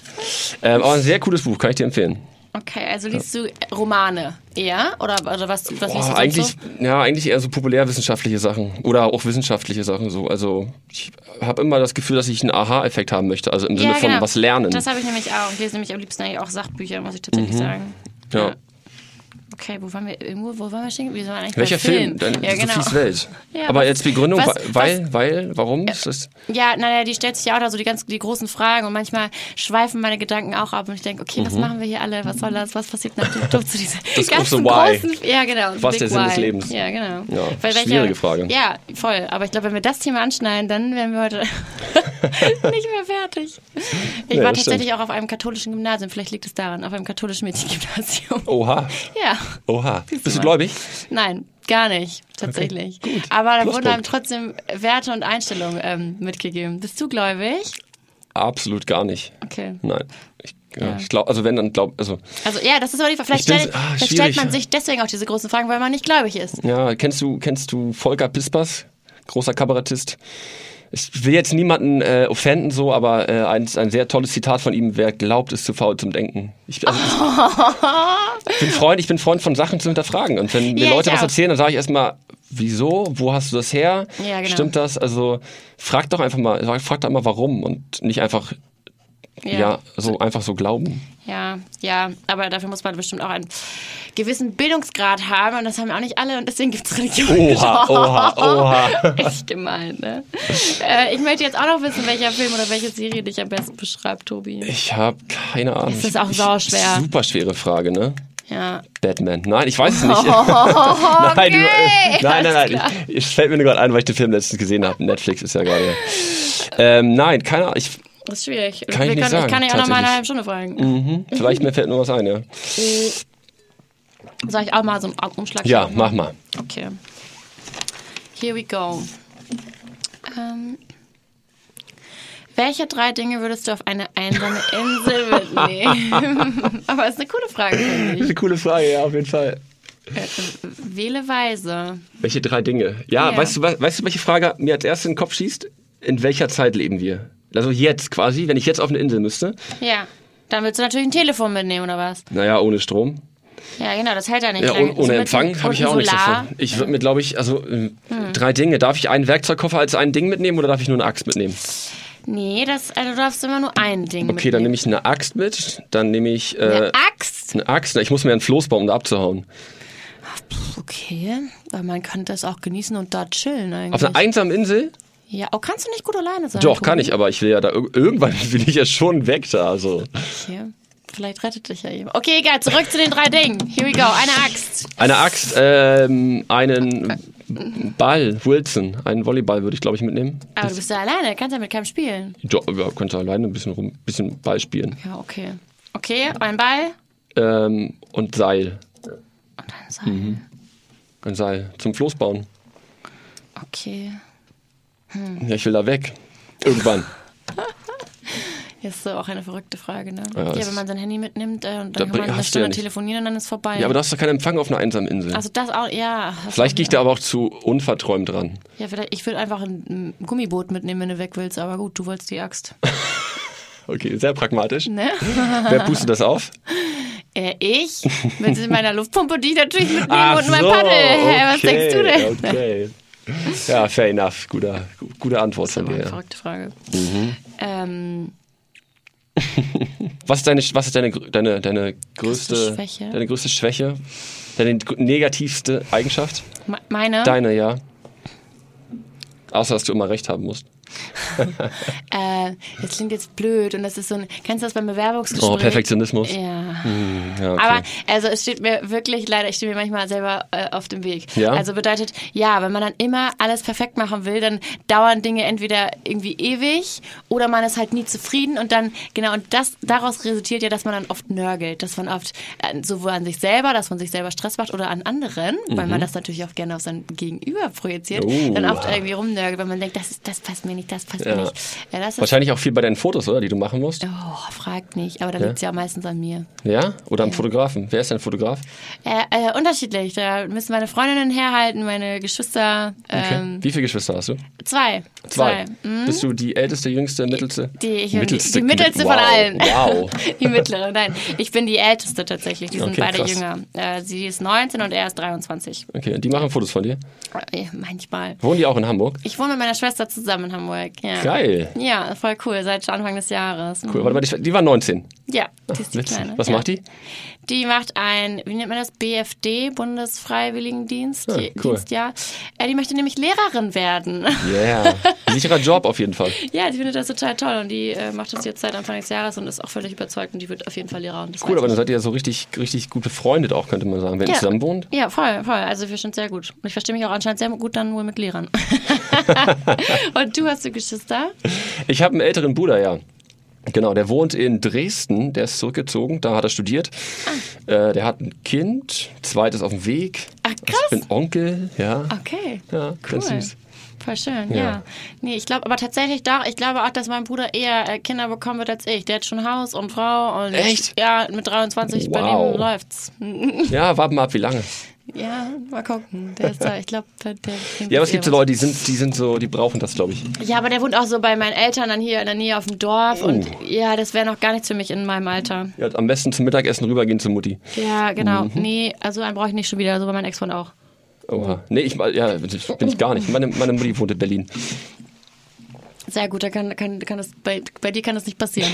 S5: Ähm, aber ein sehr cooles Buch, kann ich dir empfehlen.
S4: Okay, also liest du Romane eher? Oder, oder was, was liest
S5: Boah,
S4: du
S5: eigentlich,
S4: sonst so?
S5: ja, eigentlich eher so populärwissenschaftliche Sachen oder auch wissenschaftliche Sachen so. Also ich habe immer das Gefühl, dass ich einen Aha-Effekt haben möchte, also im Sinne von was lernen.
S4: genau.
S5: Mhm.
S4: Das habe ich nämlich auch. Ich lese nämlich am liebsten eigentlich auch Sachbücher, muss ich tatsächlich sagen.
S5: ja.
S4: Okay, wo waren wir irgendwo? Wo waren wir stehen? geblieben? Wir waren eigentlich
S5: Welcher
S4: beim
S5: Film?
S4: Film?
S5: Dann
S4: ja, genau.
S5: Sophies Welt.
S4: Ja,
S5: aber
S4: was-
S5: jetzt Begründung,
S4: was-
S5: wa- weil, weil, warum ist das?
S4: Ja, naja, die stellt sich ja auch da so die ganz die großen Fragen und manchmal schweifen meine Gedanken auch ab und ich denke, okay, was machen wir hier alle? Was soll das? Was passiert nach dem Tod zu dieser
S5: Mhm. Das große
S4: ganzen
S5: Why.
S4: großen Ja, genau.
S5: Was
S4: Big
S5: der Sinn des
S4: Why.
S5: Lebens.
S4: Ja, genau.
S5: Ja, schwierige Frage.
S4: Ja, voll. Aber ich glaube, wenn wir das Thema anschneiden, dann wären wir heute nicht mehr fertig. Ich
S5: Nee,
S4: war
S5: das
S4: tatsächlich
S5: stimmt.
S4: auch auf einem katholischen Gymnasium, vielleicht liegt es daran, auf einem katholischen Mädchengymnasium.
S5: Oha,
S4: Ja.
S5: oha. Bist du gläubig?
S4: Nein, gar nicht, tatsächlich. Aber da wurden
S5: Pluspunkt.
S4: einem trotzdem Werte und Einstellungen ähm, mitgegeben. Bist du gläubig?
S5: Absolut gar nicht.
S4: Okay.
S5: Nein. Ich, ja, ich glaube, also wenn, dann glaube also
S4: Also ja, das ist aber die Vielleicht,
S5: Ich bin-
S4: stellt,
S5: ah,
S4: vielleicht
S5: schwierig.
S4: stellt man sich deswegen auch diese großen Fragen, weil man nicht gläubig ist.
S5: Ja, kennst du, kennst du Volker Pispers? Großer Kabarettist. Ich will jetzt niemanden äh, offenden, so, aber äh, ein, ein sehr tolles Zitat von ihm: Wer glaubt, ist zu faul zum Denken. Ich, also, ich, bin Freund, ich bin Freund von Sachen zu hinterfragen. Und wenn mir
S4: Ja,
S5: Leute
S4: ich
S5: was
S4: auch.
S5: erzählen, dann sage ich erstmal, wieso, wo hast du das her?
S4: Ja, genau.
S5: Stimmt das? Also frag doch einfach mal, sag- frag doch mal warum und nicht einfach ja, so einfach so glauben.
S4: Ja, ja, aber dafür muss man bestimmt auch einen gewissen Bildungsgrad haben und das haben auch nicht alle und deswegen gibt's Religion.
S5: Oha, oha, oha.
S4: Echt gemein, ne? Äh, ich möchte jetzt auch noch wissen, welcher Film oder welche Serie dich am besten beschreibt, Tobi.
S5: Ich habe keine Ahnung.
S4: Es ist auch
S5: Ich-
S4: sauschwer.
S5: ich- Super schwere Frage, ne?
S4: Ja.
S5: Batman. Nein, ich weiß es nicht. nein, du, äh, nein, nein, nein. Ich, es fällt mir nur gerade ein, weil ich den Film letztens gesehen habe. Netflix ist ja gerade. Ähm, nein, keine Ahnung. Ich,
S4: Das ist schwierig.
S5: Kann ich nicht
S4: können,
S5: sagen,
S4: ich kann dich auch noch mal eine
S5: tatsächlich.
S4: halbe Stunde fragen.
S5: mhm, vielleicht mir fällt nur was ein, ja.
S4: Soll ich auch mal so einen Umschlag
S5: Ja,
S4: machen?
S5: mach mal.
S4: Okay. Here we go. Ähm, welche drei Dinge würdest du auf eine einsame Insel mitnehmen? Aber ist eine coole Frage, finde ich.
S5: coole Frage, ja, auf jeden Fall.
S4: Wähle weise.
S5: Welche drei Dinge? Ja,
S4: Ja.
S5: Weißt, du, we- weißt du, welche Frage mir als erstes in den Kopf schießt? In welcher Zeit leben wir? Also jetzt quasi, wenn ich jetzt auf eine Insel müsste.
S4: Ja. Dann willst du natürlich ein Telefon mitnehmen, oder was?
S5: Naja, ohne Strom.
S4: Ja, genau, das hält ja nicht.
S5: Ja,
S4: lange.
S5: ohne, ohne
S4: So Hm. mit-
S5: Empfang habe
S4: und
S5: ich ja auch
S4: ein
S5: nichts
S4: Solar.
S5: davon. Ich würde mir, glaube ich, also ähm, drei Dinge. Darf ich einen Werkzeugkoffer als ein Ding mitnehmen oder darf ich nur eine Axt mitnehmen?
S4: Nee, das, also du darfst immer nur ein Ding
S5: Okay, dann nehme ich eine Axt mit, dann nehme ich äh,
S4: Eine Axt?
S5: eine Axt. Ich muss mir einen Floß bauen, um da abzuhauen.
S4: Okay, weil man kann das auch genießen und da chillen
S5: Auf
S4: eigentlich.
S5: einer einsamen Insel?
S4: ja, oh, kannst du nicht gut alleine sein?
S5: Doch,
S4: Tobi?
S5: kann ich, aber ich will ja da ir- irgendwann will ich ja schon weg da. Also
S4: Hier. Vielleicht rettet dich ja jemand. Okay, egal, zurück zu den drei Dingen. Here we go, eine Axt.
S5: eine Axt, ähm, einen Ball, Wilson, einen Volleyball würde ich, glaube ich, mitnehmen.
S4: Aber du bist ja alleine, kannst ja mit keinem spielen.
S5: Ja, ja, könnte alleine ein bisschen rum, ein bisschen Ball spielen
S4: Ja, okay. Okay, ein Ball
S5: ähm, und Seil,
S4: und ein Seil.
S5: Mhm. ein Seil zum Floß bauen.
S4: Okay.
S5: Ja, ich will da weg. Irgendwann.
S4: Hier ist so auch eine verrückte Frage, ne?
S5: Ja,
S4: Ja,
S5: es-
S4: wenn man sein Handy mitnimmt äh, und
S5: Da
S4: dann kann
S5: bring-
S4: man eine
S5: hast du ja
S4: Stunde
S5: nicht.
S4: telefonieren und dann ist vorbei.
S5: Ja, aber du hast doch keinen Empfang auf einer einsamen Insel.
S4: also das auch, ja. das
S5: Vielleicht
S4: auch-
S5: gehe ich da aber auch zu unverträumt ran.
S4: Ja, vielleicht, ich würde einfach ein, ein Gummiboot mitnehmen, wenn du weg willst, aber gut, du wolltest die Axt.
S5: Okay, sehr pragmatisch.
S4: Ne?
S5: Wer pustet das auf?
S4: Äh, ich? Mit meiner Luftpumpe, die ich natürlich mitnehme und mein
S5: so,
S4: Paddel. Hä, Was denkst du denn?
S5: Okay. Ja, fair enough. Guter, gu- gute Antwort
S4: Das
S5: von
S4: ist aber
S5: dir.
S4: eine
S5: ja.
S4: verrückte Frage.
S5: Mhm.
S4: Ähm,
S5: Was ist deine, was ist deine, gr- deine, deine größte,
S4: Größte Schwäche?
S5: deine größte Schwäche? Deine gr- negativste Eigenschaft?
S4: me- meine?
S5: Deine, ja. Außer, dass du immer recht haben musst.
S4: Äh, das klingt jetzt blöd und das ist so ein. Kennst du das beim Bewerbungsgespräch?
S5: Oh, Perfektionismus. Hm.
S4: Ja.
S5: Ja, okay.
S4: Aber also es steht mir wirklich leider, ich stehe mir manchmal selber äh, auf dem Weg.
S5: Ja?
S4: Also bedeutet, ja, wenn man dann immer alles perfekt machen will, dann dauern Dinge entweder irgendwie ewig oder man ist halt nie zufrieden und dann, genau, und das daraus resultiert ja, dass man dann oft nörgelt, dass man oft äh, sowohl an sich selber, dass man sich selber Stress macht oder an anderen, weil man das natürlich auch gerne auf sein Gegenüber projiziert,
S5: Mhm. Oh.
S4: dann oft irgendwie rumnörgelt, weil man denkt, das, ist, das passt mir nicht, das passt
S5: Ja.
S4: mir nicht. Ja, das ist,
S5: Wahrscheinlich auch viel bei deinen Fotos, oder? Die du machen musst.
S4: oh, fragt nicht, aber da liegt's liegt es ja meistens an mir.
S5: Ja? Oder am Fotografen. Wer ist dein Fotograf?
S4: Äh, äh, unterschiedlich. Da müssen meine Freundinnen herhalten, meine Geschwister.
S5: Okay.
S4: Ähm,
S5: Wie viele Geschwister hast du?
S4: zwei. Zwei. Mhm.
S5: Bist du die älteste, jüngste, mittelste?
S4: Die, ich die mittelste von
S5: wow.
S4: allen.
S5: Wow.
S4: die mittlere, nein. Ich bin die älteste tatsächlich. Die sind
S5: Okay,
S4: beide
S5: krass.
S4: jünger. Äh, sie ist 19 und er ist 23.
S5: Okay, die machen Fotos von dir.
S4: Äh, manchmal.
S5: Wohnen die auch in Hamburg?
S4: Ich wohne mit meiner Schwester zusammen in Hamburg. Ja.
S5: Geil.
S4: Ja, voll cool, seit Anfang des Jahres.
S5: Cool. Warte mal, die, die war 19.
S4: Ja, die ist die
S5: Witzig.
S4: Kleine.
S5: Was
S4: ja.
S5: macht die?
S4: Die macht ein, wie nennt man das? BFD, Bundesfreiwilligendienst.
S5: Ah,
S4: die-
S5: cool.
S4: Dienst, ja. Äh, die möchte nämlich Lehrerin werden.
S5: Yeah. Sicherer Job auf jeden Fall.
S4: Ja, die findet das total toll und die äh, macht das jetzt seit Anfang des Jahres und ist auch völlig überzeugt und die wird auf jeden Fall Lehrer und das
S5: Cool,
S4: weiß
S5: aber dann
S4: ich.
S5: seid ihr ja so richtig, richtig gut befreundet auch, könnte man sagen, wenn ihr
S4: Ja.
S5: zusammen wohnt.
S4: Ja, voll, voll. Also wir sind sehr gut. Und ich verstehe mich auch anscheinend sehr gut dann wohl mit Lehrern. und du hast du Geschwister?
S5: Ich habe einen älteren Bruder, ja. Genau, der wohnt in Dresden, der ist zurückgezogen, da hat er studiert. Äh, der hat ein Kind, zweites auf dem Weg.
S4: Ah.
S5: Also
S4: Ach, krass.
S5: Ich bin Onkel, ja.
S4: Okay.
S5: Ja,
S4: Cool.
S5: ganz süß.
S4: Voll schön, ja.
S5: Ja.
S4: Nee, ich glaube, aber tatsächlich doch, ich glaube auch, dass mein Bruder eher äh, Kinder bekommen wird als ich. Der hat schon Haus und Frau und
S5: Echt?
S4: ja, mit 23 bei
S5: Wow.
S4: dem läuft's.
S5: Ja, warten mal ab, wie lange.
S4: Ja, mal gucken. Der ist da, ich glaube, der, der
S5: Ja, aber es gibt so Leute, die sind, die sind so, die brauchen das, glaube ich.
S4: Ja, aber der wohnt auch so bei meinen Eltern dann hier in der Nähe auf dem Dorf und
S5: Oh.
S4: ja, das wäre noch gar nichts für mich in meinem Alter.
S5: Ja, am besten zum Mittagessen rübergehen zu Mutti. Mhm.
S4: Ja, genau. Nee, also einen brauche ich nicht schon wieder, so bei meinem Ex-Freund auch.
S5: Oha. Nee, ich mein- ja, bin ich gar nicht. Meine, meine Mutti wohnt in Berlin.
S4: Sehr gut, da kann, kann, kann das, bei, bei dir kann das nicht passieren.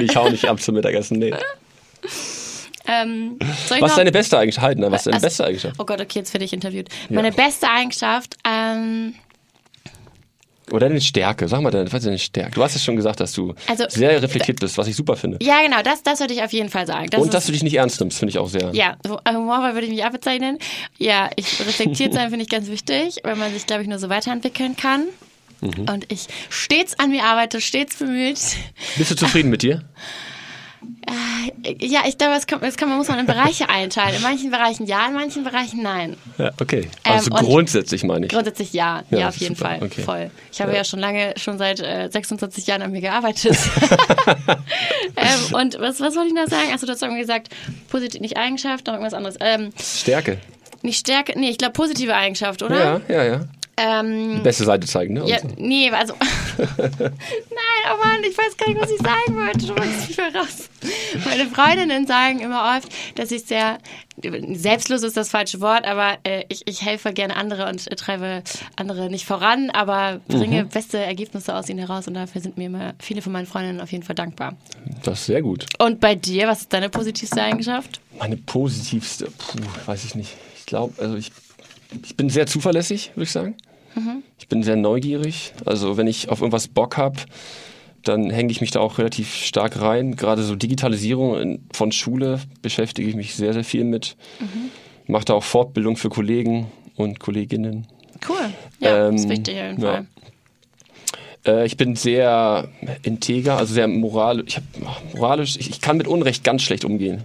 S5: ich hau nicht ab zum Mittagessen. Nee.
S4: Ähm, soll ich
S5: Was
S4: noch-
S5: ist deine beste Eigenschaft? Halt, ne? Was ist deine
S4: Also-
S5: beste Eigenschaft?
S4: Oh Gott, okay, jetzt werde ich interviewt. Meine beste Eigenschaft, ähm,
S5: Oder deine Stärke? Sag mal, deine, was ist deine Stärke? Du hast es schon gesagt, dass du
S4: Also-
S5: sehr reflektiert bist, was ich super finde.
S4: ja genau, das, das würde ich auf jeden Fall sagen. Das
S5: Und
S4: ist-
S5: dass du dich nicht ernst nimmst, finde ich auch sehr.
S4: Ja, so humorvoll würde ich mich abbezeichnen. Ja, ich reflektiert sein finde ich ganz wichtig, weil man sich, glaube ich, nur so weiterentwickeln kann.
S5: Mhm.
S4: Und ich stets an mir arbeite, stets bemüht.
S5: Bist du zufrieden mit dir?
S4: Ja, ich glaube, es kommt, es kann, man muss man in Bereiche einteilen. In manchen Bereichen ja, in manchen Bereichen nein.
S5: Ja, okay.
S4: Ähm,
S5: Also
S4: und-
S5: grundsätzlich meine ich.
S4: Grundsätzlich ja,
S5: Ja,
S4: ja,
S5: das
S4: auf
S5: ist
S4: jeden
S5: super.
S4: Fall,
S5: Okay.
S4: voll. Ich habe ja, schon lange, schon seit äh, 26 Jahren an mir gearbeitet. ähm, und was, was wollte ich noch sagen? Achso, du hast irgendwie gesagt, positiv, nicht Eigenschaft, noch irgendwas anderes. Ähm,
S5: Stärke.
S4: nicht Stärke, nee, ich glaube positive Eigenschaft, oder?
S5: Ja, ja, ja.
S4: Ähm,
S5: Beste Seite zeigen, ne? Und
S4: Ja,
S5: so.
S4: nee, also. Nein, oh Mann, ich weiß gar nicht, was ich sagen wollte. Schon mal ist viel raus. Meine Freundinnen sagen immer oft, dass ich sehr. Selbstlos ist das falsche Wort, aber äh, ich, ich helfe gerne andere und äh, treibe andere nicht voran, aber
S5: Mhm.
S4: bringe beste Ergebnisse aus ihnen heraus und dafür sind mir immer viele von meinen Freundinnen auf jeden Fall dankbar.
S5: Das ist sehr gut.
S4: Und bei dir, was ist deine positivste Eigenschaft?
S5: Meine positivste, puh, weiß ich nicht. Ich glaube, also ich, ich bin sehr zuverlässig, würde ich sagen. Ich bin sehr neugierig. Also wenn ich auf irgendwas Bock habe, dann hänge ich mich da auch relativ stark rein. Gerade so Digitalisierung in, von Schule beschäftige ich mich sehr, sehr viel mit. Mhm. Mache da auch Fortbildung für Kollegen und Kolleginnen.
S4: Cool. Ja, ist
S5: Ähm,
S4: wichtig auf jeden
S5: ja.
S4: Fall.
S5: Äh, ich bin sehr integer, also sehr moralisch. Ich, hab, moralisch ich, ich kann mit Unrecht ganz schlecht umgehen.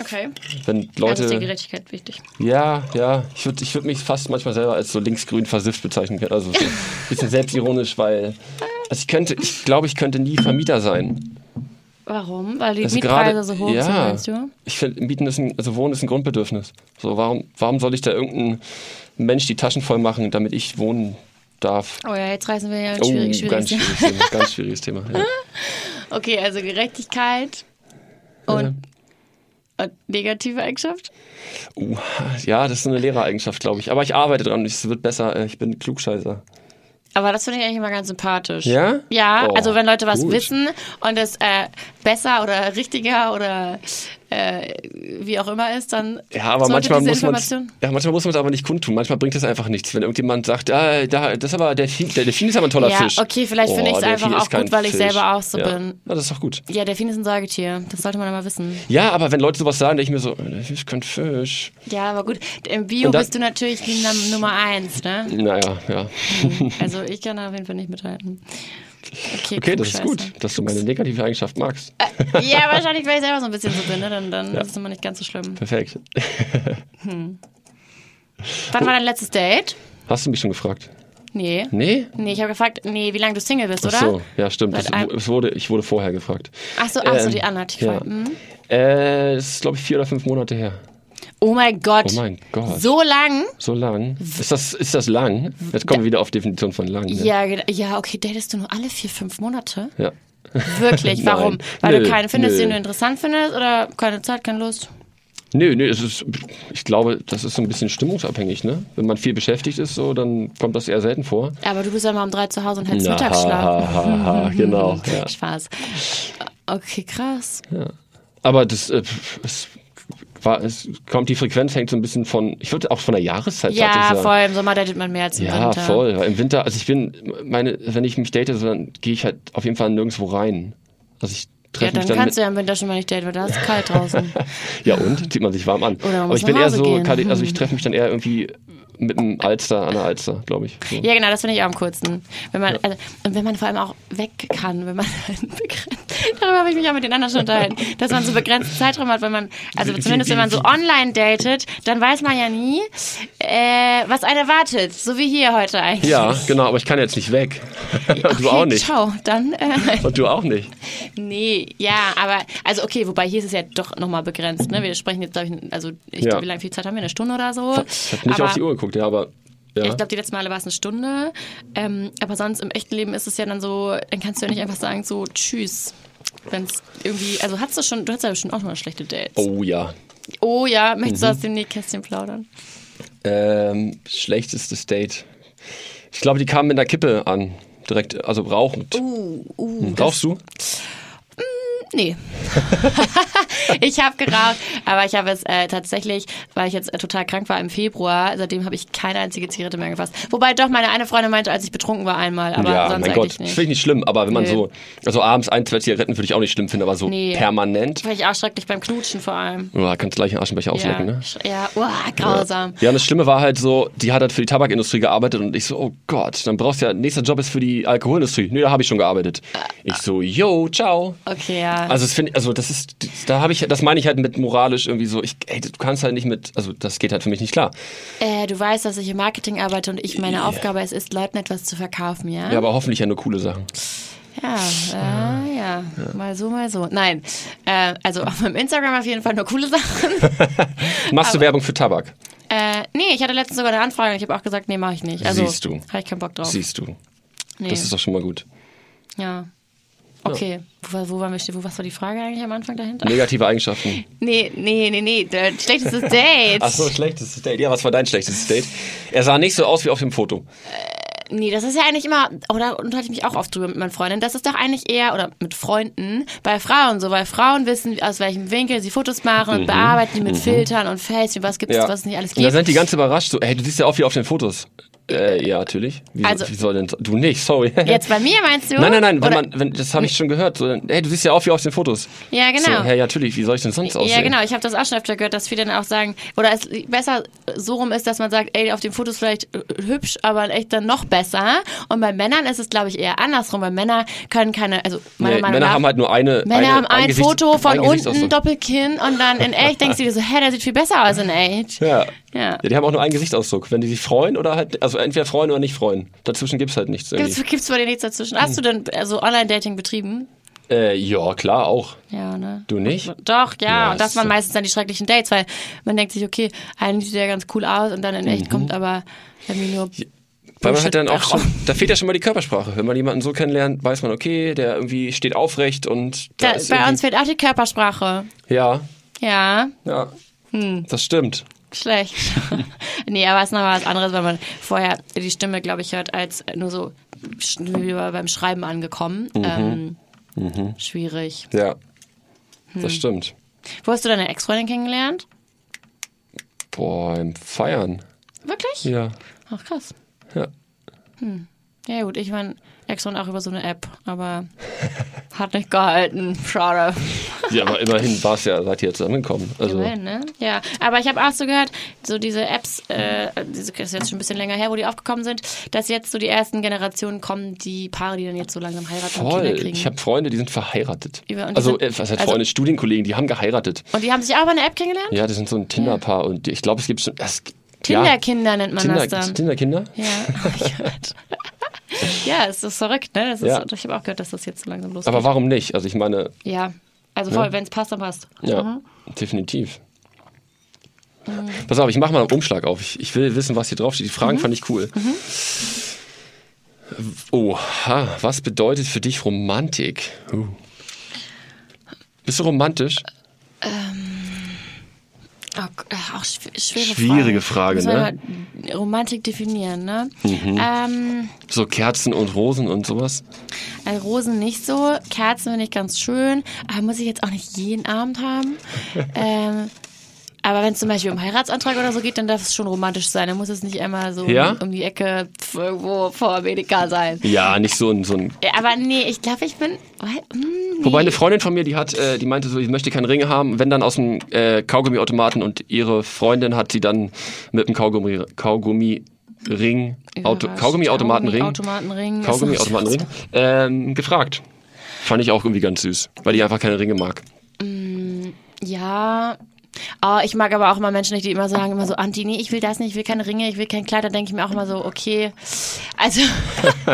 S4: Okay.
S5: Wenn
S4: Also
S5: Leute,
S4: ist die Gerechtigkeit wichtig.
S5: Ja, ja. Ich würde ich würd mich fast manchmal selber als so linksgrün versifft bezeichnen können. Also so ein bisschen selbstironisch, weil. Also ich könnte, ich glaube, ich könnte nie Vermieter sein.
S4: Warum? Weil die
S5: Also
S4: Mietpreise so hoch sind,
S5: ja,
S4: meinst du?
S5: Ich finde, Mieten ist ein, also Wohnen ist ein Grundbedürfnis. So, warum, warum soll ich da irgendeinen Mensch die Taschen voll machen, damit ich wohnen darf?
S4: Oh ja, jetzt reißen wir ja ein schwierig, schwieriges
S5: ganz
S4: Thema.
S5: schwieriges Thema. Ganz schwieriges Thema. Ja.
S4: Okay, also Gerechtigkeit und, und negative Eigenschaft.
S5: Uh, ja, das ist eine Lehrereigenschaft, glaube ich. Aber ich arbeite dran, es wird besser. Äh, Ich bin Klugscheißer.
S4: Aber das finde ich eigentlich immer ganz sympathisch.
S5: Ja?
S4: Ja,
S5: Oh,
S4: also wenn Leute was
S5: gut.
S4: wissen und es äh, besser oder richtiger oder äh, wie auch immer ist, dann
S5: Ja, aber
S4: sollte
S5: manchmal
S4: diese
S5: muss, man's,
S4: Information...
S5: ja, manchmal muss man es aber nicht kundtun. Manchmal bringt es einfach nichts. Wenn irgendjemand sagt, ah, da, das ist aber der, Delfin, der Delfin ist aber ein toller
S4: Ja,
S5: Fisch. Oh,
S4: okay, vielleicht finde ich's
S5: Delfin
S4: einfach
S5: ist
S4: auch
S5: kein
S4: gut, weil ich
S5: Fisch.
S4: selber auch so
S5: ja.
S4: bin.
S5: Ja, das ist doch gut.
S4: Ja, Delfin ist ein Säugetier. Das sollte man immer wissen.
S5: Ja, aber wenn Leute sowas sagen, denke ich mir so, äh, der Fisch kann Fisch.
S4: Ja, aber gut, im Bio
S5: Und dann-
S4: bist du natürlich die Num- Nummer eins, ne?
S5: Naja, ja.
S4: Also ich kann da auf jeden Fall nicht mithalten. Okay,
S5: Okay, das ist
S4: Klugscheißer. Äh.
S5: gut, dass du meine negative Eigenschaft magst.
S4: Ja, wahrscheinlich, weil ich selber so ein bisschen so bin, ne? Dann, dann ist es immer nicht ganz so schlimm.
S5: Perfekt.
S4: Wann war dein letztes Date?
S5: Hast du mich schon gefragt?
S4: Nee.
S5: Nee?
S4: Nee, ich habe gefragt, nee, wie lange du Single bist,
S5: Ach
S4: oder?
S5: so, ja, stimmt.
S4: Seit
S5: Das,
S4: einem-
S5: es wurde, ich wurde vorher gefragt.
S4: Ach so, ach so,
S5: Ähm,
S4: die Anna hat dich
S5: ja.
S4: gefragt. Mhm.
S5: Äh, das ist, glaube ich, vier oder fünf Monate her.
S4: Oh mein Gott.
S5: Oh mein Gott.
S4: So lang?
S5: So lang. Ist das, ist das lang? Jetzt kommen wir wieder auf Definition von lang. Ne?
S4: Ja, genau. ja, okay, datest du nur alle vier, fünf Monate?
S5: ja.
S4: Wirklich, warum?
S5: Nein.
S4: Weil
S5: Nö,
S4: du keinen findest,
S5: nö.
S4: den du interessant findest oder keine Zeit, keine Lust?
S5: Nö, nö, es ist, ich glaube, das ist so ein bisschen stimmungsabhängig, ne? Wenn man viel beschäftigt ist, so, dann kommt das eher selten vor.
S4: Aber du bist ja mal um drei zu Hause und hältst
S5: Na,
S4: Mittagsschlaf.
S5: ha, ha, ha, genau. Ja.
S4: Spaß. Okay, krass.
S5: Aber das, äh, pf, es, war, es kommt, die Frequenz hängt so ein bisschen von, ich würde auch von der Jahreszeit
S4: Ja,
S5: tatsächlich
S4: voll,
S5: sagen.
S4: im Sommer datet man mehr als im
S5: Ja,
S4: Winter.
S5: voll. Weil Im Winter, also ich bin, meine, wenn ich mich date, so, dann gehe ich halt auf jeden Fall nirgendwo rein. Also ich
S4: Ja,
S5: treffe
S4: dann
S5: mich dann mit,
S4: kannst du ja im Winter schon mal nicht daten, weil da ist es kalt draußen.
S5: Ja, und? Zieht man sich warm an.
S4: man
S5: Aber
S4: muss
S5: ich bin
S4: nach
S5: eher
S4: Hause
S5: so,
S4: gehen.
S5: Kadi- also ich treffe mich dann eher irgendwie mit einem Alster, an der Alster, glaube ich. So.
S4: Ja, genau, das finde ich auch am kurzen. Wenn man, also, und wenn man vor allem auch weg kann, wenn man halt begrenzt, darüber habe ich mich auch mit den anderen schon unterhalten, dass man so begrenzten Zeitraum hat, wenn man, also
S5: Wie-
S4: zumindest
S5: wie-
S4: wenn man so
S5: wie-
S4: online datet, dann weiß man ja nie, äh, was einen erwartet, so wie hier heute eigentlich.
S5: Ja, genau, aber ich kann jetzt nicht weg.
S4: Okay,
S5: du auch nicht.
S4: Ciao, dann, äh,
S5: Und du auch nicht.
S4: nee, ja, aber, also okay, wobei hier ist es ja doch nochmal begrenzt, ne, wir sprechen jetzt, glaub ich, also, ich
S5: Ja.
S4: glaube, wie lange, viel Zeit haben wir, eine Stunde oder so?
S5: Ich habe nicht
S4: aber,
S5: auf die Uhr geguckt, ja, aber. Ja.
S4: Ich glaube, die letzten Male war es eine Stunde. Ähm, aber sonst im echten Leben ist es ja dann so, dann kannst du ja nicht einfach sagen, so tschüss. Wenn es irgendwie, also hast du schon, du hattest ja schon auch mal schlechte Dates.
S5: oh ja.
S4: Oh ja, möchtest du aus dem Nähkästchen plaudern?
S5: Ähm, schlechtestes Date. Ich glaube, die kamen mit einer Kippe an. Direkt, also rauchend.
S4: Uh,
S5: Hm, Rauchst du?
S4: Nee. ich habe geraucht, aber ich habe jetzt äh, tatsächlich, weil ich jetzt äh, total krank war im Februar, seitdem habe ich keine einzige Zigarette mehr gefasst. Wobei doch meine eine Freundin meinte, als ich betrunken war einmal, aber
S5: ja,
S4: sonst
S5: mein Gott.
S4: eigentlich
S5: Das
S4: nicht.
S5: finde ich nicht schlimm, aber wenn man
S4: Nö.
S5: so, also abends ein, zwei Zigaretten würde ich auch nicht schlimm finden, aber so
S4: Nee.
S5: permanent.
S4: Finde ich auch schrecklich beim Knutschen vor allem.
S5: Boah, kannst gleich einen Aschenbecher
S4: Ja,
S5: auslecken, ne?
S4: sch- ja. uah, grausam.
S5: Ja, und das Schlimme war halt so, die hat halt für die Tabakindustrie gearbeitet und ich so, oh Gott, dann brauchst du ja, nächster Job ist für die Alkoholindustrie. Nö, da habe ich schon gearbeitet. Ich so, yo, ciao.
S4: Äh, Okay, ja.
S5: Also das finde also das ist, da habe ich, das meine ich halt mit moralisch irgendwie so, ich, ey, du kannst halt nicht mit, also das geht halt für mich nicht klar.
S4: äh, du weißt, dass ich im Marketing arbeite und ich meine Aufgabe es ist, Leuten etwas zu verkaufen, ja?
S5: Ja, aber hoffentlich ja nur coole Sachen.
S4: Ja, äh, ja, mal so, mal so. Nein, äh, also auf meinem Instagram auf jeden Fall nur coole Sachen.
S5: Machst du Werbung für Tabak?
S4: Äh, nee, ich hatte letztens sogar eine Anfrage und ich habe auch gesagt, nee, mache ich nicht. Also,
S5: Siehst du.
S4: Habe ich keinen Bock drauf.
S5: Siehst du.
S4: nee.
S5: Das ist doch schon mal gut.
S4: ja. Okay, wo, war- wo waren wir stehen? Wo, was war die Frage eigentlich am Anfang dahinter?
S5: Negative Eigenschaften.
S4: Nee, nee, nee, nee, der schlechteste Date.
S5: Ach so, schlechtes Date. Ja, was war dein schlechtes Date? Er sah nicht so aus wie auf dem Foto.
S4: Nee, das ist ja eigentlich immer, oder unterhalte ich mich auch oft drüber mit meinen Freundinnen, das ist doch eigentlich eher, oder mit Freunden, bei Frauen so, weil Frauen wissen, aus welchem Winkel sie Fotos machen und bearbeiten die mit Filtern und Face, was gibt es, was es nicht alles
S5: Mhm. Und da sind
S4: gibt.
S5: die ganz überrascht. So, hey, du siehst ja auch wie auf den Fotos. Äh, ja, natürlich. Wie,
S4: Also-
S5: wie soll denn du nicht? Sorry.
S4: Jetzt bei mir meinst du?
S5: Nein, nein, nein, wenn
S4: Oder-
S5: man, wenn, das habe ich schon gehört. So, hey, du siehst ja auch wie auf den Fotos.
S4: Ja, genau.
S5: So, hey, ja, natürlich, wie soll ich denn sonst aussehen?
S4: Ja, genau. Ich habe das auch schon öfter gehört, dass viele dann auch sagen, oder es besser so rum ist, dass man sagt, ey, auf den Fotos vielleicht äh, hübsch, aber in echt dann noch besser. Und bei Männern ist es, glaube ich, eher andersrum, weil Männer können keine, also meiner
S5: Nee,
S4: Meinung
S5: Männer
S4: nach,
S5: haben halt nur eine.
S4: Männer
S5: eine,
S4: haben ein
S5: Gesichts-
S4: Foto von
S5: ein
S4: unten,
S5: Gesichtsausdruck.
S4: Doppelkinn und dann in echt denkst du dir so, hä, der sieht viel besser aus in echt.
S5: Ja.
S4: Ja.
S5: ja. Die haben auch nur einen Gesichtsausdruck. Wenn die sich freuen oder halt, also entweder freuen oder nicht freuen. Dazwischen gibt's halt nichts. Irgendwie.
S4: Gibt's, gibt's bei dir nichts dazwischen? Hast du denn also Online-Dating betrieben?
S5: Äh, ja, klar, auch.
S4: Ja, ne?
S5: Du nicht?
S4: Doch, ja.
S5: Ja,
S4: und das
S5: ist
S4: waren
S5: so.
S4: meistens dann die schrecklichen Dates, weil man denkt sich, okay, eigentlich sieht der ganz cool aus und dann in
S5: Mhm.
S4: echt kommt aber irgendwie nur.
S5: Weil man halt dann auch
S4: Bullshit oh.
S5: schon, da fehlt ja schon mal die Körpersprache. Wenn man jemanden so kennenlernt, weiß man, okay, der irgendwie steht aufrecht und da
S4: Da,
S5: ist
S4: bei
S5: also irgendwie-
S4: uns fehlt auch die Körpersprache.
S5: Ja,
S4: Ja,
S5: ja.
S4: Hm.
S5: Das stimmt.
S4: schlecht. nee, aber es ist nochmal was anderes, weil man vorher die Stimme, glaube ich, hört, als nur so sch- wie wir beim Schreiben angekommen.
S5: Mhm.
S4: Ähm, Schwierig.
S5: Ja.
S4: Hm.
S5: Das stimmt.
S4: Wo hast du deine Ex-Freundin kennengelernt?
S5: Boah, im Feiern.
S4: Wirklich?
S5: Ja.
S4: Ach, krass.
S5: Ja.
S4: Ja, gut, ich meine, Ex-Freundin auch über so eine App, aber hat nicht gehalten. Schade.
S5: Ja, aber immerhin war es ja, seid ihr jetzt zusammengekommen. Also,
S4: Immerhin, ne? Ja, aber ich habe auch so gehört, so diese Apps, äh, diese das ist jetzt schon ein bisschen länger her, wo die aufgekommen sind, dass jetzt so die ersten Generationen kommen, die Paare, die dann jetzt so langsam heiraten und Kinder
S5: voll.
S4: kriegen.
S5: Ich habe Freunde, die sind verheiratet.
S4: Über- und die
S5: also,
S4: sind-
S5: äh, was heißt
S4: also-
S5: Freunde? Studienkollegen, die haben geheiratet.
S4: und die haben sich auch über eine App kennengelernt?
S5: Ja, das sind so ein Tinder-Paar und ich glaube, es gibt schon. Das,
S4: Tinderkinder nennt man
S5: Tinder,
S4: das dann.
S5: Tinder-Kinder?
S4: Ja, hab ich gehört. ja, es ist verrückt, ne? Das ist,
S5: Ja.
S4: Ich habe auch gehört, dass das jetzt so langsam losgeht.
S5: Aber warum nicht? Also, ich meine,
S4: ja, also voll, wenn es passt, dann passt.
S5: Ja, definitiv. Pass auf, ich mache mal einen Umschlag auf. Ich, ich will wissen, was hier draufsteht. Die Fragen fand ich cool. Oha, was bedeutet für dich Romantik? Uh. Bist du romantisch?
S4: Oh, G- ach, auch schw- schwere
S5: Schwierige
S4: Frage. Muss man
S5: Frage, ne? Mhm.
S4: mal Romantik definieren, ne? Ähm,
S5: So Kerzen und Rosen und sowas?
S4: also Rosen nicht so, Kerzen finde ich ganz schön, aber muss ich jetzt auch nicht jeden Abend haben. ähm, aber wenn es zum Beispiel um Heiratsantrag oder so geht, dann darf es schon romantisch sein. Dann muss es nicht einmal so
S5: Ja? Hm.
S4: um, um die Ecke pf, irgendwo vor Amerika sein.
S5: Ja, nicht so ein. So ein
S4: Ja, Aber nee, ich glaube, ich bin. Hm, nee.
S5: Wobei eine Freundin von mir, die hat, äh, die meinte so, ich möchte keinen Ring haben, wenn dann aus dem äh, Kaugummiautomaten und ihre Freundin hat sie dann mit dem Kaugummi, Kaugummi Ring, Auto,
S4: Überrascht.
S5: Kaugummi-Automatenring,
S4: Kaugummi-Automatenring.
S5: Kaugummi-Automatenring, ähm, gefragt. Fand ich auch irgendwie ganz süß, weil ich einfach keine Ringe mag.
S4: Ja. Oh, ich mag aber auch immer Menschen nicht, die immer sagen, immer so, Anti, nee, ich will das nicht, ich will keine Ringe, ich will kein Kleid. Da denke ich mir auch immer so, okay. Also,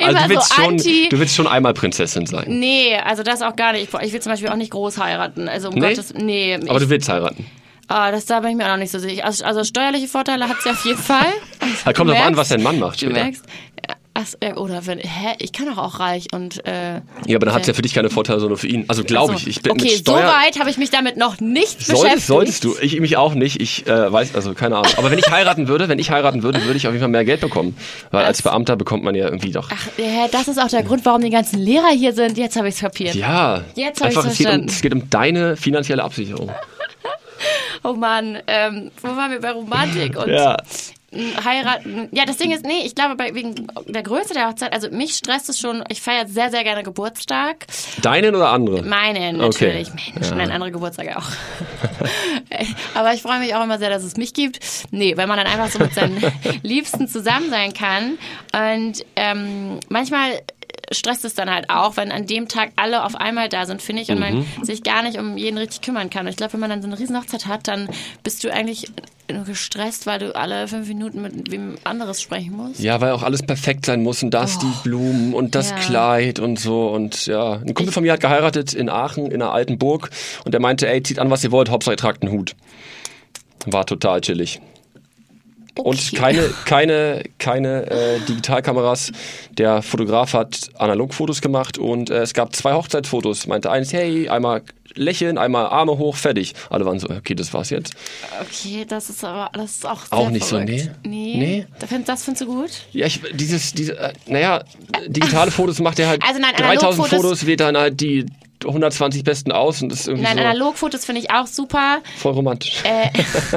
S4: immer
S5: Also, du willst
S4: so
S5: schon,
S4: Anti.
S5: du willst schon einmal Prinzessin sein.
S4: nee, also das auch gar nicht. Ich, ich will zum Beispiel auch nicht groß heiraten. Also, um
S5: Nee?
S4: Gottes, nee.
S5: Aber
S4: ich,
S5: du willst heiraten.
S4: Ah, das da bin ich mir auch noch nicht so sicher. Also, also steuerliche Vorteile hat sie auf jeden Fall.
S5: Da Halt, kommt
S4: Du
S5: drauf an,
S4: merkst-
S5: was dein Mann macht.
S4: Du
S5: später.
S4: merkst. Ach, so, ja, oder wenn, hä, ich kann doch auch reich und äh,
S5: Ja, aber dann hat es ja für dich keine Vorteile, sondern für ihn. Also glaube ich, ich bin
S4: okay,
S5: mit Steuer.
S4: so weit habe ich mich damit noch nicht beschäftigt.
S5: Solltest, solltest du. Ich mich auch nicht. Ich äh, weiß, also keine Ahnung. Aber wenn ich heiraten würde, wenn ich heiraten würde, würde ich auf jeden Fall mehr Geld bekommen. Weil als Beamter bekommt man ja irgendwie doch.
S4: Ach, ja, das ist auch der Grund, warum die ganzen Lehrer hier sind. Jetzt habe ich es kapiert.
S5: ja.
S4: Jetzt hab
S5: einfach,
S4: ich's
S5: es geht, um,
S4: verstanden.
S5: es geht um deine finanzielle Absicherung.
S4: Oh Mann, ähm, wo waren wir bei Romantik und
S5: Ja.
S4: m, heiraten? Ja, das Ding ist, nee, ich glaube, bei, wegen der Größe der Hochzeit, also mich stresst es schon, ich feiere sehr, sehr gerne Geburtstag.
S5: Deinen oder andere?
S4: Meinen,
S5: Okay.
S4: natürlich. Mensch, nein, andere Geburtstage auch. Aber ich freue mich auch immer sehr, dass es mich gibt. Nee, weil man dann einfach so mit seinen Liebsten zusammen sein kann. Und ähm, manchmal stresst es dann halt auch, wenn an dem Tag alle auf einmal da sind, finde ich, und man
S5: Mhm.
S4: sich gar nicht um jeden richtig kümmern kann. Und ich glaube, wenn man dann so eine riesen Hochzeit hat, dann bist du eigentlich nur gestresst, weil du alle fünf Minuten mit wem anderes sprechen musst.
S5: Ja, weil auch alles perfekt sein muss und das, die Blumen und das
S4: Ja.
S5: Kleid und so und ja. Ein Kumpel von mir hat geheiratet in Aachen, in einer alten Burg und der meinte, ey, zieht an, was ihr wollt, Hauptsache ihr tragt einen Hut. War total chillig. Und keine, keine, keine äh, Digitalkameras. Der Fotograf hat Analogfotos gemacht und äh, es gab zwei Hochzeitfotos. Meinte eins, hey, einmal lächeln, einmal Arme hoch, fertig. Alle waren so, okay, das war's jetzt.
S4: Okay, das ist aber das ist auch sehr
S5: Auch nicht so,
S4: verrückt.
S5: nee.
S4: Nee.
S5: Nee.
S4: Da find- Das findest du gut?
S5: Ja, ich, dieses, diese, äh, naja, digitale Fotos macht er halt.
S4: Also nein,
S5: 3000
S4: Analogfotos-
S5: Fotos wählt dann halt die 120 besten aus und ist irgendwie
S4: Nein,
S5: so
S4: Analogfotos finde ich auch super.
S5: voll romantisch.
S4: Äh,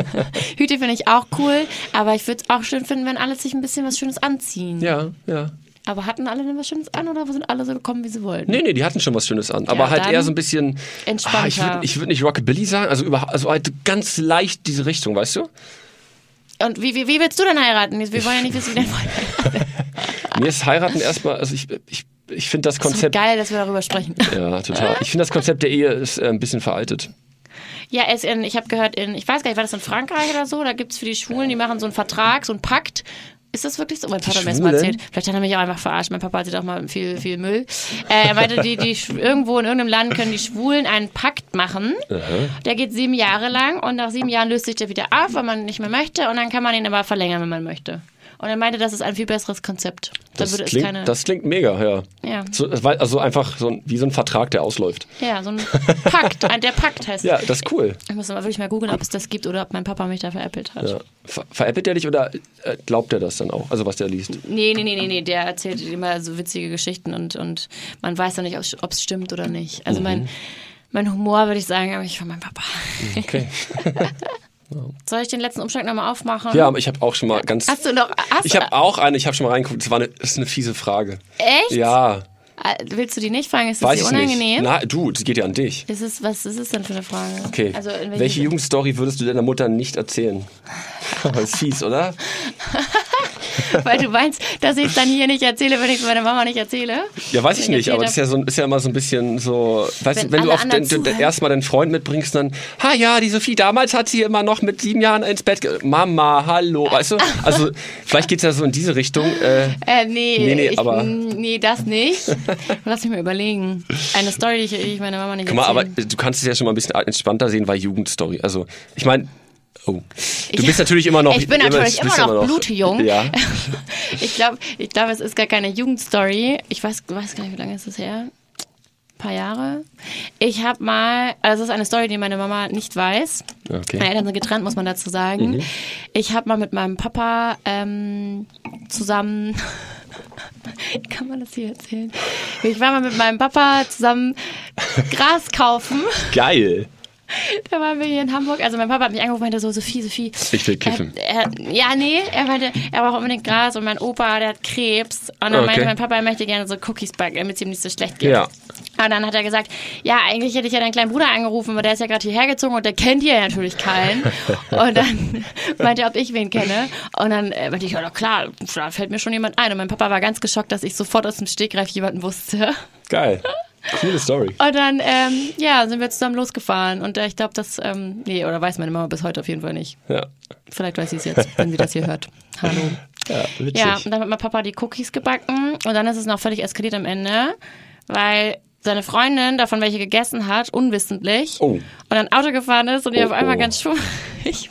S4: Hüte finde ich auch cool. Aber ich würde es auch schön finden, wenn alle sich ein bisschen was Schönes anziehen.
S5: ja, ja.
S4: Aber hatten alle denn was Schönes an oder sind alle so gekommen, wie sie wollten?
S5: Nee, nee, die hatten schon was Schönes an. Aber halt
S4: dann
S5: eher so ein bisschen. ah,
S4: entspannter.
S5: ich würde ich würd nicht Rockabilly sagen, also, über, also halt ganz leicht diese Richtung, weißt du?
S4: Und wie, wie, wie willst du denn heiraten? Wir wollen ja nicht wissen, wie dein Freund ist.
S5: Mir ist heiraten erstmal, also ich, ich, ich finde das
S4: So
S5: Konzept.
S4: geil, dass wir darüber sprechen.
S5: ja, total. Ich finde das Konzept der Ehe ist äh, ein bisschen veraltet.
S4: Ja, es in, ich habe gehört, in, ich weiß gar nicht, war das in Frankreich oder so? Da gibt's für die Schwulen, die machen so einen Vertrag, so einen Pakt. Ist das wirklich so? Mein Papa hat mir das mal
S5: Schwulen?
S4: erzählt. Vielleicht hat er mich auch einfach verarscht. Mein Papa hatte doch mal viel, viel Müll. Äh, er meinte, die, die Schw- irgendwo in irgendeinem Land können die Schwulen einen Pakt machen. Der geht sieben Jahre lang und nach sieben Jahren löst sich der wieder auf, wenn man nicht mehr möchte. Und dann kann man ihn aber verlängern, wenn man möchte. Und er meinte, das ist ein viel besseres Konzept. Da
S5: Das,
S4: würde es
S5: klingt,
S4: keine.
S5: das klingt mega, ja.
S4: Ja.
S5: So, weil- also einfach so ein, wie so ein Vertrag, der ausläuft.
S4: ja, so ein Pakt. Ein- Der Pakt heißt.
S5: Ja, das ist cool.
S4: Ich muss mal wirklich mal googeln, ob es das gibt oder ob mein Papa mich da veräppelt hat.
S5: Ja. Ver veräppelt er dich oder äh, glaubt er das dann auch? Also was der liest.
S4: Nee, nee, nee, nee, nee, der erzählt immer so witzige Geschichten und, und man weiß ja nicht, ob es stimmt oder nicht. Also
S5: Mhm.
S4: mein, mein Humor, würde ich sagen, habe ich von meinem Papa.
S5: Okay.
S4: Soll ich den letzten Umschlag nochmal aufmachen?
S5: Ja, aber ich habe auch schon mal ganz.
S4: Hast du noch. Hast
S5: Ich habe auch eine, ich habe schon mal reingeguckt, das war eine, das ist eine fiese Frage.
S4: Echt?
S5: Ja,
S4: Äh, Willst du die nicht fragen? Ist es
S5: weiß
S4: dir
S5: ich nicht.
S4: unangenehm?
S5: Na, du, das geht ja an dich.
S4: Ist es, was ist es denn für eine Frage?
S5: Okay.
S4: Also in welchem-
S5: Welche Jugendstory würdest du deiner Mutter nicht erzählen? Aber ist fies, oder?
S4: Weil du meinst, dass ich es dann hier nicht erzähle, wenn ich es meiner Mama nicht erzähle?
S5: Ja, weiß ich
S4: Wenn
S5: nicht, aber das ist ja, so, ist ja immer so ein bisschen so, weißt
S4: Wenn
S5: du, wenn du
S4: alle
S5: auf den,
S4: anderen
S5: den,
S4: zuhören.
S5: erstmal deinen Freund mitbringst, dann, ha ja, die Sophie, damals hat sie immer noch mit sieben Jahren ins Bett, ge Mama, hallo, weißt du? Also, vielleicht geht's ja so in diese Richtung, äh,
S4: Äh, nee,
S5: Nee, nee,
S4: ich, mm,
S5: aber-
S4: nee, das nicht. Lass mich mal überlegen. Eine Story, die ich, die ich meiner Mama nicht
S5: guck mal, aber
S4: erzählen
S5: du kannst es ja schon mal ein bisschen entspannter sehen, weil Jugendstory, also, ich meine, oh, du bist natürlich immer noch,
S4: Ich bin natürlich
S5: bist
S4: immer noch blutjung.
S5: Ja,
S4: Ich glaube, ich glaub, es ist gar keine Jugendstory. Ich weiß, weiß gar nicht, wie lange ist es her? Ein paar Jahre. Ich habe mal, also es ist eine Story, die meine Mama nicht weiß.
S5: okay.
S4: Meine Eltern sind getrennt, muss man dazu sagen. Ich habe mal mit meinem Papa ähm, zusammen. Kann man das hier erzählen? Ich war mal mit meinem Papa zusammen Gras kaufen.
S5: Geil.
S4: Da waren wir hier in Hamburg. Also mein Papa hat mich angerufen und meinte so, Sophie, Sophie.
S5: Ich will kiffen.
S4: Er, er, ja, nee, er meinte, er braucht unbedingt Gras und mein Opa, der hat Krebs. Und dann
S5: Okay.
S4: meinte mein Papa, er möchte gerne so Cookies backen, damit es ihm nicht so schlecht geht.
S5: Ja.
S4: Und dann hat er gesagt, ja, eigentlich hätte ich ja deinen kleinen Bruder angerufen, aber der ist ja gerade hierher gezogen und der kennt hier natürlich keinen. Und dann meinte er, ob ich wen kenne. Und dann äh, meinte ich, ja, na klar, da fällt mir schon jemand ein. Und mein Papa war ganz geschockt, dass ich sofort aus dem Stegreif jemanden wusste.
S5: Geil. Coole Story.
S4: Und dann, ähm, ja, sind wir zusammen losgefahren. Und äh, ich glaube, das, ähm, nee, oder weiß meine Mama bis heute auf jeden Fall nicht.
S5: Ja,
S4: Vielleicht weiß sie es jetzt, wenn sie das hier hört. Hallo.
S5: ja witzig.
S4: Ja, und dann hat mein Papa die Cookies gebacken. Und dann ist es noch völlig eskaliert am Ende, weil seine Freundin davon welche gegessen hat, unwissentlich.
S5: Oh.
S4: Und dann Auto gefahren ist und ihr
S5: Oh,
S4: auf einmal
S5: oh.
S4: ganz schwul nicht.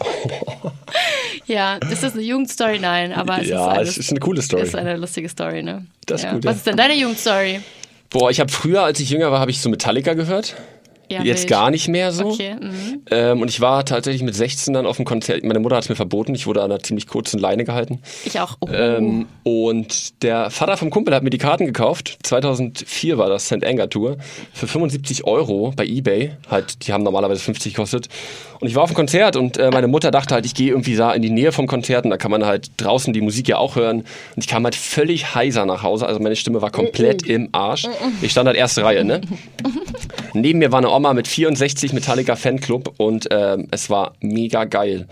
S4: ja, ist das eine Jugendstory? Nein, aber es
S5: ja,
S4: ist,
S5: es ist eine coole Story.
S4: ist eine lustige Story, ne?
S5: Das ist
S4: ja.
S5: gut, ja.
S4: Was ist denn deine Jugendstory?
S5: Boah, ich habe früher, als ich jünger war, habe ich so Metallica gehört.
S4: Ja,
S5: Jetzt
S4: wild.
S5: gar nicht mehr so.
S4: Okay, mhm.
S5: Ähm, und ich war tatsächlich mit 16 dann auf dem Konzert. Meine Mutter hat es mir verboten. Ich wurde an einer ziemlich kurzen Leine gehalten.
S4: Ich auch. Oh.
S5: Ähm, und der Vater vom Kumpel hat mir die Karten gekauft. 2004 war das St. Anger Tour. Für 75 Euro bei Ebay. Halt, die haben normalerweise 50 gekostet. Und ich war auf dem Konzert und äh, meine Mutter dachte halt, ich gehe irgendwie da in die Nähe vom Konzert und da kann man halt draußen die Musik ja auch hören. Und ich kam halt völlig heiser nach Hause. Also meine Stimme war komplett im Arsch. Ich stand halt erste Reihe, ne? Neben mir war eine Oma mit 64 Metallica Fanclub und ähm, es war mega geil.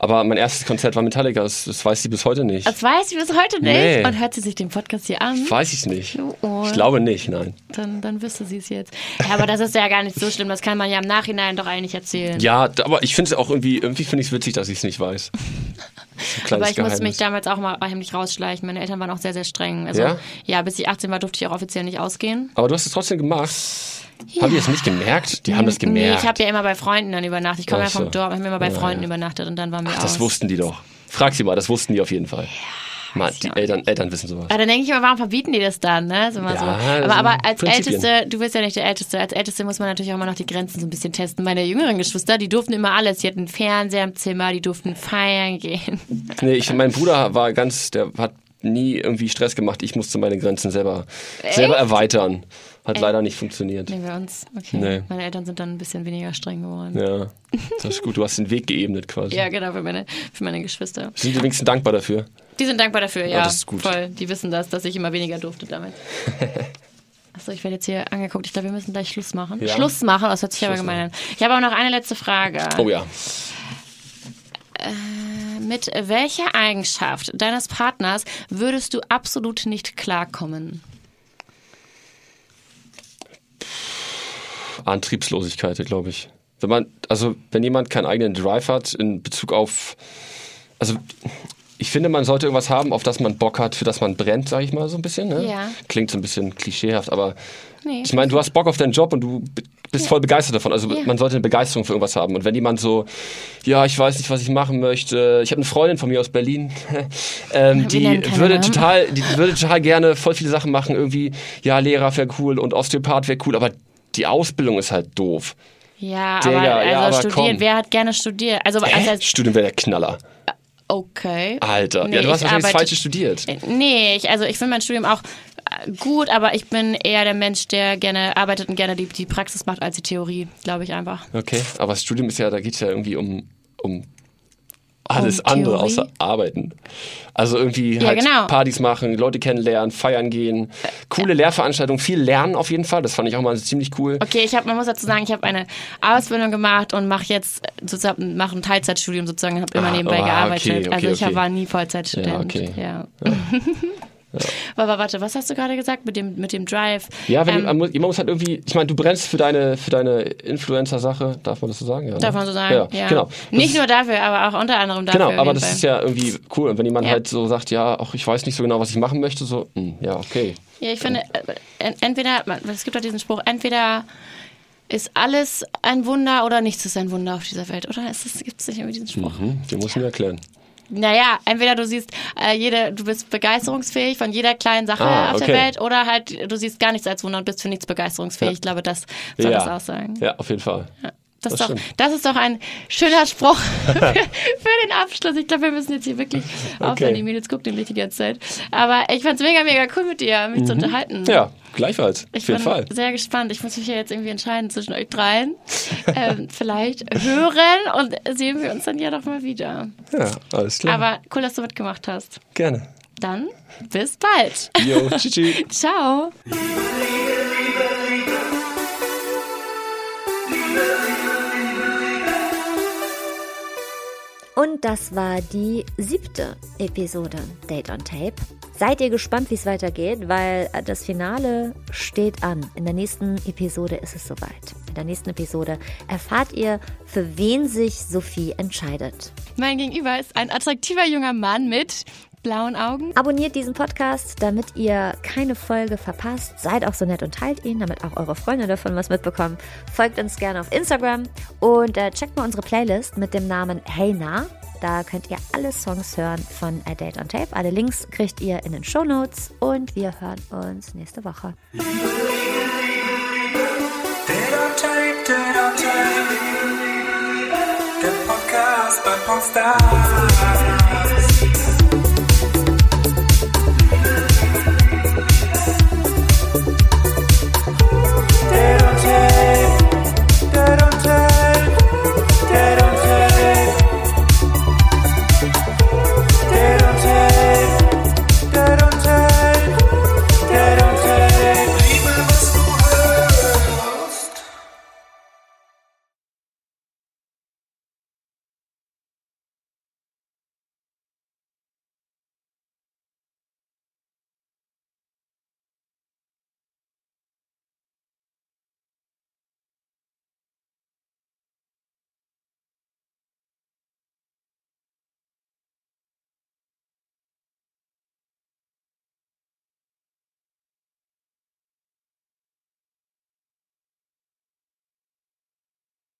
S5: Aber mein erstes Konzert war Metallica, das, das weiß sie bis heute nicht.
S4: Das weiß sie bis heute nicht.
S5: Nee.
S4: Und hört sie sich den Podcast hier an,
S5: Weiß ich nicht.
S4: Oh.
S5: Ich glaube nicht, nein.
S4: dann, dann wüsste sie es jetzt. Ja, aber das ist ja gar nicht so schlimm. Das kann man ja im Nachhinein doch eigentlich erzählen.
S5: Ja, d- aber ich finde es auch irgendwie, irgendwie finde ich es witzig, dass ich es nicht weiß. So ein kleines
S4: Aber ich musste mich
S5: Geheimnis.
S4: damals auch mal heimlich rausschleichen. Meine Eltern waren auch sehr, sehr streng. Also,
S5: Ja?
S4: ja? bis ich 18 war, durfte ich auch offiziell nicht ausgehen.
S5: aber du hast es trotzdem gemacht. Haben die es nicht gemerkt? Die haben das
S4: Nee,
S5: gemerkt.
S4: ich habe ja immer bei Freunden dann übernachtet. Ich komme ja
S5: Ach so.
S4: vom Dorf, ich habe immer bei
S5: Ja,
S4: Freunden
S5: ja.
S4: übernachtet und dann waren wir
S5: Ach,
S4: aus.
S5: das wussten die doch. Frag sie mal, das wussten die auf jeden Fall. Mann, die Eltern, Eltern wissen sowas.
S4: Aber Ah, dann denke ich immer, warum verbieten die das dann? Ne? So mal
S5: Ja,
S4: so.
S5: also
S4: Aber, aber als
S5: Prinzipien.
S4: Älteste, du bist ja nicht der Älteste, als Älteste muss man natürlich auch immer noch die Grenzen so ein bisschen testen. Meine jüngeren Geschwister, die durften immer alles. Die hatten einen Fernseher im Zimmer, die durften feiern gehen. äh.
S5: Nee, ich, mein Bruder war ganz, der hat nie irgendwie Stress gemacht. Ich musste meine Grenzen selber, selber erweitern. Hat
S4: Äh.
S5: leider nicht funktioniert.
S4: Nehmen wir uns. Okay.
S5: Nee.
S4: Meine Eltern sind dann ein bisschen weniger streng geworden.
S5: Ja, das ist gut. Du hast den Weg geebnet quasi.
S4: Ja, genau, für meine, für meine Geschwister.
S5: Sind wir wenigstens dankbar dafür.
S4: Die sind dankbar dafür, ja.
S5: das ist gut.
S4: Voll. Die wissen das, dass ich immer weniger durfte damit. Achso, ich werde jetzt hier angeguckt. Ich glaube, wir müssen gleich Schluss machen.
S5: Ja.
S4: Schluss machen, oh, das hört sich aber gemein an. Ich habe auch noch eine letzte Frage.
S5: Oh ja.
S4: Mit welcher Eigenschaft deines Partners würdest du absolut nicht klarkommen?
S5: Antriebslosigkeit, glaube ich. Wenn man, also wenn jemand keinen eigenen Drive hat in Bezug auf, also ich finde, man sollte irgendwas haben, auf das man Bock hat, für das man brennt, sage ich mal so ein bisschen. Ne?
S4: Ja.
S5: Klingt so ein bisschen klischeehaft, aber ich meine, du hast Bock auf deinen Job und du b- bist voll begeistert davon. Also man sollte eine Begeisterung für irgendwas haben. Und wenn jemand so, ja, ich weiß nicht, was ich machen möchte, ich habe eine Freundin von mir aus Berlin, ähm, die
S4: nennen keine
S5: würde
S4: Namen.
S5: total total, die würde total gerne voll viele Sachen machen. Irgendwie, ja, Lehrer wäre cool und Osteopath wäre cool, aber die Ausbildung ist halt doof.
S4: Ja,
S5: Digga,
S4: aber, also
S5: ja, aber
S4: studieren,
S5: komm.
S4: wer hat gerne studiert? Also,
S5: Hä?
S4: also als-
S5: Studium wäre der Knaller.
S4: okay.
S5: Alter, ja, du
S4: ich
S5: hast wahrscheinlich das
S4: arbeite-
S5: Falsche studiert.
S4: Nee, ich, also ich finde mein Studium auch äh, gut, aber ich bin eher der Mensch, der gerne arbeitet und gerne die, die Praxis macht als die Theorie, glaube ich einfach.
S5: Okay, aber das Studium ist ja, da geht es ja irgendwie um, um alles andere
S4: Um Theorie?
S5: außer Arbeiten. Also irgendwie halt
S4: genau.
S5: Partys machen, Leute kennenlernen, feiern gehen, coole Lehrveranstaltungen, viel lernen auf jeden Fall. Das fand ich auch mal ziemlich cool.
S4: Okay, ich habe, man muss dazu sagen, ich habe eine Ausbildung gemacht und mache jetzt sozusagen mache ein Teilzeitstudium sozusagen, habe immer
S5: Ah,
S4: nebenbei
S5: ah,
S4: gearbeitet.
S5: okay, okay,
S4: also ich
S5: okay.
S4: war nie Vollzeitstudent.
S5: Ja, okay.
S4: Ja. Aber warte, was hast du gerade gesagt mit dem mit dem Drive?
S5: Ja, wenn
S4: Ähm,
S5: jemand, muss- jemand muss halt irgendwie, ich meine, du brennst für deine, für deine Influencer-Sache, darf man das so sagen? Ja, ne?
S4: darf man so sagen?
S5: Ja, genau. Das
S4: Nicht
S5: ist-
S4: nur dafür, aber auch unter anderem dafür.
S5: Genau,
S4: auf
S5: aber
S4: jeden
S5: das
S4: Fall.
S5: ist ja irgendwie cool. Und wenn jemand
S4: Ja.
S5: halt so sagt, ja, ach, ich weiß nicht so genau, was ich machen möchte, so, hm, ja, okay.
S4: Ja, ich finde, äh, en- entweder, man- es gibt doch diesen Spruch, entweder ist alles ein Wunder oder nichts ist ein Wunder auf dieser Welt, oder? Gibt es nicht irgendwie diesen Spruch?
S5: Hm, den muss ich mir erklären.
S4: Naja, entweder du siehst, äh, jede, du bist begeisterungsfähig von jeder kleinen Sache
S5: Ah,
S4: auf
S5: okay.
S4: der Welt oder halt du siehst gar nichts als Wunder und bist für nichts begeisterungsfähig. Ich glaube, das soll
S5: ja.
S4: das auch sagen.
S5: Ja, auf jeden Fall.
S4: Das,
S5: Das
S4: ist doch,
S5: stimmt.
S4: das ist doch ein schöner Spruch für, für den Abschluss. Ich glaube, wir müssen jetzt hier wirklich aufhören.
S5: Okay.
S4: Die Mädels gucken nämlich die ganze Zeit. Aber ich fand's mega, mega cool mit dir, mich zu unterhalten.
S5: Mhm. Ja, gleichfalls.
S4: Ich
S5: auf
S4: bin
S5: jeden Fall.
S4: sehr gespannt. Ich muss mich ja jetzt irgendwie entscheiden zwischen euch dreien. ähm, vielleicht hören und sehen wir uns dann ja doch mal wieder.
S5: Ja, alles klar.
S4: Aber cool, dass du mitgemacht hast.
S5: Gerne.
S4: Dann bis bald.
S5: Jo, tschüss. tschüss.
S4: Ciao.
S2: Und das war die siebte Episode Date on Tape. Seid ihr gespannt, wie es weitergeht, weil äh, das Finale steht an. In der nächsten Episode ist es soweit. In der nächsten Episode erfahrt ihr, für wen sich Sophie entscheidet.
S4: Mein Gegenüber ist ein attraktiver junger Mann mit blauen Augen.
S2: Abonniert diesen Podcast, damit ihr keine Folge verpasst. Seid auch so nett und teilt ihn, damit auch eure Freunde davon was mitbekommen. Folgt uns gerne auf Instagram und äh, checkt mal unsere Playlist mit dem Namen Hey Na. Da könnt ihr alle Songs hören von A Date on Tape. Alle Links kriegt ihr in den Show Notes und wir hören uns nächste Woche.
S1: Did I take, did I take? Der Podcast bei Ponstar.